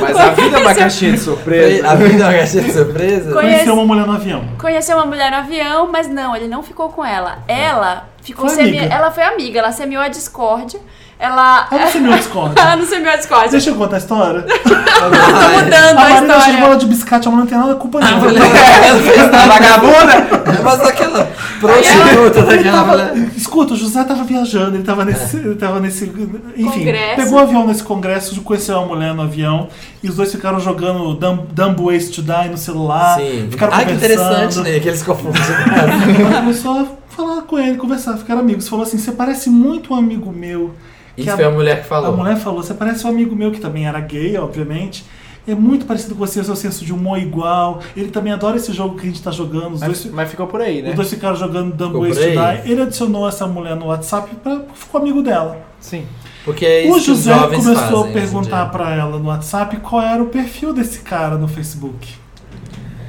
Speaker 3: Mas a vida é uma caixinha de surpresa. Tá
Speaker 2: A vida é uma caixinha de surpresa?
Speaker 4: Conhe- Conhece-
Speaker 1: Conheceu uma mulher no avião.
Speaker 4: Conheceu uma mulher no avião, mas não, ele não ficou com ela. Ela ficou
Speaker 1: Foi
Speaker 4: semi...
Speaker 1: amiga.
Speaker 4: Ela foi amiga, ela semeou a discórdia. Ela.
Speaker 1: Ela não sumiu Discord.
Speaker 4: *laughs* ela não semeou a discórdia.
Speaker 1: Deixa eu contar a história.
Speaker 4: Tô
Speaker 1: A
Speaker 4: tá mudando a,
Speaker 1: Marina
Speaker 4: história.
Speaker 1: chegou ela de biscate, a mulher não tem nada culpa nenhuma.
Speaker 2: Ela fez da vagabunda, mas aquela prostituta
Speaker 1: tá
Speaker 2: daquela mulher.
Speaker 1: Escuta, o José tava viajando, ele tava nesse.
Speaker 2: É.
Speaker 1: Ele tava nesse enfim,
Speaker 4: Congresso.
Speaker 1: pegou o avião nesse congresso, conheceu uma mulher no avião, e os dois ficaram jogando Dumb, Dumb Ways to Die no celular.
Speaker 2: Sim.
Speaker 1: Ficaram
Speaker 2: ah, que
Speaker 1: conversando.
Speaker 2: interessante, né? Que eles confundem.
Speaker 4: *laughs*
Speaker 1: Ela começou a falar com ele, conversar, ficaram amigos. Falou assim: você parece muito um amigo meu. que
Speaker 2: Isso
Speaker 1: a-
Speaker 2: foi a mulher que
Speaker 1: A
Speaker 2: falou.
Speaker 1: mulher falou: você parece um amigo meu que também era gay, obviamente. É muito parecido com você, o seu senso de humor é igual. Ele também adora esse jogo que a gente tá jogando. Os
Speaker 3: Mas,
Speaker 1: dois,
Speaker 3: mas ficou por aí, né?
Speaker 1: os dois ficaram jogando Dumb
Speaker 2: Ficou
Speaker 1: Ways
Speaker 2: por
Speaker 1: to
Speaker 2: aí.
Speaker 1: Die. Ele adicionou essa mulher no WhatsApp pra, ficou amigo dela.
Speaker 3: Sim.
Speaker 2: Porque é isso
Speaker 1: o
Speaker 2: que os
Speaker 1: José
Speaker 2: jovens
Speaker 1: começou
Speaker 2: fazem hoje
Speaker 1: a
Speaker 2: em
Speaker 1: perguntar
Speaker 2: dia.
Speaker 1: pra ela no WhatsApp qual era o perfil desse cara no Facebook.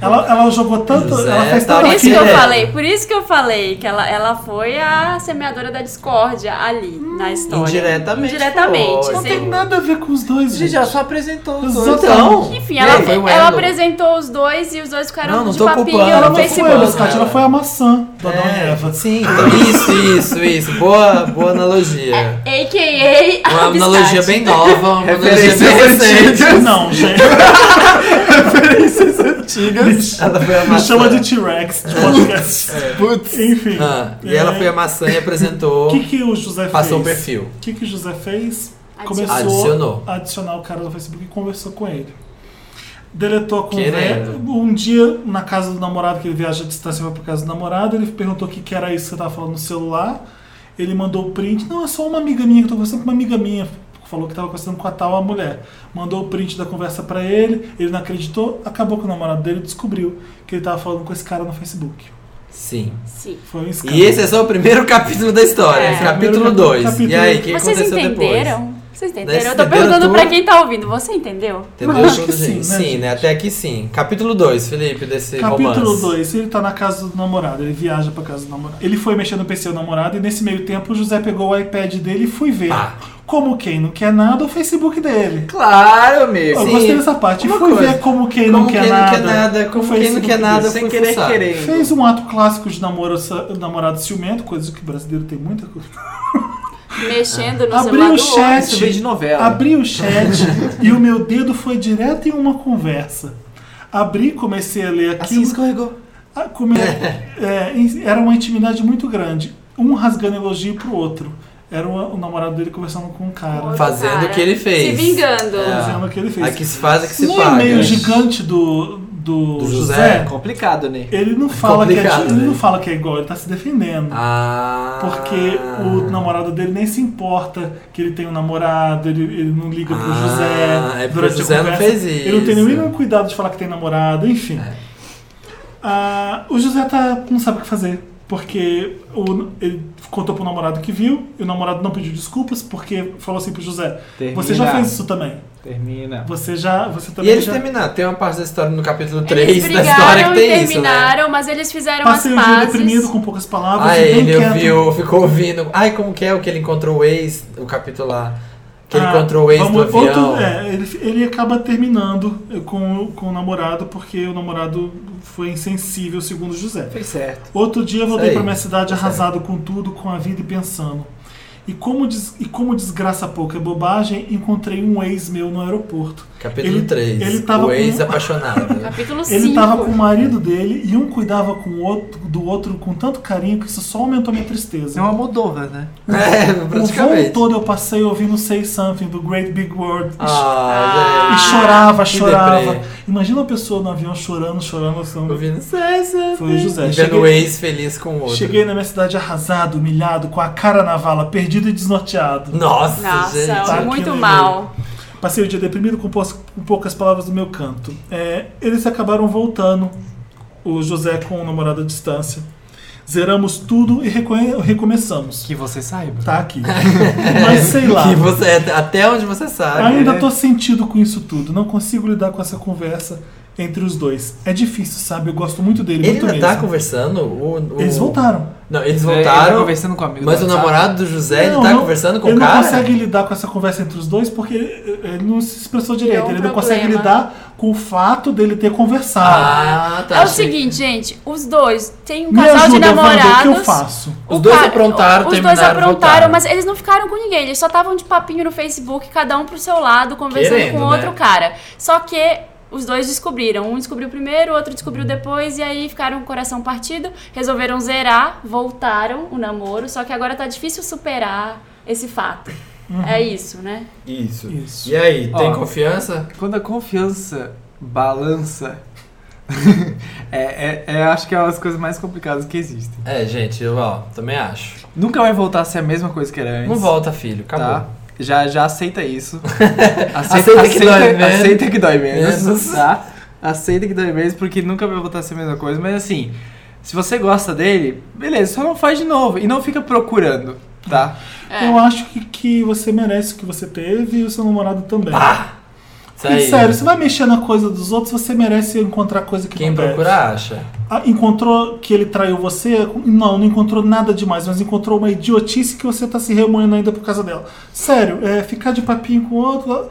Speaker 1: Ela, ela jogou tanto.
Speaker 2: José
Speaker 1: ela fez
Speaker 2: tá
Speaker 1: tanta
Speaker 4: Por isso que eu
Speaker 2: Aqui, né?
Speaker 4: falei, por isso que eu falei que ela, ela foi a semeadora da discórdia ali na história.
Speaker 2: Indiretamente.
Speaker 4: Indiretamente,
Speaker 2: foi.
Speaker 1: Hum. Não tem
Speaker 4: sim.
Speaker 1: nada a ver com os dois, gente.
Speaker 3: Gente, ela só apresentou os dois.
Speaker 1: Exatamente.
Speaker 2: Então,
Speaker 4: Enfim,
Speaker 2: Ei,
Speaker 4: ela,
Speaker 2: foi o
Speaker 4: ela
Speaker 2: Elo.
Speaker 4: apresentou os dois e os dois ficaram
Speaker 2: Não, não
Speaker 4: de
Speaker 2: tô
Speaker 4: papinho
Speaker 2: culpando,
Speaker 1: ela
Speaker 2: não
Speaker 4: no
Speaker 1: não
Speaker 2: tô
Speaker 1: foi a
Speaker 2: culpando.
Speaker 4: Facebook.
Speaker 1: biscate, ela foi a maçã do Adão e
Speaker 2: *laughs*
Speaker 1: Eva.
Speaker 2: Sim, então, isso, isso, isso. Boa, boa
Speaker 4: É.
Speaker 2: analogia.
Speaker 4: AKA a
Speaker 2: Uma
Speaker 4: biscate.
Speaker 2: analogia bem nova,
Speaker 1: *laughs*
Speaker 2: uma analogia
Speaker 3: Referências
Speaker 2: bem recente.
Speaker 3: antigas.
Speaker 1: Não, gente.
Speaker 3: Referências antigas.
Speaker 2: Ela foi a
Speaker 1: Me
Speaker 2: maçã.
Speaker 1: chama de T-Rex
Speaker 2: *laughs*
Speaker 1: de podcast.
Speaker 3: Putz.
Speaker 1: Enfim.
Speaker 2: Ah, e ela foi a maçã e apresentou,
Speaker 1: O É. que, que o José fez?
Speaker 2: passou o perfil.
Speaker 1: O que, que o José fez?
Speaker 4: Adicionou.
Speaker 2: Adicionou.
Speaker 1: a adicionar o cara no Facebook e conversou com ele. Deletou a conversa.
Speaker 2: Querendo.
Speaker 1: Um dia, na casa do namorado, que ele viaja à distância vai pra casa do namorado, ele perguntou o que, que era isso que você tava falando no celular. Ele mandou o print. Não, é só uma amiga minha que eu tô conversando com uma amiga minha. Falou que tava conversando com a tal a mulher. Mandou o print da conversa pra ele, ele não acreditou, acabou com o namorado dele descobriu que ele tava falando com esse cara no Facebook.
Speaker 2: Sim.
Speaker 4: Sim.
Speaker 1: Foi um escândalo.
Speaker 2: E esse é só o primeiro *laughs* capítulo da história,
Speaker 4: É.
Speaker 2: capítulo
Speaker 1: Primeiro
Speaker 2: 2.
Speaker 1: capítulo.
Speaker 2: E aí, o que
Speaker 4: Vocês
Speaker 2: aconteceu
Speaker 4: entenderam?
Speaker 2: depois? Vocês
Speaker 4: Vocês entenderam? Eu tô
Speaker 2: entenderam
Speaker 4: perguntando pra
Speaker 2: tudo?
Speaker 4: quem tá ouvindo. Você entendeu?
Speaker 2: Entendeu?
Speaker 1: Acho que
Speaker 2: tudo,
Speaker 1: sim,
Speaker 2: gente?
Speaker 1: né, gente?
Speaker 2: sim, né? Até aqui sim. Capítulo 2, Felipe, desse
Speaker 1: Capítulo
Speaker 2: romance.
Speaker 1: 2, ele tá na casa do namorado, ele viaja pra casa do namorado. Ele foi mexendo no PC do namorado e nesse meio tempo o José pegou o iPad dele e fui ver.
Speaker 2: Pá.
Speaker 1: Como quem não quer nada, o Facebook dele.
Speaker 3: Claro, amigo.
Speaker 1: Eu
Speaker 2: Sim.
Speaker 1: gostei dessa parte. E
Speaker 3: Uma
Speaker 1: fui
Speaker 3: coisa.
Speaker 1: ver como quem não
Speaker 2: Como
Speaker 1: quer
Speaker 2: quem não
Speaker 1: nada.
Speaker 2: quer nada, como
Speaker 1: o
Speaker 2: quem não
Speaker 1: Facebook
Speaker 2: quer nada
Speaker 1: dele.
Speaker 2: foi
Speaker 3: Sem querer,
Speaker 2: fuçado.
Speaker 3: querendo.
Speaker 1: um Fez um ato clássico de namoro, namorado ciumento, coisa que brasileiro tem muita coisa.
Speaker 4: mexendo no
Speaker 1: Abri
Speaker 4: celular
Speaker 1: o
Speaker 4: do
Speaker 1: chat.
Speaker 4: outro.
Speaker 3: Isso veio de
Speaker 2: É.
Speaker 3: novela.
Speaker 1: Abri o chat e o meu dedo foi direto em uma conversa. Abri, comecei a ler
Speaker 3: Assim
Speaker 1: aquilo.
Speaker 3: escorregou.
Speaker 1: Ah, como é- é, em- era uma intimidade muito grande. Um rasgando elogio pro outro. Era o, o namorado dele conversando com um cara.
Speaker 2: Fazendo
Speaker 4: Cara,
Speaker 2: o que ele fez. É.
Speaker 4: Se vingando.
Speaker 1: Fazendo o que ele fez.
Speaker 2: Aqui se faz, aqui se
Speaker 1: no
Speaker 2: paga.
Speaker 1: e-mail gigante do, do,
Speaker 2: Do
Speaker 1: José,
Speaker 2: José.
Speaker 3: Complicado, né?
Speaker 1: ele, não fala que é,
Speaker 2: complicado,
Speaker 1: ele não
Speaker 2: né?
Speaker 1: fala que é igual, ele tá se defendendo.
Speaker 2: Ah.
Speaker 1: Porque o namorado dele nem se importa que ele tem um namorado, ele, ele não liga pro
Speaker 2: Ah,
Speaker 1: José.
Speaker 2: é porque
Speaker 1: durante
Speaker 2: o José
Speaker 1: a
Speaker 2: não
Speaker 1: conversa.
Speaker 2: fez
Speaker 1: Ele não tem
Speaker 2: isso. É.
Speaker 1: nenhum cuidado de falar que tem namorado, enfim. Ah, o José tá, não sabe o que fazer. Porque o- ele contou pro namorado que viu, e o namorado não pediu desculpas, porque falou assim pro José:
Speaker 3: Termina.
Speaker 1: Você já fez isso também.
Speaker 3: Termina.
Speaker 1: Você já. Você
Speaker 2: E
Speaker 1: também
Speaker 2: eles
Speaker 1: já...
Speaker 2: terminaram. Tem uma parte da história no capítulo
Speaker 4: Eles
Speaker 2: 3 da história
Speaker 4: brigaram
Speaker 2: que
Speaker 4: e
Speaker 2: tem isso, né?
Speaker 4: terminaram, mas eles fizeram
Speaker 1: Passei o
Speaker 4: as
Speaker 1: dia
Speaker 4: pazes.
Speaker 1: deprimido com poucas palavras.
Speaker 2: Ah,
Speaker 1: e assim, bem
Speaker 2: ele
Speaker 1: quieto.
Speaker 2: ouviu, ficou ouvindo. Ai, como que é o que ele encontrou o ex, o capítulo lá. Que ele
Speaker 1: Ah,
Speaker 2: encontrou o ex do
Speaker 1: vamos-
Speaker 2: avião.
Speaker 1: outro- é, ele, ele acaba terminando com, com o namorado porque o namorado foi insensível, segundo José.
Speaker 3: Fez certo.
Speaker 1: Outro dia eu voltei
Speaker 2: Sei.
Speaker 1: pra minha cidade arrasado com tudo, com a vida e pensando. E como, des- e como desgraça pouca é bobagem, encontrei um ex meu no aeroporto.
Speaker 2: Capítulo
Speaker 1: ele,
Speaker 2: 3.
Speaker 1: Ele tava,
Speaker 2: o ex
Speaker 1: com, um- *laughs*
Speaker 2: apaixonado.
Speaker 4: Capítulo 5.
Speaker 1: ele tava com o marido dele e um cuidava com o outro, do outro com tanto carinho que isso só aumentou minha tristeza.
Speaker 3: É uma Moldova, né?
Speaker 2: é,
Speaker 1: O voo
Speaker 2: praticamente.
Speaker 1: todo eu passei ouvindo Say Something do Great Big World.
Speaker 2: Ah,
Speaker 1: E
Speaker 2: gente.
Speaker 1: chorava,
Speaker 2: Que
Speaker 1: chorava.
Speaker 2: deprê.
Speaker 1: Imagina uma pessoa no avião chorando, chorando. chorando.
Speaker 2: Ouvindo César.
Speaker 1: Foi o José.
Speaker 2: Vendo
Speaker 1: Cheguei-
Speaker 2: o ex feliz com o outro.
Speaker 1: Cheguei na minha cidade arrasado, humilhado, com a cara na vala, perdido e desnorteado.
Speaker 2: Nossa,
Speaker 4: Nossa,
Speaker 2: gente.
Speaker 1: Tá aqui no
Speaker 4: muito
Speaker 1: e-mail.
Speaker 4: mal.
Speaker 1: Passei o dia deprimido com, pous- com poucas palavras do meu canto. É, eles acabaram voltando, o José com o namorado à distância. Zeramos tudo e reconhe- recomeçamos.
Speaker 3: Que você saiba.
Speaker 2: *laughs*
Speaker 1: Tá aqui. Mas sei lá.
Speaker 2: Que você, é, até onde você sabe. né?
Speaker 1: Ainda tô sentido com isso tudo. Não consigo lidar com essa conversa entre os dois. É difícil, sabe? Eu gosto muito dele,
Speaker 2: Ele
Speaker 1: muito
Speaker 2: ainda
Speaker 1: mesmo.
Speaker 2: tá conversando? O, o-
Speaker 1: Eles voltaram.
Speaker 2: Não, eles
Speaker 3: Ele tá
Speaker 2: voltaram.
Speaker 3: conversando com um amigo
Speaker 2: mas
Speaker 3: do
Speaker 2: o
Speaker 3: WhatsApp.
Speaker 2: namorado do José, ele
Speaker 1: Não,
Speaker 2: tá
Speaker 1: não-
Speaker 2: conversando com
Speaker 1: ele
Speaker 2: o cara?
Speaker 1: não consegue lidar com essa conversa entre os dois porque eh, ele não se expressou direito.
Speaker 4: É um
Speaker 1: ele não
Speaker 4: problema.
Speaker 1: consegue lidar com o fato dele ter conversado.
Speaker 2: Ah, tá.
Speaker 4: É o
Speaker 2: achei-
Speaker 4: seguinte, gente, os dois têm um
Speaker 1: Me
Speaker 4: casal de
Speaker 1: ajuda, Wanda, o que
Speaker 4: namorados.
Speaker 1: eu faço?
Speaker 4: O
Speaker 2: Os dois aprontaram,
Speaker 4: Os dois
Speaker 2: terminaram,
Speaker 4: aprontaram,
Speaker 2: voltaram.
Speaker 4: mas eles não ficaram com ninguém. Eles só estavam de papinho no Facebook, cada um pro seu lado, conversando
Speaker 2: Querendo,
Speaker 4: com o outro
Speaker 2: né?
Speaker 4: cara. Só que os dois descobriram. Um descobriu primeiro, o outro descobriu depois, e aí ficaram com o coração partido. Resolveram zerar, voltaram o namoro. Só que agora tá difícil superar esse fato.
Speaker 2: Uhum.
Speaker 4: É isso, né?
Speaker 2: Isso.
Speaker 1: Isso.
Speaker 2: E aí, tem
Speaker 3: Ó.
Speaker 2: confiança?
Speaker 3: Quando a confiança balança, *laughs* é, é- é- acho que é uma das coisas mais complicadas que existem.
Speaker 2: É, gente, eu ó, também acho.
Speaker 3: Nunca vai voltar a ser a mesma coisa que era antes.
Speaker 2: Não volta, filho.
Speaker 3: Tá?
Speaker 2: Acabou.
Speaker 3: Já, já
Speaker 2: *laughs*
Speaker 3: aceita isso.
Speaker 2: Aceita que dói menos.
Speaker 3: Aceita que dói menos.
Speaker 2: Menos.
Speaker 3: Tá? Aceita que dói menos, porque nunca vai voltar a ser a mesma coisa. Mas assim, se você gosta dele, beleza, só não faz de novo. E não fica procurando, tá?
Speaker 4: É.
Speaker 1: Eu acho que, que você merece o que você teve e o seu namorado também.
Speaker 2: tá. Isso
Speaker 1: E
Speaker 2: Ah, aí.
Speaker 1: sério, você vai mexer na coisa dos outros, você merece encontrar coisa que
Speaker 2: Quem
Speaker 1: não deve.
Speaker 2: procurar, acha.
Speaker 1: Ah, encontrou que ele traiu você? Não, não encontrou nada demais, mas encontrou uma idiotice que você tá se remoendo ainda por causa dela. Sério, é, ficar de papinho com o outro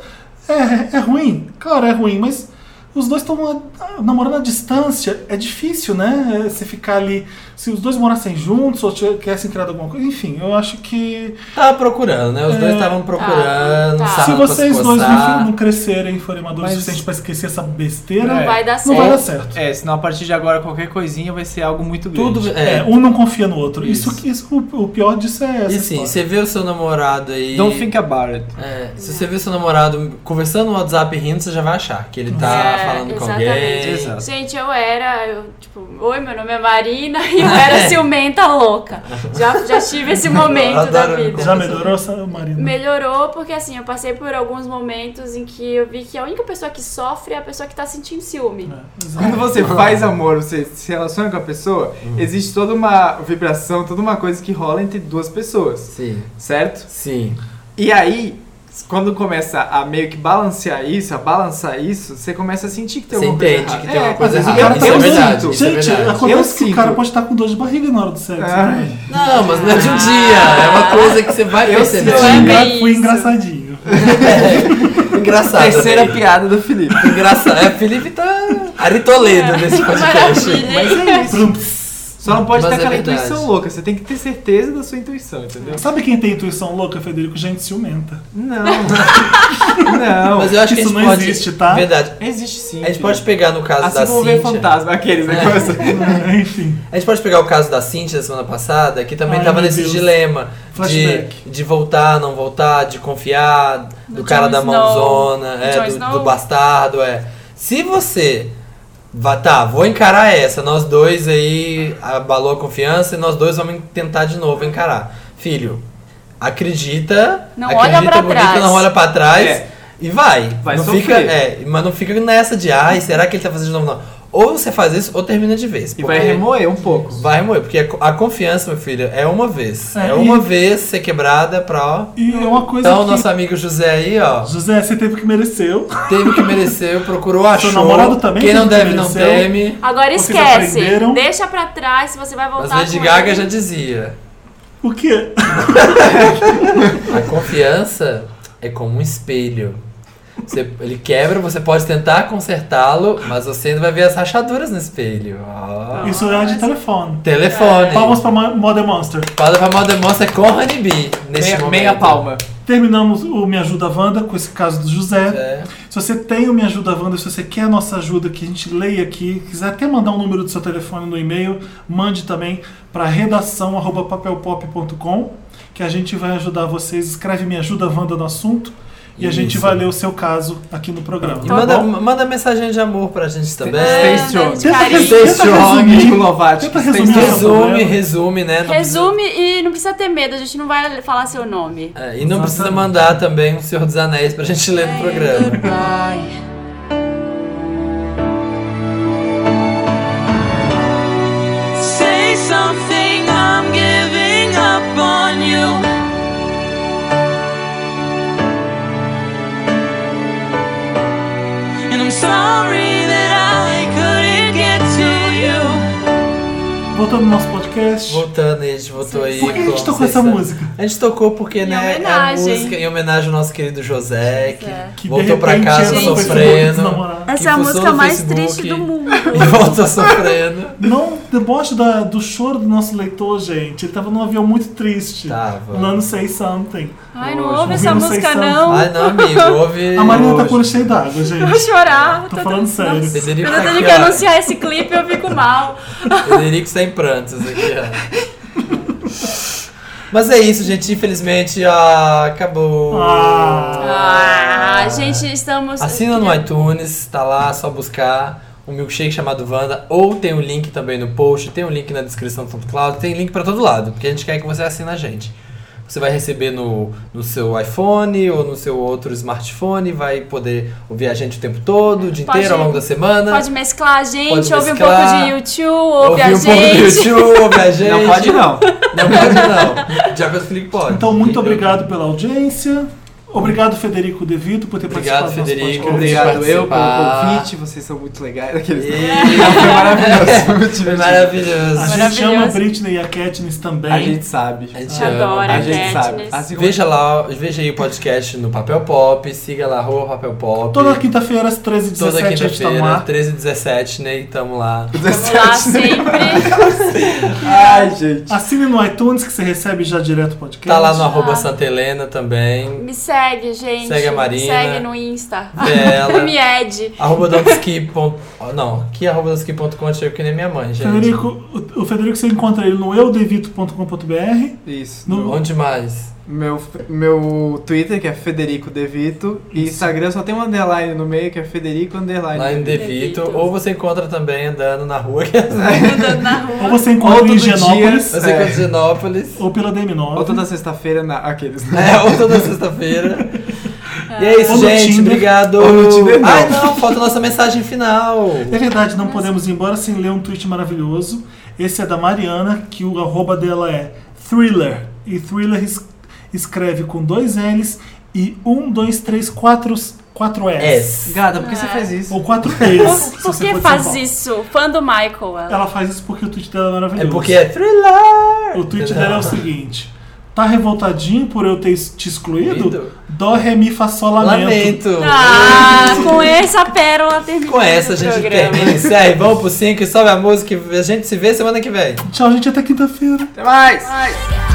Speaker 1: é, é ruim. Claro, é ruim, mas os dois estão namorando à distância. É difícil, né? É, Você ficar ali. Se os dois morassem juntos ou tivessem criado alguma coisa. Enfim, eu acho que.
Speaker 2: Tava procurando, né? Os dois estavam procurando.
Speaker 4: tá.
Speaker 2: sarro
Speaker 1: É. se
Speaker 2: pra
Speaker 1: vocês
Speaker 2: se
Speaker 1: dois
Speaker 2: coçar.
Speaker 1: não, não crescerem e forem maduros o
Speaker 3: Mas-
Speaker 1: suficiente pra esquecer essa besteira,
Speaker 4: Não
Speaker 3: É,
Speaker 4: vai dar
Speaker 1: não
Speaker 4: certo.
Speaker 1: vai dar certo.
Speaker 3: É, senão a partir de agora qualquer coisinha vai ser algo muito grande.
Speaker 2: Tudo.
Speaker 1: É,
Speaker 2: É.
Speaker 1: um não confia no outro. Isso,
Speaker 3: Isso.
Speaker 1: isso, o, o pior disso é essa.
Speaker 2: E sim,
Speaker 1: história. um
Speaker 2: você vê o seu namorado aí.
Speaker 3: Don't think about it.
Speaker 2: É, se você vê seu namorado conversando no WhatsApp e rindo, você já vai achar que ele tá
Speaker 4: É,
Speaker 2: falando com
Speaker 4: exatamente.
Speaker 2: alguém.
Speaker 3: Exato.
Speaker 4: Gente, eu era, eu, tipo, oi, meu nome é Marina *laughs* e
Speaker 2: *laughs*
Speaker 4: eu
Speaker 2: É.
Speaker 4: era ciumenta louca. Já, já tive esse momento da
Speaker 2: Adoro.
Speaker 4: vida.
Speaker 1: Já melhorou, sabe, Marina?
Speaker 4: Melhorou porque assim, eu passei por alguns momentos em que eu vi que a única pessoa que sofre é a pessoa que tá sentindo ciúme.
Speaker 1: É, exato.
Speaker 3: Quando você faz amor, você se relaciona com a pessoa,
Speaker 2: Uhum.
Speaker 3: existe toda uma vibração, toda uma coisa que rola entre duas pessoas,
Speaker 2: Sim,
Speaker 3: certo?
Speaker 2: sim.
Speaker 3: E aí, quando começa a meio que balancear isso, a balançar isso, você começa a sentir que tem
Speaker 2: Você
Speaker 3: alguma coisa
Speaker 2: entende
Speaker 3: errada.
Speaker 2: que tem uma
Speaker 3: É,
Speaker 1: Às
Speaker 2: coisa
Speaker 1: vezes o
Speaker 3: eu-
Speaker 1: cara
Speaker 2: errada.
Speaker 1: tá
Speaker 2: Isso é
Speaker 3: eu
Speaker 1: com dor de-
Speaker 2: verdade, isso é
Speaker 1: Gente,
Speaker 2: verdade. Ah,
Speaker 1: acontece que o
Speaker 3: sinto.
Speaker 1: cara pode estar com dor de barriga na hora do sexo.
Speaker 3: Ai.
Speaker 1: né?
Speaker 2: Não, mas não é de um dia. É uma coisa que você vai
Speaker 3: Eu
Speaker 2: perceber.
Speaker 3: sinto.
Speaker 2: *laughs*
Speaker 1: Fui
Speaker 4: é
Speaker 1: engra-
Speaker 4: bem
Speaker 1: Fui
Speaker 4: isso.
Speaker 1: engraçadinho.
Speaker 2: É, Engraçado.
Speaker 3: Terceira
Speaker 2: né?
Speaker 3: piada
Speaker 2: *laughs*
Speaker 3: do Felipe.
Speaker 2: Engraçado. É, Felipe tá Ari Toledo nesse podcast.
Speaker 4: Maravilha, hein?
Speaker 3: Mas é isso.
Speaker 1: Prum, pss.
Speaker 3: Só não pode
Speaker 2: Mas
Speaker 3: ter
Speaker 2: é
Speaker 3: aquela
Speaker 2: verdade.
Speaker 3: intuição louca. Você tem que ter certeza da sua intuição, entendeu?
Speaker 1: Sabe quem tem intuição louca, Federico? Gente ciumenta.
Speaker 2: *laughs*
Speaker 3: Não. não.
Speaker 2: Mas eu acho que a
Speaker 1: Isso
Speaker 2: gente
Speaker 1: não
Speaker 2: pode...
Speaker 1: existe, tá?
Speaker 2: Verdade.
Speaker 3: Existe sim.
Speaker 2: A gente
Speaker 3: filho.
Speaker 2: pode pegar no caso
Speaker 3: Assim
Speaker 2: da É.
Speaker 3: como ver
Speaker 2: Cintia.
Speaker 3: fantasma, aqueles negócios.
Speaker 2: É.
Speaker 1: Enfim.
Speaker 2: A gente pode pegar o caso da Cintia da semana passada, que também
Speaker 1: Ai,
Speaker 2: tava
Speaker 1: meu
Speaker 2: nesse
Speaker 1: Deus.
Speaker 2: dilema de,
Speaker 1: Flashback.
Speaker 2: de voltar, não voltar, de confiar, do
Speaker 4: Do
Speaker 2: cara
Speaker 4: Jon
Speaker 2: da
Speaker 4: Snow.
Speaker 2: mãozona,
Speaker 4: Do
Speaker 2: é,
Speaker 4: Jon
Speaker 2: do,
Speaker 4: Snow.
Speaker 2: do bastardo, é. Se você. vá- Tá, vou encarar essa. Nós dois aí abalou a confiança e nós dois vamos tentar de novo encarar. Filho, acredita.
Speaker 4: Não
Speaker 2: acredita
Speaker 4: olha pra
Speaker 2: bonito,
Speaker 4: trás.
Speaker 2: Não olha pra trás.
Speaker 3: É.
Speaker 2: E vai.
Speaker 3: Vai
Speaker 2: não
Speaker 3: sofrer.
Speaker 2: fica, é, mas não fica nessa de ai, será que ele tá fazendo de novo? Não. Ou você faz isso ou termina de vez.
Speaker 3: E vai
Speaker 2: porque-
Speaker 3: remoer um pouco.
Speaker 2: Vai remoer, porque a co- a confiança, meu filho, é uma vez.
Speaker 1: É,
Speaker 2: É, uma
Speaker 1: e-
Speaker 2: vez ser quebrada pra, ó.
Speaker 1: E é uma coisa
Speaker 2: Então,
Speaker 1: que...
Speaker 2: nosso amigo José aí, ó,
Speaker 1: José, você teve o que mereceu.
Speaker 2: teve o que mereceu, procurou, achou.
Speaker 1: namorado também
Speaker 2: Quem
Speaker 1: teve
Speaker 2: não
Speaker 1: o que
Speaker 2: deve, não
Speaker 1: mereceu.
Speaker 2: teme.
Speaker 4: Agora
Speaker 1: Vocês
Speaker 4: esquece.
Speaker 1: aprenderam?
Speaker 4: Deixa pra trás se você vai
Speaker 2: Mas
Speaker 4: voltar
Speaker 2: Lady
Speaker 4: com
Speaker 2: Gaga
Speaker 4: ele.
Speaker 2: já dizia:
Speaker 1: O quê?
Speaker 2: a confiança é como um espelho. Você- ele quebra, você pode tentar consertá-lo, mas você ainda vai ver as rachaduras no espelho. Ó.
Speaker 1: Isso é de telefone.
Speaker 2: Telefone.
Speaker 1: É. Palmas pra Ma- Mother Monster.
Speaker 2: Fala pra Mother Monster com Honey Bee neste
Speaker 3: Meia,
Speaker 2: momento.
Speaker 3: meia palma.
Speaker 1: Terminamos o Me Ajuda Wanda com esse caso do José.
Speaker 2: É.
Speaker 1: Se você tem o Me Ajuda Wanda, se você quer a nossa ajuda, que a gente leia aqui, quiser até mandar um número do seu telefone no e-mail, mande também para redação arroba papelpop.com, que a gente vai ajudar vocês. Escreve Me Ajuda Wanda no assunto e a gente
Speaker 2: Isso.
Speaker 1: vai ler o seu caso aqui no programa.
Speaker 2: E
Speaker 1: tá
Speaker 2: manda,
Speaker 1: bom?
Speaker 2: manda mensagem de amor pra gente também.
Speaker 3: Stay
Speaker 4: Manda
Speaker 3: strong.
Speaker 4: de
Speaker 3: Tenta
Speaker 4: carinho.
Speaker 2: Stay strong.
Speaker 3: Nico Novati.
Speaker 1: Tenta
Speaker 3: stay
Speaker 1: resumir
Speaker 3: strong.
Speaker 1: essa
Speaker 2: Resume,
Speaker 1: problema.
Speaker 2: resume, né? Não
Speaker 4: Resume e não precisa ter medo, a gente não vai falar seu nome.
Speaker 2: precisa- é, e não precisa mandar também o Senhor dos Anéis pra gente ler
Speaker 4: É.
Speaker 2: no programa.
Speaker 6: Say something, I'm giving up on you. And I'm sorry that I couldn't get to you.
Speaker 1: Voltando ao nosso podcast.
Speaker 2: Voltando, a gente voltou aí.
Speaker 1: Por que a gente
Speaker 2: com
Speaker 1: tocou essa
Speaker 2: Sexta-
Speaker 1: música?
Speaker 2: A gente tocou porque, né, é a
Speaker 4: homenagem. é.
Speaker 2: música em homenagem ao nosso querido José, que,
Speaker 4: José.
Speaker 1: Que de
Speaker 2: voltou pra
Speaker 1: repente
Speaker 2: casa
Speaker 1: entra no Facebook dos
Speaker 2: sofrendo.
Speaker 1: namorados.
Speaker 4: Essa é a
Speaker 2: Que fuçou
Speaker 4: música
Speaker 2: no
Speaker 4: mais
Speaker 2: Facebook.
Speaker 4: triste do mundo.
Speaker 2: *laughs* E voltou sofrendo.
Speaker 1: Não deboche da- do choro do nosso leitor, gente. Ele tava num avião muito triste.
Speaker 2: Tava.
Speaker 1: Lando Say Something.
Speaker 4: *laughs* Ai, não
Speaker 3: Hoje,
Speaker 4: ouve essa
Speaker 1: ouvindo
Speaker 4: música,
Speaker 1: Seis
Speaker 4: não.
Speaker 2: Ai, não, amigo, ouve.
Speaker 1: A Marina tá
Speaker 2: hoje.
Speaker 1: com o cheio d'água,
Speaker 4: Eu vou
Speaker 1: gente.
Speaker 4: chorar.
Speaker 1: Tô falando sério.
Speaker 4: Nossa,
Speaker 2: Federico
Speaker 4: Quando
Speaker 2: tá
Speaker 4: eu
Speaker 2: aqui,
Speaker 4: tenho que
Speaker 2: ó.
Speaker 4: anunciar esse clipe, eu fico mal.
Speaker 2: Federico está em prantos aqui,
Speaker 1: *laughs*
Speaker 2: ó. Mas é isso, gente. Infelizmente, ah, acabou.
Speaker 1: Ah.
Speaker 4: Ah, gente, estamos.
Speaker 2: Assina no iTunes, tá lá, só buscar um milkshake chamado Wanda, ou tem o link também no post, tem o link na descrição do SoundCloud, tem link pra todo lado, porque a gente quer que você assine a gente. Você vai receber no, no seu iPhone ou no seu outro smartphone, vai poder ouvir a gente o tempo todo, o dia
Speaker 4: Pode-
Speaker 2: inteiro, ao longo da semana.
Speaker 4: Pode mesclar a gente,
Speaker 2: Pode
Speaker 4: ouve um pouco
Speaker 2: mesclar.
Speaker 4: de YouTube, ouve
Speaker 2: ouvir
Speaker 4: a
Speaker 2: um pouco do
Speaker 4: gente.
Speaker 2: YouTube, ouve a gente.
Speaker 3: Não pode não.
Speaker 2: Não pode não. Já que eu explico, pode.
Speaker 1: Então, muito
Speaker 2: Eu-
Speaker 1: obrigado pela audiência. Obrigado, Federico Devito, por ter
Speaker 2: Obrigado,
Speaker 1: participado do nosso
Speaker 2: Federico.
Speaker 1: podcast.
Speaker 3: Obrigado eu pelo
Speaker 2: Participar.
Speaker 3: convite. Vocês são muito legais.
Speaker 2: *laughs*
Speaker 3: Aqueles...
Speaker 2: E-
Speaker 3: Foi maravilhoso. foi muito
Speaker 2: Foi
Speaker 3: divertido.
Speaker 1: A
Speaker 2: maravilhoso.
Speaker 1: gente
Speaker 4: Maravilhoso.
Speaker 1: ama a Britney e a Katniss também.
Speaker 3: A gente sabe.
Speaker 2: A gente ama.
Speaker 4: Adoro
Speaker 3: A
Speaker 4: a
Speaker 3: gente sabe.
Speaker 4: Katniss.
Speaker 3: Assim como- *laughs*
Speaker 2: Veja lá, veja aí o podcast no Papel Pop, siga lá, arroba Papel Pop.
Speaker 1: Toda quinta-feira, às 13h17,
Speaker 2: Toda
Speaker 1: a gente tá no
Speaker 2: quinta-feira,
Speaker 1: ar.
Speaker 2: 13 e 17, né? E tamo lá.
Speaker 4: *laughs* Vamos lá sempre.
Speaker 3: Ai, gente.
Speaker 1: Assine no iTunes, que você recebe já direto o podcast.
Speaker 2: Tá lá no arroba Santa Helena também.
Speaker 4: Me segue, gente.
Speaker 2: Segue a Marina.
Speaker 4: Me segue no Insta.
Speaker 1: *laughs*
Speaker 2: Vela.
Speaker 4: *laughs* Me ed.
Speaker 2: arroba Domski. ponto- oh, Não, que arroba Domski.com achei que nem minha mãe, gente.
Speaker 1: Federico, o- o Federico você encontra ele no eudevito.com.br.
Speaker 3: Isso.
Speaker 1: No-
Speaker 2: Onde mais?
Speaker 3: Meu, meu Twitter, que é Federico Devito. E Instagram só tem um underline no meio, que é Federico Underline.
Speaker 2: Lá em
Speaker 3: Devito.
Speaker 2: Devito.
Speaker 4: Devito.
Speaker 2: Ou você encontra também andando na rua. *laughs*
Speaker 1: É.
Speaker 4: Andando na rua.
Speaker 1: Ou você encontra
Speaker 3: Ou
Speaker 1: em
Speaker 3: todo dia-
Speaker 1: Genópolis,
Speaker 2: Você
Speaker 3: É.
Speaker 2: encontra em Genópolis.
Speaker 1: ou pela DM9.
Speaker 3: Ou toda sexta-feira na. Aqueles. né?
Speaker 2: É, ou toda sexta-feira. E é isso,
Speaker 1: Ou no
Speaker 2: gente.
Speaker 1: Tinder.
Speaker 2: Obrigado.
Speaker 3: Ou no Tinder, não.
Speaker 2: Ai, não, falta a nossa mensagem final.
Speaker 1: É verdade, não podemos ir embora sem ler um tweet maravilhoso. Esse é da Mariana, que o arroba dela é Thriller. E Thriller es- escreve com dois L's e um, dois, três, quatro, quatro S.
Speaker 2: S.
Speaker 3: Gata, por que você
Speaker 4: É.
Speaker 3: faz
Speaker 1: Ou
Speaker 3: isso?
Speaker 1: quatro
Speaker 4: *laughs*
Speaker 1: P's.
Speaker 4: Por,
Speaker 1: se você
Speaker 4: por
Speaker 1: for
Speaker 4: que
Speaker 1: de São
Speaker 4: faz
Speaker 1: Paulo.
Speaker 4: isso? Fã do Michael. ela.
Speaker 1: Ela faz isso porque o tweet dela é
Speaker 2: É
Speaker 1: maravilhoso.
Speaker 2: porque é thriller.
Speaker 1: O tweet
Speaker 2: Entendeu?
Speaker 1: dela é o seguinte: Tá revoltadinho por eu ter te excluído?
Speaker 2: Excluído?
Speaker 1: Dó, ré, mi, fá, sol, lamento.
Speaker 2: Lamento.
Speaker 4: Ah, com essa pérola terminamos
Speaker 2: Com essa a
Speaker 4: o
Speaker 2: gente
Speaker 4: programa.
Speaker 2: termina, encerra e vamos pro 5 e sobe a música. e A gente se vê semana que vem.
Speaker 1: Tchau, gente. Até quinta-feira.
Speaker 3: Até mais!
Speaker 5: Check it out.